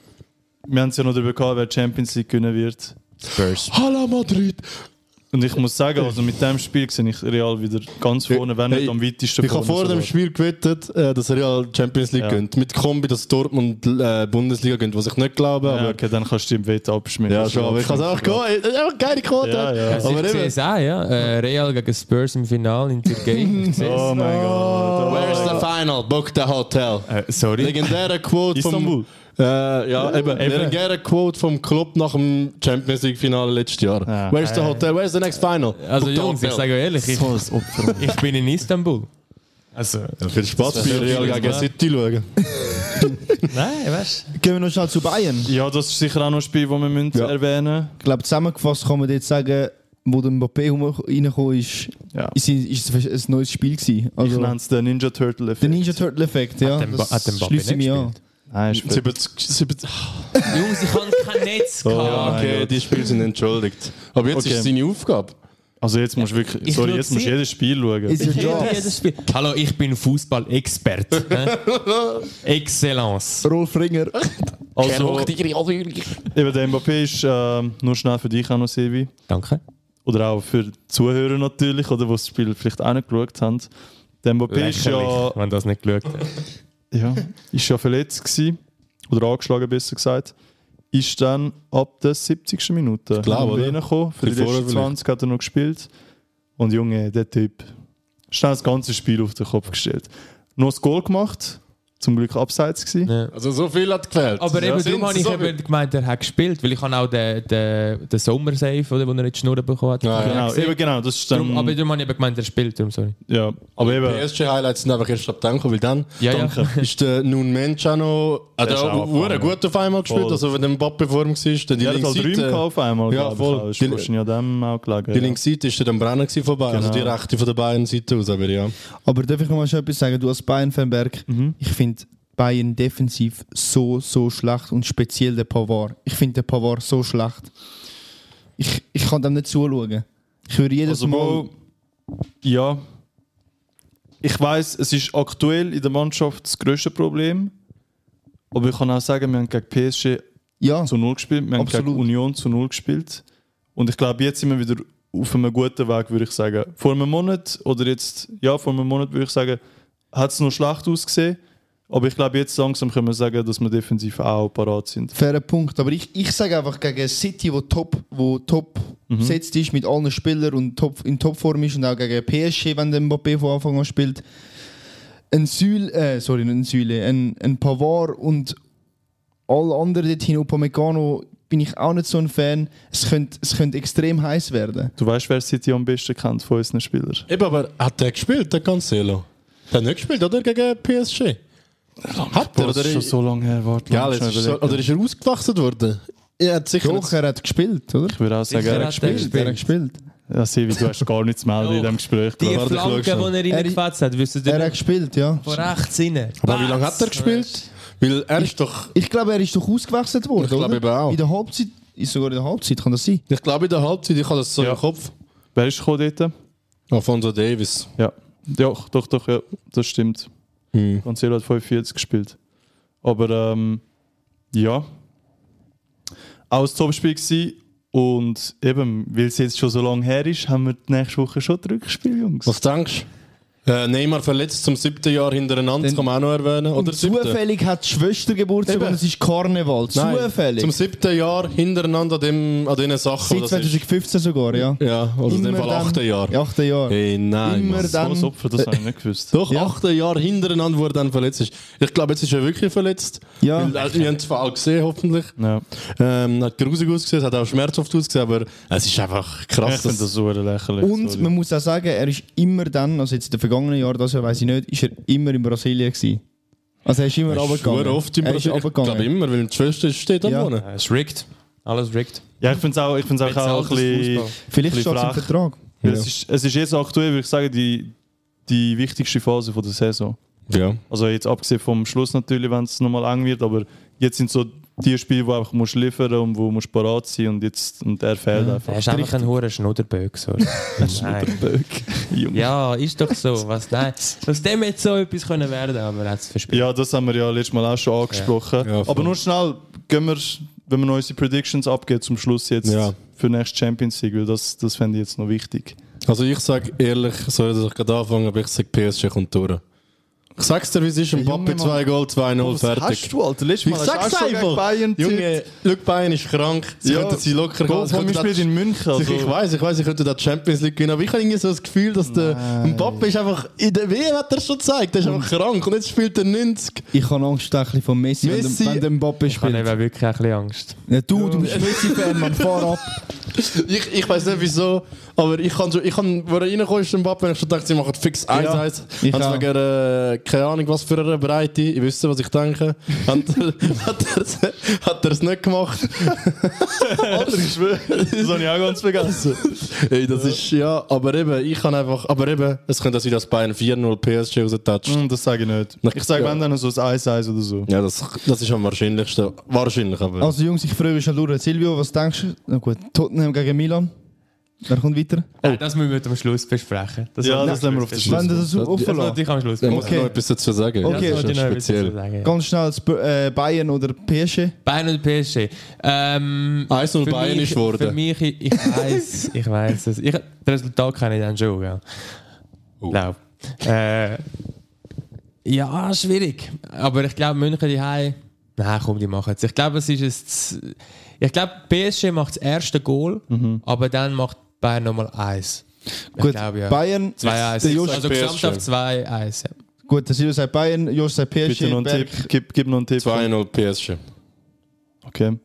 [SPEAKER 1] Wir haben es ja noch darüber gehabt, wer die Champions League gewinnen wird.
[SPEAKER 4] Hala Madrid!
[SPEAKER 1] Und ich muss sagen, also mit dem Spiel sehe ich Real wieder ganz vorne, wenn
[SPEAKER 4] Hey,
[SPEAKER 1] nicht am weitesten
[SPEAKER 4] Ich habe vor dem
[SPEAKER 1] sogar.
[SPEAKER 4] Spiel gewettet, äh, dass Real Champions League
[SPEAKER 1] Ja.
[SPEAKER 4] gönnt. Mit Kombi, dass Dortmund äh, Bundesliga gönnt, was ich nicht glaube.
[SPEAKER 1] Ja,
[SPEAKER 4] aber
[SPEAKER 1] okay, dann kannst du im Wett abschmieren.
[SPEAKER 4] Ja, schon, aber ich kann es einfach gehen. Ey, Einfach Äh, geile Quote.
[SPEAKER 1] Ja, ja.
[SPEAKER 2] Also
[SPEAKER 4] Aber
[SPEAKER 2] ich sehe
[SPEAKER 4] eben.
[SPEAKER 2] es auch, ja. Äh, Real gegen Spurs im Finale in Türkei. Ich sehe es.
[SPEAKER 1] Oh mein Gott.
[SPEAKER 4] Where's the final? Book the hotel.
[SPEAKER 2] Äh, sorry.
[SPEAKER 4] Legendäre Quote
[SPEAKER 1] Istanbul.
[SPEAKER 4] vom... Äh, ja, eben.
[SPEAKER 1] Eben.
[SPEAKER 4] Legendäre Quote vom Club nach dem Champions League-Finale letztes Jahr.
[SPEAKER 1] Ah.
[SPEAKER 4] Where's the hotel? Where's the next final?
[SPEAKER 2] Also
[SPEAKER 4] Book the
[SPEAKER 2] Jungs, ich
[SPEAKER 4] hotel.
[SPEAKER 2] sage euch ehrlich, ich, ich bin in Istanbul. Also,
[SPEAKER 4] Viel Spaß bei Real gegen City schauen.
[SPEAKER 2] nein, weißt du.
[SPEAKER 3] Gehen wir noch schnell zu Bayern.
[SPEAKER 1] Ja, das ist sicher auch noch ein Spiel, das wir müssen
[SPEAKER 4] Ja.
[SPEAKER 1] erwähnen
[SPEAKER 3] Ich glaube, zusammengefasst kann man jetzt sagen, wo der Mbappé rum- reingekommen ist,
[SPEAKER 1] Ja.
[SPEAKER 3] ist, ist es ein neues Spiel gewesen.
[SPEAKER 1] Ich
[SPEAKER 3] Also,
[SPEAKER 1] nenne es den Ninja Turtle
[SPEAKER 3] der
[SPEAKER 1] Effekt.
[SPEAKER 3] Ninja Turtle Effekt, ja.
[SPEAKER 2] Hat der Mba-
[SPEAKER 3] das
[SPEAKER 2] hat der Mbappé
[SPEAKER 3] schließe ich
[SPEAKER 2] nicht
[SPEAKER 3] mich an.
[SPEAKER 2] gespielt?
[SPEAKER 1] Nein, ist fair.
[SPEAKER 4] 70, 70.
[SPEAKER 2] Jungs, ich habe kein Netz
[SPEAKER 1] Oh,
[SPEAKER 2] gehabt.
[SPEAKER 1] ja.
[SPEAKER 4] Ah, Okay,
[SPEAKER 1] Gott.
[SPEAKER 4] die Spiele sind entschuldigt. Aber jetzt
[SPEAKER 1] Okay.
[SPEAKER 4] ist seine Aufgabe.
[SPEAKER 1] Also jetzt musst du wirklich.
[SPEAKER 2] Ich
[SPEAKER 1] sorry,
[SPEAKER 2] schau
[SPEAKER 1] jetzt musst du
[SPEAKER 2] sie-
[SPEAKER 1] jedes Spiel schauen.
[SPEAKER 3] Ist your job.
[SPEAKER 2] Jedes Spiel. Hallo, ich bin Fußball-Experte. ne? Excellence.
[SPEAKER 3] Rolf Ringer.
[SPEAKER 1] also, eben der Mbappé ist ähm, nur schnell für dich auch noch, Sevi.
[SPEAKER 2] Danke.
[SPEAKER 1] Oder auch für die Zuhörer natürlich, oder die das Spiel vielleicht auch nicht geschaut haben. Der Mbappé ist ja,
[SPEAKER 2] Lächerlich, wenn das nicht geschaut hat.
[SPEAKER 1] ja, ist ja verletzt gewesen, oder angeschlagen besser gesagt. Ist dann ab der 70. Minute
[SPEAKER 4] Ich glaube, oder?
[SPEAKER 1] reingekommen. Für die letzten
[SPEAKER 4] Bisschen vorher vielleicht.
[SPEAKER 1] 20 hat er noch gespielt. Und Junge, der Typ. Schnell das ganze Spiel auf den Kopf gestellt. Noch das Goal gemacht, zum Glück abseits gewesen.
[SPEAKER 2] Ja.
[SPEAKER 4] Also so viel hat gefällt.
[SPEAKER 2] Aber eben,
[SPEAKER 4] Sind
[SPEAKER 2] darum habe
[SPEAKER 4] sie
[SPEAKER 2] ich
[SPEAKER 4] so
[SPEAKER 2] eben gemeint, er hat gespielt, weil ich habe auch den, den, den Sommer-Safe, oder, den er jetzt Schnurren bekommen hat.
[SPEAKER 4] Ah,
[SPEAKER 2] habe ich
[SPEAKER 4] Ja,
[SPEAKER 1] Genau,
[SPEAKER 2] gesehen.
[SPEAKER 1] eben genau, das ist dann.
[SPEAKER 2] Darum, aber darum habe ich eben gemeint, er spielt, darum, sorry.
[SPEAKER 1] ja, aber eben.
[SPEAKER 4] PSG-Highlights sind einfach erst ab dann gekommen, weil dann
[SPEAKER 2] Ja,
[SPEAKER 1] Danke.
[SPEAKER 4] ist der Nun Menchano hat
[SPEAKER 1] Der ist
[SPEAKER 4] er
[SPEAKER 1] auch
[SPEAKER 4] auch hure
[SPEAKER 1] angefangen.
[SPEAKER 4] gut auf einmal gespielt,
[SPEAKER 1] Voll.
[SPEAKER 4] also wenn der Mbappe vor ihm war, dann die
[SPEAKER 1] Ja, das hat drei
[SPEAKER 4] linke
[SPEAKER 1] gehabt
[SPEAKER 4] Seite.
[SPEAKER 1] auf einmal,
[SPEAKER 4] Ja,
[SPEAKER 1] ja,
[SPEAKER 4] voll.
[SPEAKER 1] glaube ich.
[SPEAKER 4] Die-
[SPEAKER 1] Das ist ja dem auch gelegen.
[SPEAKER 4] Die
[SPEAKER 1] ja.
[SPEAKER 4] linke Seite ist dann am Brennen gewesen vorbei, also die
[SPEAKER 1] Genau.
[SPEAKER 4] rechte von der beiden Seiten aus, aber ja.
[SPEAKER 3] Aber darf ich noch mal schon etwas sagen? Du als Bayern-Fan, Berg,
[SPEAKER 2] Mhm.
[SPEAKER 3] ich finde Bayern defensiv so, so schlecht und speziell der Pavard. Ich finde den Pavard so schlecht. Ich, ich kann dem nicht zuschauen. Ich höre jedes
[SPEAKER 1] Also,
[SPEAKER 3] Mal...
[SPEAKER 1] Mo, ja. Ich weiß, es ist aktuell in der Mannschaft das grösste Problem. Aber ich kann auch sagen, wir haben gegen PSG
[SPEAKER 3] Ja,
[SPEAKER 1] zu Null gespielt, wir haben gegen
[SPEAKER 3] Absolut.
[SPEAKER 1] Union zu Null gespielt. Und ich glaube, jetzt sind wir wieder auf einem guten Weg, würde ich sagen. Vor einem Monat oder jetzt, ja, vor einem Monat würde ich sagen, hat es noch schlecht ausgesehen. Aber ich glaube, jetzt langsam können wir sagen, dass wir defensiv auch parat sind.
[SPEAKER 3] fairer Punkt. Aber ich, ich sage einfach, gegen City, wo top, wo top
[SPEAKER 4] Mhm.
[SPEAKER 3] besetzt ist mit allen Spielern und top, in Topform ist und auch gegen PSG, wenn der Mbappé von Anfang an spielt, ein Süle, äh, sorry, nicht ein Süle, ein, ein Pavard und alle anderen dort hin, Upamecano, bin ich auch nicht so ein Fan. Es könnte, es könnte extrem heiß werden.
[SPEAKER 1] Du weißt, wer City am besten kennt von unseren Spielern?
[SPEAKER 4] Eben, aber hat der gespielt, der Cancelo? Der hat nicht gespielt, oder? Gegen PSG? Hat er,
[SPEAKER 1] Boah,
[SPEAKER 4] oder?
[SPEAKER 1] das ist schon so lange her, warte.
[SPEAKER 4] Gell,
[SPEAKER 1] lass
[SPEAKER 4] es
[SPEAKER 1] mich
[SPEAKER 4] ist
[SPEAKER 1] schnell
[SPEAKER 4] so, oder ist er ausgewachsen worden? Er hat sicher...
[SPEAKER 3] Doch, er hat gespielt, oder?
[SPEAKER 1] Ich würde auch sagen,
[SPEAKER 2] Sicher
[SPEAKER 1] er
[SPEAKER 2] hat
[SPEAKER 1] hat
[SPEAKER 2] er
[SPEAKER 1] gespielt.
[SPEAKER 3] Er hat gespielt.
[SPEAKER 1] Ja, Silvi, du hast gar nichts zu melden in
[SPEAKER 2] Doch.
[SPEAKER 1] diesem Gespräch.
[SPEAKER 2] Die
[SPEAKER 1] glaub ich.
[SPEAKER 2] Flanke, die
[SPEAKER 4] schau
[SPEAKER 2] er reingefetzt hat, wisst ihr
[SPEAKER 3] Er hat
[SPEAKER 2] nicht?
[SPEAKER 3] gespielt, ja.
[SPEAKER 2] Von rechts rein.
[SPEAKER 4] Aber wie lange hat er
[SPEAKER 2] Bats.
[SPEAKER 4] gespielt? Weil er ist doch...
[SPEAKER 3] Ich glaube, er ist doch ausgewechselt worden,
[SPEAKER 4] Ich glaube
[SPEAKER 3] oder?
[SPEAKER 4] eben auch.
[SPEAKER 3] In der Halbzeit, ist sogar in der Halbzeit, kann das sein?
[SPEAKER 4] Ich glaube in der Halbzeit, ich habe das so
[SPEAKER 1] Ja.
[SPEAKER 4] im Kopf.
[SPEAKER 1] Wer ist gekommen dort?
[SPEAKER 4] Alfonso Davis.
[SPEAKER 1] Ja. Doch, doch, doch, ja, das stimmt.
[SPEAKER 4] Hm.
[SPEAKER 1] Cancelo hat 45 gespielt. Aber ähm, ja. Auch ein Topspiel gewesen. Und eben, weil es jetzt schon so lange her ist, haben wir die nächste Woche schon das Rückspiel, Jungs.
[SPEAKER 4] Was denkst du? Äh, Neymar verletzt zum siebten Jahr hintereinander, das kann man auch noch erwähnen. Oder
[SPEAKER 3] Und
[SPEAKER 4] siebte?
[SPEAKER 3] zufällig hat die Schwester Geburtstag
[SPEAKER 4] Eben.
[SPEAKER 3] und es ist Karneval.
[SPEAKER 4] Nein,
[SPEAKER 3] Zufällig.
[SPEAKER 4] Zum siebten Jahr hintereinander an, dem, an diesen Sachen.
[SPEAKER 3] Seit
[SPEAKER 4] das ist,
[SPEAKER 3] 2015 sogar, ja.
[SPEAKER 4] ja, also in dem
[SPEAKER 3] Immer
[SPEAKER 4] Fall
[SPEAKER 3] dann-
[SPEAKER 4] achten Jahr.
[SPEAKER 3] Ja, Achte Jahr.
[SPEAKER 4] Hey, nein.
[SPEAKER 3] Immer
[SPEAKER 4] Mann.
[SPEAKER 1] so
[SPEAKER 3] dann-
[SPEAKER 1] ein Opfer, das habe ich nicht gewusst.
[SPEAKER 4] Doch, acht Jahre hintereinander, wo er dann verletzt ist. Ich glaube, jetzt ist er wirklich verletzt.
[SPEAKER 3] Ja.
[SPEAKER 4] Weil, äh, Wir haben es vor allem gesehen, hoffentlich.
[SPEAKER 1] Ja.
[SPEAKER 4] Ähm, hat grusig ausgesehen, hat auch schmerzhaft ausgesehen, aber es ist einfach
[SPEAKER 1] Ich
[SPEAKER 4] krass.
[SPEAKER 1] finde das
[SPEAKER 4] dass-
[SPEAKER 1] so lächerlich.
[SPEAKER 3] Und
[SPEAKER 1] sorry.
[SPEAKER 3] man muss auch sagen, er ist immer dann, also jetzt in den vergangenen Jahren, das Jahr weiß ich nicht, ist er immer in Brasilien gewesen. Also er ist immer
[SPEAKER 4] Er ist
[SPEAKER 3] runtergegangen.
[SPEAKER 4] sehr oft im
[SPEAKER 3] er ist
[SPEAKER 4] Brasilien. Ich glaube
[SPEAKER 3] runtergegangen.
[SPEAKER 4] immer, weil die Schwester steht da
[SPEAKER 3] Ja.
[SPEAKER 4] vorne.
[SPEAKER 2] Ja, Es ist rigged. Alles rigged.
[SPEAKER 1] Ja, ich finde es auch, ich find's auch, auch ein
[SPEAKER 2] Bezahltes
[SPEAKER 1] bisschen.
[SPEAKER 2] Fußball.
[SPEAKER 3] Vielleicht
[SPEAKER 1] Bisschen
[SPEAKER 3] steht es im
[SPEAKER 1] frech.
[SPEAKER 3] Vertrag.
[SPEAKER 1] Weil
[SPEAKER 4] Ja.
[SPEAKER 1] Es, ist, es ist jetzt aktuell, würde ich sagen, die, die wichtigste Phase von der Saison.
[SPEAKER 4] Ja.
[SPEAKER 1] Also jetzt abgesehen vom Schluss natürlich, wenn es nochmal eng wird, aber jetzt sind so die Spiele, wo einfach musst liefern und wo musst parat sein und jetzt und er fehlt einfach.
[SPEAKER 2] Er ist einfach ein hoher Schnudderböck. so. Nein.
[SPEAKER 1] Junge. Ja.
[SPEAKER 2] Ja, ist doch so. Was, nein. Aus dem hätte so etwas können werden aber er hat es verspielt.
[SPEAKER 1] das haben wir ja letztes Mal auch schon angesprochen.
[SPEAKER 4] Ja, voll.
[SPEAKER 1] aber nur schnell, gehen wir, wenn wir noch unsere Predictions abgeben zum Schluss jetzt
[SPEAKER 4] Ja.
[SPEAKER 1] für nächste Champions League, weil das, das fände ich jetzt noch wichtig.
[SPEAKER 4] Also ich sage ehrlich, sorry, dass ich gerade anfange, aber ich sage PSG kommt durch. Ich sag's dir, wie es ist, Mbappe
[SPEAKER 1] Junge,
[SPEAKER 4] 2 Goal, 2-0, fertig.
[SPEAKER 1] du, Alter? Letztes
[SPEAKER 4] Ich sag's einfach. Junge, Luke Bayern ist krank. Sie
[SPEAKER 1] Ja.
[SPEAKER 4] könnten sie locker
[SPEAKER 1] Goal,
[SPEAKER 4] Sie könnten
[SPEAKER 1] wir spielen
[SPEAKER 4] das-
[SPEAKER 1] in München. Also.
[SPEAKER 4] Ich weiß, ich weiß, ich könnte da die Champions League gewinnen, aber ich habe irgendwie so das Gefühl, dass der Mbappe ist einfach in der WM hat er schon gezeigt, der ist einfach krank und jetzt spielt er 90.
[SPEAKER 3] Ich habe Angst ein bisschen von Messi,
[SPEAKER 4] Messi-
[SPEAKER 3] wenn der wenn der Mbappe
[SPEAKER 2] Ich habe
[SPEAKER 3] spielt.
[SPEAKER 2] eben wirklich ein bisschen Angst.
[SPEAKER 3] Ja, du, du bist Messi-Fan, man, fahr ab.
[SPEAKER 4] Ich, ich weiß nicht wieso, aber ich kann schon, ich kann, wo er reingekommen ist, der Mbappe, habe ich schon gedacht, sie machen fix 1-1. Ja,
[SPEAKER 3] ich
[SPEAKER 4] haben
[SPEAKER 3] auch.
[SPEAKER 4] sie wegen, äh, keine Ahnung, was für eine Breite, ich wüsste, was ich denke. hat er- hat er's- hat er es nicht gemacht?
[SPEAKER 1] Alter, ich schwöre, das habe ich auch ganz vergessen.
[SPEAKER 4] Also, Ey, das ist, ja, aber eben, ich kann einfach, aber eben, es könnte sein, dass Bayern 4-0 PSG rausgetatscht.
[SPEAKER 1] Hm, Das sage ich nicht. Ich sage,
[SPEAKER 4] Ja.
[SPEAKER 1] wenn dann so ein 1-1 oder so.
[SPEAKER 4] Ja, das, das ist am wahrscheinlichsten. Wahrscheinlich, aber.
[SPEAKER 3] Also Jungs, ich freue mich schon durch. Silvio, was denkst du? Na gut, Tottenham gegen Milan. Wer kommt weiter?
[SPEAKER 2] Nein, das müssen wir am Schluss besprechen.
[SPEAKER 1] Ja, das lassen wir auf den
[SPEAKER 3] Wenn das so
[SPEAKER 4] Das-
[SPEAKER 3] offen
[SPEAKER 2] Das
[SPEAKER 3] lässt.
[SPEAKER 2] wollte ich am Schluss
[SPEAKER 4] Da
[SPEAKER 2] besprechen.
[SPEAKER 4] muss ich noch
[SPEAKER 3] Okay.
[SPEAKER 4] etwas dazu sagen.
[SPEAKER 3] Okay.
[SPEAKER 4] Das
[SPEAKER 2] Das
[SPEAKER 4] ist
[SPEAKER 2] wollte ich noch
[SPEAKER 4] schon
[SPEAKER 2] etwas dazu
[SPEAKER 4] speziell.
[SPEAKER 2] sagen.
[SPEAKER 3] Ganz schnell Sp- äh, Bayern oder PSG.
[SPEAKER 2] Bayern und PSG. Ähm,
[SPEAKER 4] 1-0
[SPEAKER 2] für
[SPEAKER 4] Bayern
[SPEAKER 2] mich-
[SPEAKER 4] ist geworden.
[SPEAKER 2] Für mich, ich, ich weiß, ich weiß es. Ich, das Resultat kenne ich dann schon, gell?
[SPEAKER 1] Oh.
[SPEAKER 2] Glaub. Äh, ja, schwierig. Aber ich glaube, München die Hause. Nein, komm, die machen es. Ich glaube, es ist es. Ich glaube, PSG macht das erste Goal,
[SPEAKER 1] Mhm.
[SPEAKER 2] aber dann macht Bayern nochmal eins. Ich
[SPEAKER 3] Gut,
[SPEAKER 2] glaube, ja.
[SPEAKER 3] Bayern.
[SPEAKER 2] 2-1.
[SPEAKER 1] Jost-
[SPEAKER 2] Also
[SPEAKER 1] PSG.
[SPEAKER 2] Gesamthaft 2-1. Ja.
[SPEAKER 3] Gut, der Silvio sagt Bayern, Josh sagt PSG.
[SPEAKER 1] Bitte noch einen
[SPEAKER 3] Berg-
[SPEAKER 1] Tipp. Gib, gib noch einen Tipp.
[SPEAKER 4] 2-0 PSG.
[SPEAKER 1] Okay.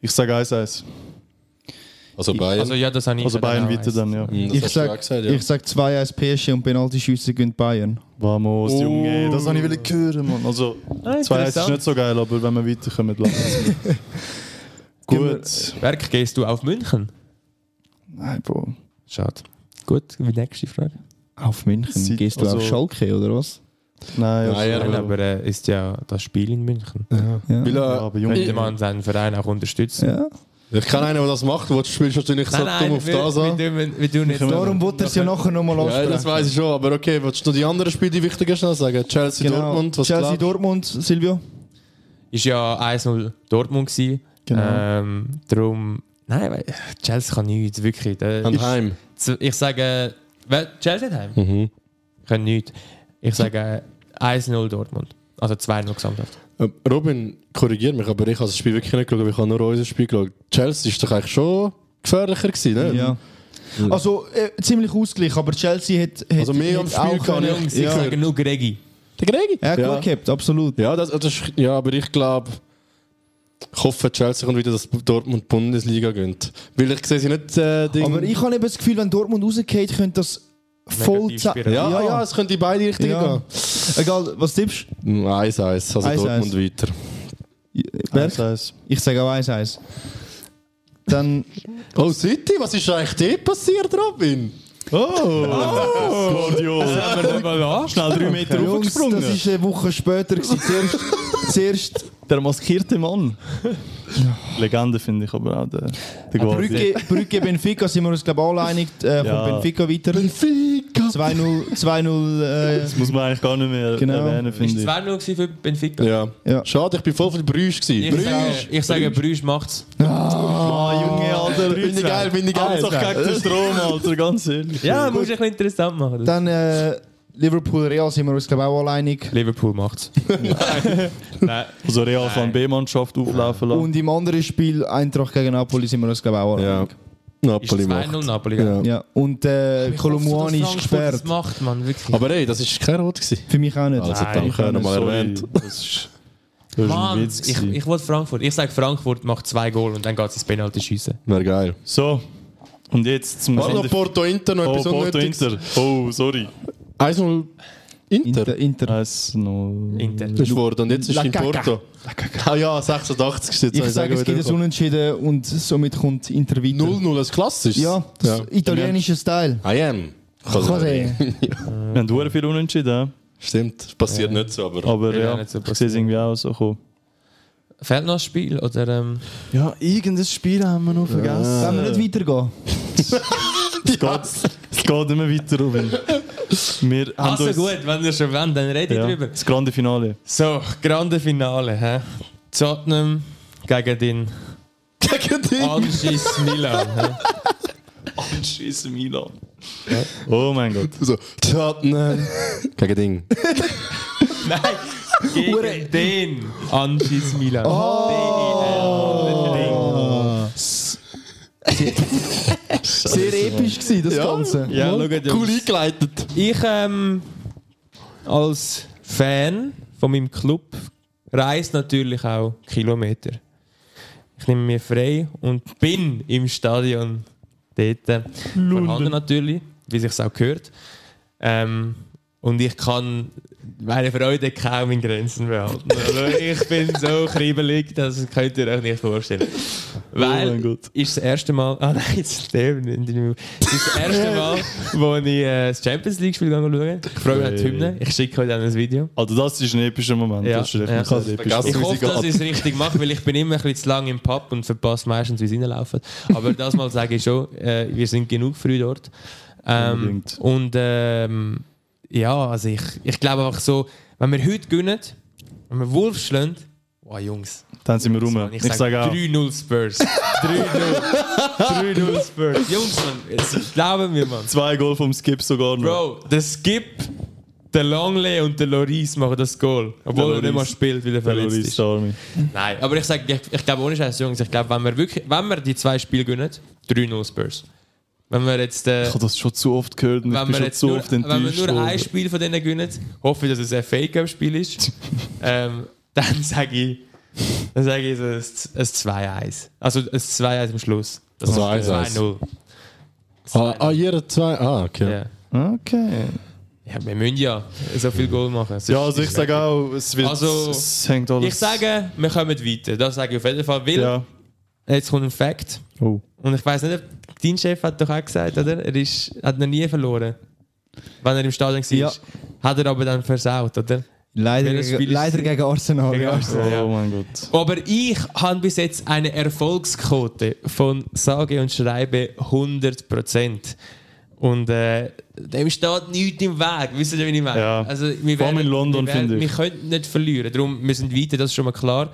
[SPEAKER 1] Ich sage 1-1.
[SPEAKER 4] Also Bayern.
[SPEAKER 2] Also ja, das habe ich
[SPEAKER 1] Also
[SPEAKER 2] dann
[SPEAKER 1] Bayern
[SPEAKER 2] auch
[SPEAKER 1] weiter
[SPEAKER 2] eins.
[SPEAKER 1] dann, ja.
[SPEAKER 4] Hm, das
[SPEAKER 3] Ich
[SPEAKER 4] hast du
[SPEAKER 3] sag,
[SPEAKER 4] auch gesagt, ja.
[SPEAKER 3] ich sag 2-1 PSG und Penaltyschüsse gönnt Bayern.
[SPEAKER 1] Vamos,
[SPEAKER 4] Oh.
[SPEAKER 1] Junge. Das habe ich wollen hören, Mann. Also, 2-1 ist
[SPEAKER 2] interessant.
[SPEAKER 1] nicht so geil, aber wenn wir weiterkommen, lassen wir es. Gut.
[SPEAKER 2] Berg, gehst du auf München?
[SPEAKER 1] Nein, Bro.
[SPEAKER 2] Schade. Gut, wie nächste Frage.
[SPEAKER 3] Auf München?
[SPEAKER 1] Sie-
[SPEAKER 3] Gehst du
[SPEAKER 1] also-
[SPEAKER 3] auf Schalke oder was?
[SPEAKER 1] Nein,
[SPEAKER 4] Nein,
[SPEAKER 1] also,
[SPEAKER 4] ja, genau.
[SPEAKER 2] Nein,
[SPEAKER 4] aber-
[SPEAKER 2] aber äh, ist ja das Spiel in München.
[SPEAKER 3] Ja.
[SPEAKER 4] Weil, äh,
[SPEAKER 1] Ja, aber Junge.
[SPEAKER 2] Könnte man seinen Verein auch unterstützen.
[SPEAKER 3] Ja.
[SPEAKER 4] Ich kenne einen, der das macht, wo du spielst natürlich so dumm auf
[SPEAKER 2] wir,
[SPEAKER 4] das
[SPEAKER 2] wir,
[SPEAKER 4] an.
[SPEAKER 2] tun- wir tun jetzt
[SPEAKER 3] Darum wollte er es ja nachher nochmal
[SPEAKER 4] Ja, das
[SPEAKER 3] ansprechen.
[SPEAKER 4] weiß ich schon, aber okay, willst du noch die anderen Spiele, die wichtigen schnell sagen? Chelsea,
[SPEAKER 3] Genau.
[SPEAKER 4] Dortmund, was
[SPEAKER 3] Chelsea,
[SPEAKER 4] glaubst du?
[SPEAKER 3] Dortmund, Silvio.
[SPEAKER 2] Ist ja 1-0 Dortmund gewesen.
[SPEAKER 1] Genau.
[SPEAKER 2] Ähm, darum, nein, weil- Chelsea kann nichts, wirklich. Da-
[SPEAKER 4] Und Heim.
[SPEAKER 2] Ich, ich sage, wer- Chelsea hat heim. Können nichts. Ich sage äh, 1-0 Dortmund. Also 2-0 gesamthaft.
[SPEAKER 4] Äh, Robin, korrigiert mich, aber ich habe das Spiel wirklich nicht geschaut, ich habe nur unser Spiel geschaut. Chelsea ist doch eigentlich schon gefährlicher gewesen, ne?
[SPEAKER 3] Ja. Also äh, ziemlich ausgeglichen, aber Chelsea hat, hat
[SPEAKER 4] Also mehr am
[SPEAKER 3] hat
[SPEAKER 4] Spiel
[SPEAKER 3] auch
[SPEAKER 4] kann
[SPEAKER 3] können-
[SPEAKER 2] Jungs, ich
[SPEAKER 3] ja.
[SPEAKER 2] sage nur Gregi.
[SPEAKER 4] Der Gregi?
[SPEAKER 3] Ja,
[SPEAKER 4] Ja.
[SPEAKER 3] gut gehabt, absolut.
[SPEAKER 4] Ja, das, das ist, ja, aber ich glaube, ich hoffe, Chelsea kommt wieder, dass Dortmund die Bundesliga gönnt. Weil ich sehe sie nicht. Äh, Ding-
[SPEAKER 3] Aber ich habe eben das Gefühl, wenn Dortmund rausgeht, könnte das voll...
[SPEAKER 2] Negativ
[SPEAKER 3] za-
[SPEAKER 2] spielen.
[SPEAKER 4] ja, ja, ja, es könnte in beide Richtungen
[SPEAKER 3] Ja. Egal, was tippst du?
[SPEAKER 4] gehen. 1-1, also
[SPEAKER 3] 1-1.
[SPEAKER 4] Dortmund weiter.
[SPEAKER 3] Berg?
[SPEAKER 1] 1-1.
[SPEAKER 3] Ich sage auch 1-1. Dann...
[SPEAKER 4] Oh, City, was ist eigentlich dort passiert, Robin?
[SPEAKER 1] Oh.
[SPEAKER 2] Aber nicht mal an.
[SPEAKER 1] Schnell 3 Meter
[SPEAKER 3] Jungs,
[SPEAKER 1] hochgesprungen.
[SPEAKER 3] das ist eine Woche später. gewesen. Zuerst, zuerst
[SPEAKER 1] Der maskierte Mann. Legende finde ich aber auch der, der Guardi.
[SPEAKER 3] Brücke, Brücke Benfica, sind wir uns glaube ich alle einig, äh,
[SPEAKER 1] Ja.
[SPEAKER 3] von Benfica weiter.
[SPEAKER 4] Benfica!
[SPEAKER 3] 2-0, 2-0,
[SPEAKER 1] Das muss man eigentlich gar nicht mehr
[SPEAKER 3] Genau.
[SPEAKER 1] erwähnen,
[SPEAKER 2] Ist
[SPEAKER 1] finde ich.
[SPEAKER 2] 2-0 gewesen für Benfica?
[SPEAKER 4] Ja.
[SPEAKER 3] Ja.
[SPEAKER 4] Schade, ich bin voll von
[SPEAKER 2] Ich,
[SPEAKER 4] Brüsch gewesen.
[SPEAKER 2] sage, ich sage, Brüsch macht's.
[SPEAKER 1] Ah, Junge, Alter.
[SPEAKER 4] Finde ich geil, finde ich geil.
[SPEAKER 1] Hauptsache gegen den Strom, Alter, ganz ehrlich.
[SPEAKER 2] Ja, muss ich ein bisschen interessant machen.
[SPEAKER 3] äh, dann äh, Liverpool Real sind wir uns glaube ich auch alle einig.
[SPEAKER 2] Liverpool macht's. Nein.
[SPEAKER 1] Also Real kann B-Mannschaft auflaufen lassen.
[SPEAKER 3] Und im anderen Spiel Eintracht gegen Napoli sind wir uns glaube ich auch alle
[SPEAKER 4] Ja.
[SPEAKER 3] einig.
[SPEAKER 2] Ist
[SPEAKER 4] Napoli macht.
[SPEAKER 2] 2-0 Napoli.
[SPEAKER 4] Ja.
[SPEAKER 3] Ja. Und äh,
[SPEAKER 2] Ich hoffe,
[SPEAKER 3] Kolumuani
[SPEAKER 2] dass
[SPEAKER 3] ist
[SPEAKER 2] Frankfurt
[SPEAKER 3] gesperrt.
[SPEAKER 2] Das macht man wirklich.
[SPEAKER 4] Aber ey, das ist kein Rot gewesen.
[SPEAKER 3] Für mich auch nicht.
[SPEAKER 4] Also,
[SPEAKER 2] Nein,
[SPEAKER 4] danke, nochmal
[SPEAKER 1] Sorry,
[SPEAKER 4] erwähnt.
[SPEAKER 1] Das ist, das ist ein
[SPEAKER 2] Mann,
[SPEAKER 1] Witz.
[SPEAKER 2] ich,
[SPEAKER 1] gewesen.
[SPEAKER 2] ich wollte Frankfurt. Ich sage, Frankfurt macht zwei Goal und dann geht es ins Penalty schiessen.
[SPEAKER 4] Wäre geil.
[SPEAKER 1] So, und jetzt zum
[SPEAKER 4] Warte noch Porto Inter noch
[SPEAKER 1] Oh,
[SPEAKER 4] etwas
[SPEAKER 1] Porto
[SPEAKER 4] Unnötiges.
[SPEAKER 1] Inter. Oh, sorry.
[SPEAKER 4] 1-0 Inter.
[SPEAKER 3] Inter. Inter.
[SPEAKER 1] 1-0.
[SPEAKER 2] Inter.
[SPEAKER 4] ist geworden und jetzt ist
[SPEAKER 3] La
[SPEAKER 4] in
[SPEAKER 3] Caca.
[SPEAKER 4] Porto. Ah ja, 86 ist jetzt.
[SPEAKER 3] Ich sage, es gibt ein Unentschieden und somit kommt Inter weiter.
[SPEAKER 4] 0-0 ist klassisch.
[SPEAKER 3] Ja, das italienische Style.
[SPEAKER 4] I am.
[SPEAKER 3] Cos'è?
[SPEAKER 1] Wir haben sehr viel unentschieden,
[SPEAKER 4] Stimmt, passiert nicht so, aber.
[SPEAKER 1] aber
[SPEAKER 2] Ja,
[SPEAKER 1] ja,
[SPEAKER 2] nicht so
[SPEAKER 1] ich sehe es irgendwie auch so gekommen.
[SPEAKER 2] Fehlt noch ein Spiel? Oder, ähm,
[SPEAKER 1] Ja, irgendein Spiel haben wir noch vergessen.
[SPEAKER 3] Wollen wir nicht weitergehen?
[SPEAKER 1] Es geht, es geht immer weiter, Robin. Wir haben
[SPEAKER 2] also
[SPEAKER 1] uns-
[SPEAKER 2] gut, wenn ihr schon wollt, dann redet
[SPEAKER 1] Ja,
[SPEAKER 2] drüber.
[SPEAKER 1] das grande Finale.
[SPEAKER 2] So, Grande Finale. Hä? Tottenham gegen den
[SPEAKER 4] Gegen dich!
[SPEAKER 2] Anschiss Milan. hä?
[SPEAKER 1] Scheiße, Milan. Oh mein Gott.
[SPEAKER 4] So, Tottenham. Gegen Ding.
[SPEAKER 2] Nein, gegen den Anschiss Milan.
[SPEAKER 3] Oh.
[SPEAKER 1] Oh.
[SPEAKER 3] Sehr episch gewesen, das Ganze.
[SPEAKER 2] Ja, schau, Jungs.
[SPEAKER 4] Cool eingeleitet.
[SPEAKER 2] Ich ähm, als Fan von meinem Club reise natürlich auch Kilometer. Ich nehme mir frei und bin im Stadion dort. äh, Vorhanden natürlich, wie sich's auch gehört. Ähm, Und ich kann meine Freude kaum in Grenzen behalten. Also ich bin so kribbelig, das könnt ihr euch nicht vorstellen.
[SPEAKER 1] Oh mein
[SPEAKER 2] Weil
[SPEAKER 1] Gott.
[SPEAKER 2] ist das erste Mal. Ah nein, jetzt der nicht mehr. Das ist das erste Mal, wo ich äh, das Champions League-Spiel schaue. Ich freue mich auf die Hymne. Ich schicke euch dann ein Video.
[SPEAKER 1] Also das ist ein epischer Moment.
[SPEAKER 2] Ja,
[SPEAKER 1] das ist recht.
[SPEAKER 2] ja.
[SPEAKER 1] Man kann es episch
[SPEAKER 4] Vergessen
[SPEAKER 1] machen.
[SPEAKER 2] Ich
[SPEAKER 4] Musik
[SPEAKER 2] hoffe, dass
[SPEAKER 1] ab.
[SPEAKER 2] ich es richtig mache, weil ich bin immer ein bisschen zu lange im Pub und verpasse meistens, wie es reinlaufen. Aber das mal sage ich schon, äh, wir sind genug früh dort. Ähm,
[SPEAKER 1] Unbedingt.
[SPEAKER 2] und ähm, ja, also ich, ich glaube einfach so, wenn wir heute gewinnen, wenn wir Wolves schlagen, wow Jungs,
[SPEAKER 1] Dann sind wir rum.
[SPEAKER 2] Mann,
[SPEAKER 1] Ich sage auch.
[SPEAKER 2] 3-0 Spurs. 3-0 3-0 Spurs. Jungs, Mann, jetzt glauben wir, Mann.
[SPEAKER 1] Zwei Goal vom Skip sogar noch.
[SPEAKER 2] Bro, der Skip, der Longley und der Loris machen das Goal. Obwohl
[SPEAKER 1] Der
[SPEAKER 2] er nicht mal
[SPEAKER 1] Lloris.
[SPEAKER 2] spielt, weil er
[SPEAKER 1] Der
[SPEAKER 2] verletzt
[SPEAKER 1] Lloris
[SPEAKER 2] ist.
[SPEAKER 1] Stormy.
[SPEAKER 2] Nein, aber ich sage, ich, ich glaube ohne Scheiß, Jungs, ich glaube, wenn wir wirklich, wenn wir die zwei Spiele gewinnen, 3-0 Spurs. Wenn wir jetzt, äh,
[SPEAKER 1] Ich habe das schon zu oft gehört und ich
[SPEAKER 2] wenn
[SPEAKER 1] bin
[SPEAKER 2] wir
[SPEAKER 1] schon
[SPEAKER 2] jetzt
[SPEAKER 1] zu
[SPEAKER 2] nur,
[SPEAKER 1] oft
[SPEAKER 2] wenn wir
[SPEAKER 1] enttäuscht.
[SPEAKER 2] nur ein
[SPEAKER 1] worden.
[SPEAKER 2] Spiel von denen gewinnen, hoffe ich, dass es ein FA Cup Spiel ist, ähm, dann sage ich, dann sage ich so ein, ein 2-1. Also ein 2-1 am Schluss. Das ist
[SPEAKER 4] 2-1.
[SPEAKER 2] 2-0.
[SPEAKER 4] Ah, ah, jeder zwei. Ah, okay.
[SPEAKER 2] Ja.
[SPEAKER 1] Okay.
[SPEAKER 2] ja, wir müssen ja so viel Goal machen. Sonst
[SPEAKER 1] Ja, also
[SPEAKER 2] ist
[SPEAKER 1] ich
[SPEAKER 2] es
[SPEAKER 1] sage
[SPEAKER 2] weg.
[SPEAKER 1] auch, es wird.
[SPEAKER 2] Also,
[SPEAKER 1] es hängt alles.
[SPEAKER 2] Ich sage, wir kommen weiter. Das sage ich auf jeden Fall. Weil,
[SPEAKER 1] Ja.
[SPEAKER 2] jetzt kommt ein Fact.
[SPEAKER 1] Oh.
[SPEAKER 2] Und ich weiß nicht, ob dein Chef hat doch auch gesagt, oder? Er ist, hat noch nie verloren. Wenn er im Stadion war.
[SPEAKER 3] Ja.
[SPEAKER 2] Hat er aber dann versaut, oder?
[SPEAKER 3] Leider,
[SPEAKER 2] Welches
[SPEAKER 3] gegen-
[SPEAKER 2] Spiel ist
[SPEAKER 3] leider
[SPEAKER 2] sie?
[SPEAKER 3] gegen Arsenal.
[SPEAKER 2] Gegen
[SPEAKER 3] ja.
[SPEAKER 2] Arsenal.
[SPEAKER 1] Oh
[SPEAKER 2] Ja.
[SPEAKER 1] mein Gott.
[SPEAKER 2] Aber ich habe bis jetzt eine Erfolgsquote von sage und schreibe 100%. Und äh, dem steht nichts im Weg, wisst ihr, wie ich meine?
[SPEAKER 1] Ja.
[SPEAKER 2] Also, wir
[SPEAKER 1] Vor allem
[SPEAKER 2] werden-
[SPEAKER 1] in London,
[SPEAKER 2] wir werden-
[SPEAKER 1] finde ich.
[SPEAKER 2] Wir können nicht verlieren, darum wir sind weiter, das ist schon mal klar.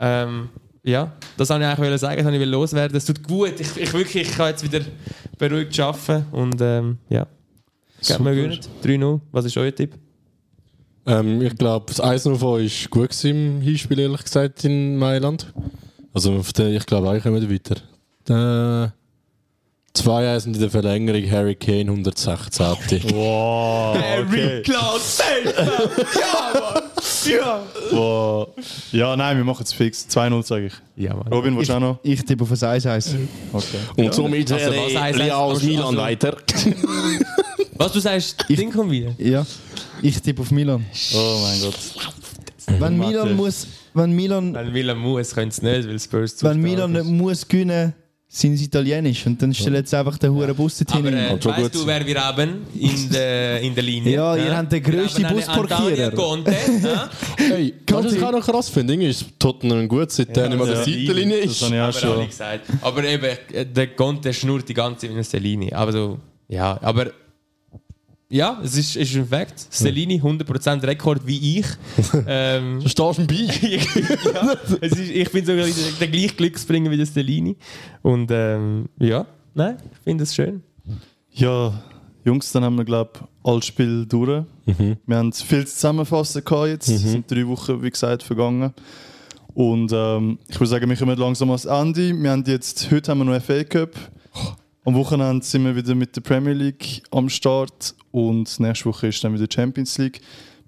[SPEAKER 2] Ähm, ja, das wollte ich eigentlich wollen sagen, das wollte ich loswerden. Es tut gut, ich, ich wirklich ich kann jetzt wieder beruhigt arbeiten und ähm, ja. Geben wir gewinnen. 3-0, was ist euer Tipp?
[SPEAKER 4] Ähm, ich glaube, das 1-0 von euch war gut gewesen im Hinspiel, ehrlich gesagt, in Mailand. Also auf den, ich glaube, auch kommen wir weiter. Äh, 2-1 und in der Verlängerung Harry Kane 116.
[SPEAKER 1] Wow. Ah, Okay.
[SPEAKER 2] Klaus,
[SPEAKER 1] wow. Ja, nein, wir machen es fix. 2-0 sage ich.
[SPEAKER 2] Ja, Mann.
[SPEAKER 1] Robin, willst du auch noch?
[SPEAKER 3] Ich tippe auf das 1-1.
[SPEAKER 1] Okay.
[SPEAKER 4] Und somit
[SPEAKER 2] Also, was
[SPEAKER 4] wäre
[SPEAKER 2] heisst
[SPEAKER 4] Real
[SPEAKER 2] das?
[SPEAKER 4] aus Milan
[SPEAKER 2] Also-
[SPEAKER 4] weiter.
[SPEAKER 2] Was du sagst, Ding kommt wieder.
[SPEAKER 3] Ja. Ich tippe auf Milan.
[SPEAKER 1] Oh mein Gott.
[SPEAKER 3] Wenn
[SPEAKER 1] Warte.
[SPEAKER 3] Milan, muss, wenn Milan,
[SPEAKER 2] Wenn Milan muss, können sie nicht, weil Spurs zu
[SPEAKER 3] wenn Milan nicht muss gewinnen, sind sie italienisch. Und dann stellen sie einfach den hohen Bus dort
[SPEAKER 2] Aber
[SPEAKER 3] hin.
[SPEAKER 2] äh,
[SPEAKER 4] schon
[SPEAKER 2] weißt
[SPEAKER 4] gut
[SPEAKER 2] du,
[SPEAKER 4] sein.
[SPEAKER 2] wer wir haben in der, in der Linie?
[SPEAKER 3] Ja, ihr
[SPEAKER 2] Hä?
[SPEAKER 3] habt den
[SPEAKER 2] Wir
[SPEAKER 3] grössten
[SPEAKER 2] haben einen
[SPEAKER 3] Busporkierer.
[SPEAKER 2] Antonio Conte, hä?
[SPEAKER 4] Hey,
[SPEAKER 3] Ganz
[SPEAKER 4] was ich auch noch krass finde, irgendwie ist Tottenham gut, seit der nicht mehr an der
[SPEAKER 1] Ja.
[SPEAKER 4] Seitenlinie
[SPEAKER 1] Das
[SPEAKER 4] ist.
[SPEAKER 1] habe ich auch
[SPEAKER 2] Aber habe ich
[SPEAKER 1] schon.
[SPEAKER 2] gesagt. Aber eben, äh, der Conte schnurrt die ganze in der Linie. Aber so, ja, aber. Ja, es ist, ist ein Fakt. Selini 100% Rekord wie ich. ähm,
[SPEAKER 4] Du stehst ihm bei.
[SPEAKER 2] ja, es ist, ich bin sogar der, der gleiche Glücksbringer wie der Selini. Und ähm, ja, nein, ich finde das schön.
[SPEAKER 1] Ja, Jungs, dann haben wir, glaube ich, alle Spiele durch. Mhm. Wir haben viel zu zusammenfassen gehabt jetzt. Es sind drei Wochen, wie gesagt, vergangen. Und ähm, ich würde sagen, wir kommen langsam ans Ende. Wir haben jetzt, heute haben wir noch FA Cup. Am Wochenende sind wir wieder mit der Premier League am Start und nächste Woche ist dann wieder Champions League.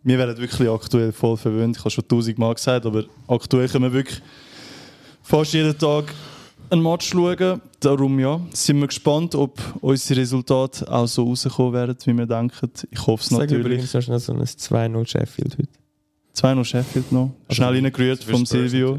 [SPEAKER 1] Wir werden wirklich aktuell voll verwöhnt. Ich habe schon tausendmal gesagt, aber aktuell können wir wirklich fast jeden Tag einen Match schauen. Darum ja, sind wir gespannt, ob unsere Resultate auch so rauskommen werden, wie wir denken. Ich hoffe es
[SPEAKER 2] Sag
[SPEAKER 1] natürlich.
[SPEAKER 2] übrigens noch schnell so ein 2-0 Sheffield heute.
[SPEAKER 1] 2-0 Sheffield noch. Schnell reingerührt vom Silvio.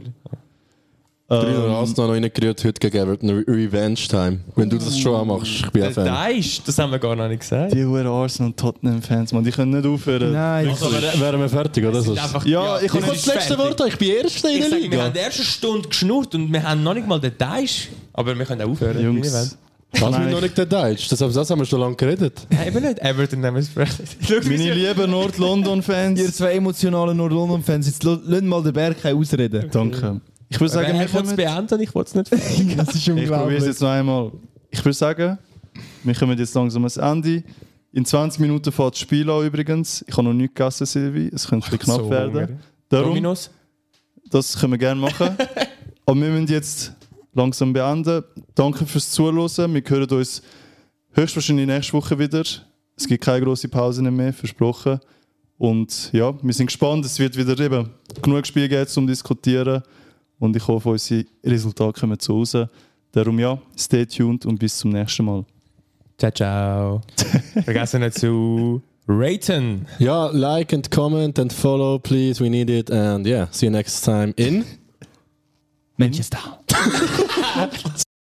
[SPEAKER 4] Bruno
[SPEAKER 1] Ähm,
[SPEAKER 4] Arsenal noch reingerührt heute gegen Everton. Re- Revenge Time. Wenn du das schon auch machst, ich bin auch
[SPEAKER 2] Das,
[SPEAKER 4] Fan.
[SPEAKER 2] das ist, Äh, das haben wir gar noch nicht gesagt.
[SPEAKER 1] die Huren Arsenal und Tottenham-Fans, man, die können nicht aufhören.
[SPEAKER 3] Nein,
[SPEAKER 4] Also, wär- wären wir fertig, oder?
[SPEAKER 2] sind
[SPEAKER 4] sonst?
[SPEAKER 2] äh, einfach-
[SPEAKER 1] Ja, ich
[SPEAKER 2] wir
[SPEAKER 1] habe
[SPEAKER 2] sind
[SPEAKER 1] das
[SPEAKER 2] fertig.
[SPEAKER 4] ich bin Erster
[SPEAKER 2] Ich sage, wir haben die erste Stunde geschnurrt und wir haben noch nicht mal den Teich. Aber wir können auch aufhören. wenn wir
[SPEAKER 1] Jungs.
[SPEAKER 2] wollen.
[SPEAKER 4] Das
[SPEAKER 1] Nein.
[SPEAKER 4] ist noch nicht der Deutsch. Das, das haben wir schon lange geredet.
[SPEAKER 2] Nein, eben nicht. Everton haben wir es
[SPEAKER 1] Meine lieben
[SPEAKER 3] ihr
[SPEAKER 1] Nord-London-Fans.
[SPEAKER 3] zwei emotionalen Nord-London-Fans, jetzt lo- lasst mal den Berg ausreden.
[SPEAKER 1] Danke. Ich würde sagen, wir
[SPEAKER 2] ich wollte
[SPEAKER 1] kommen.
[SPEAKER 2] es beenden, ich wollte es nicht verlieren.
[SPEAKER 3] Das ist
[SPEAKER 1] Ich probiere es jetzt noch einmal. Ich würde sagen, wir kommen jetzt langsam ans Ende. In 20 Minuten fährt das Spiel an übrigens. Ich habe noch nichts gegessen, Silvi. Es könnte ein bisschen knapp
[SPEAKER 2] so Hunger.
[SPEAKER 1] werden. Darum,
[SPEAKER 2] Dominos,
[SPEAKER 1] das können wir gerne machen. Aber wir müssen jetzt langsam beenden. Danke fürs Zuhören. Wir hören uns höchstwahrscheinlich nächste Woche wieder. Es gibt keine grossen Pausen mehr, versprochen. Und ja, wir sind gespannt. Es wird wieder eben genug Spiel geben, um zu diskutieren. Und ich hoffe, unsere Resultate kommen zu raus. Darum ja, stay tuned und bis zum nächsten Mal.
[SPEAKER 2] ciao, ciao. Vergessen nicht zu Raten.
[SPEAKER 4] Ja, like and comment and follow, please. We need it. And yeah, see you next time in.
[SPEAKER 3] Manchester.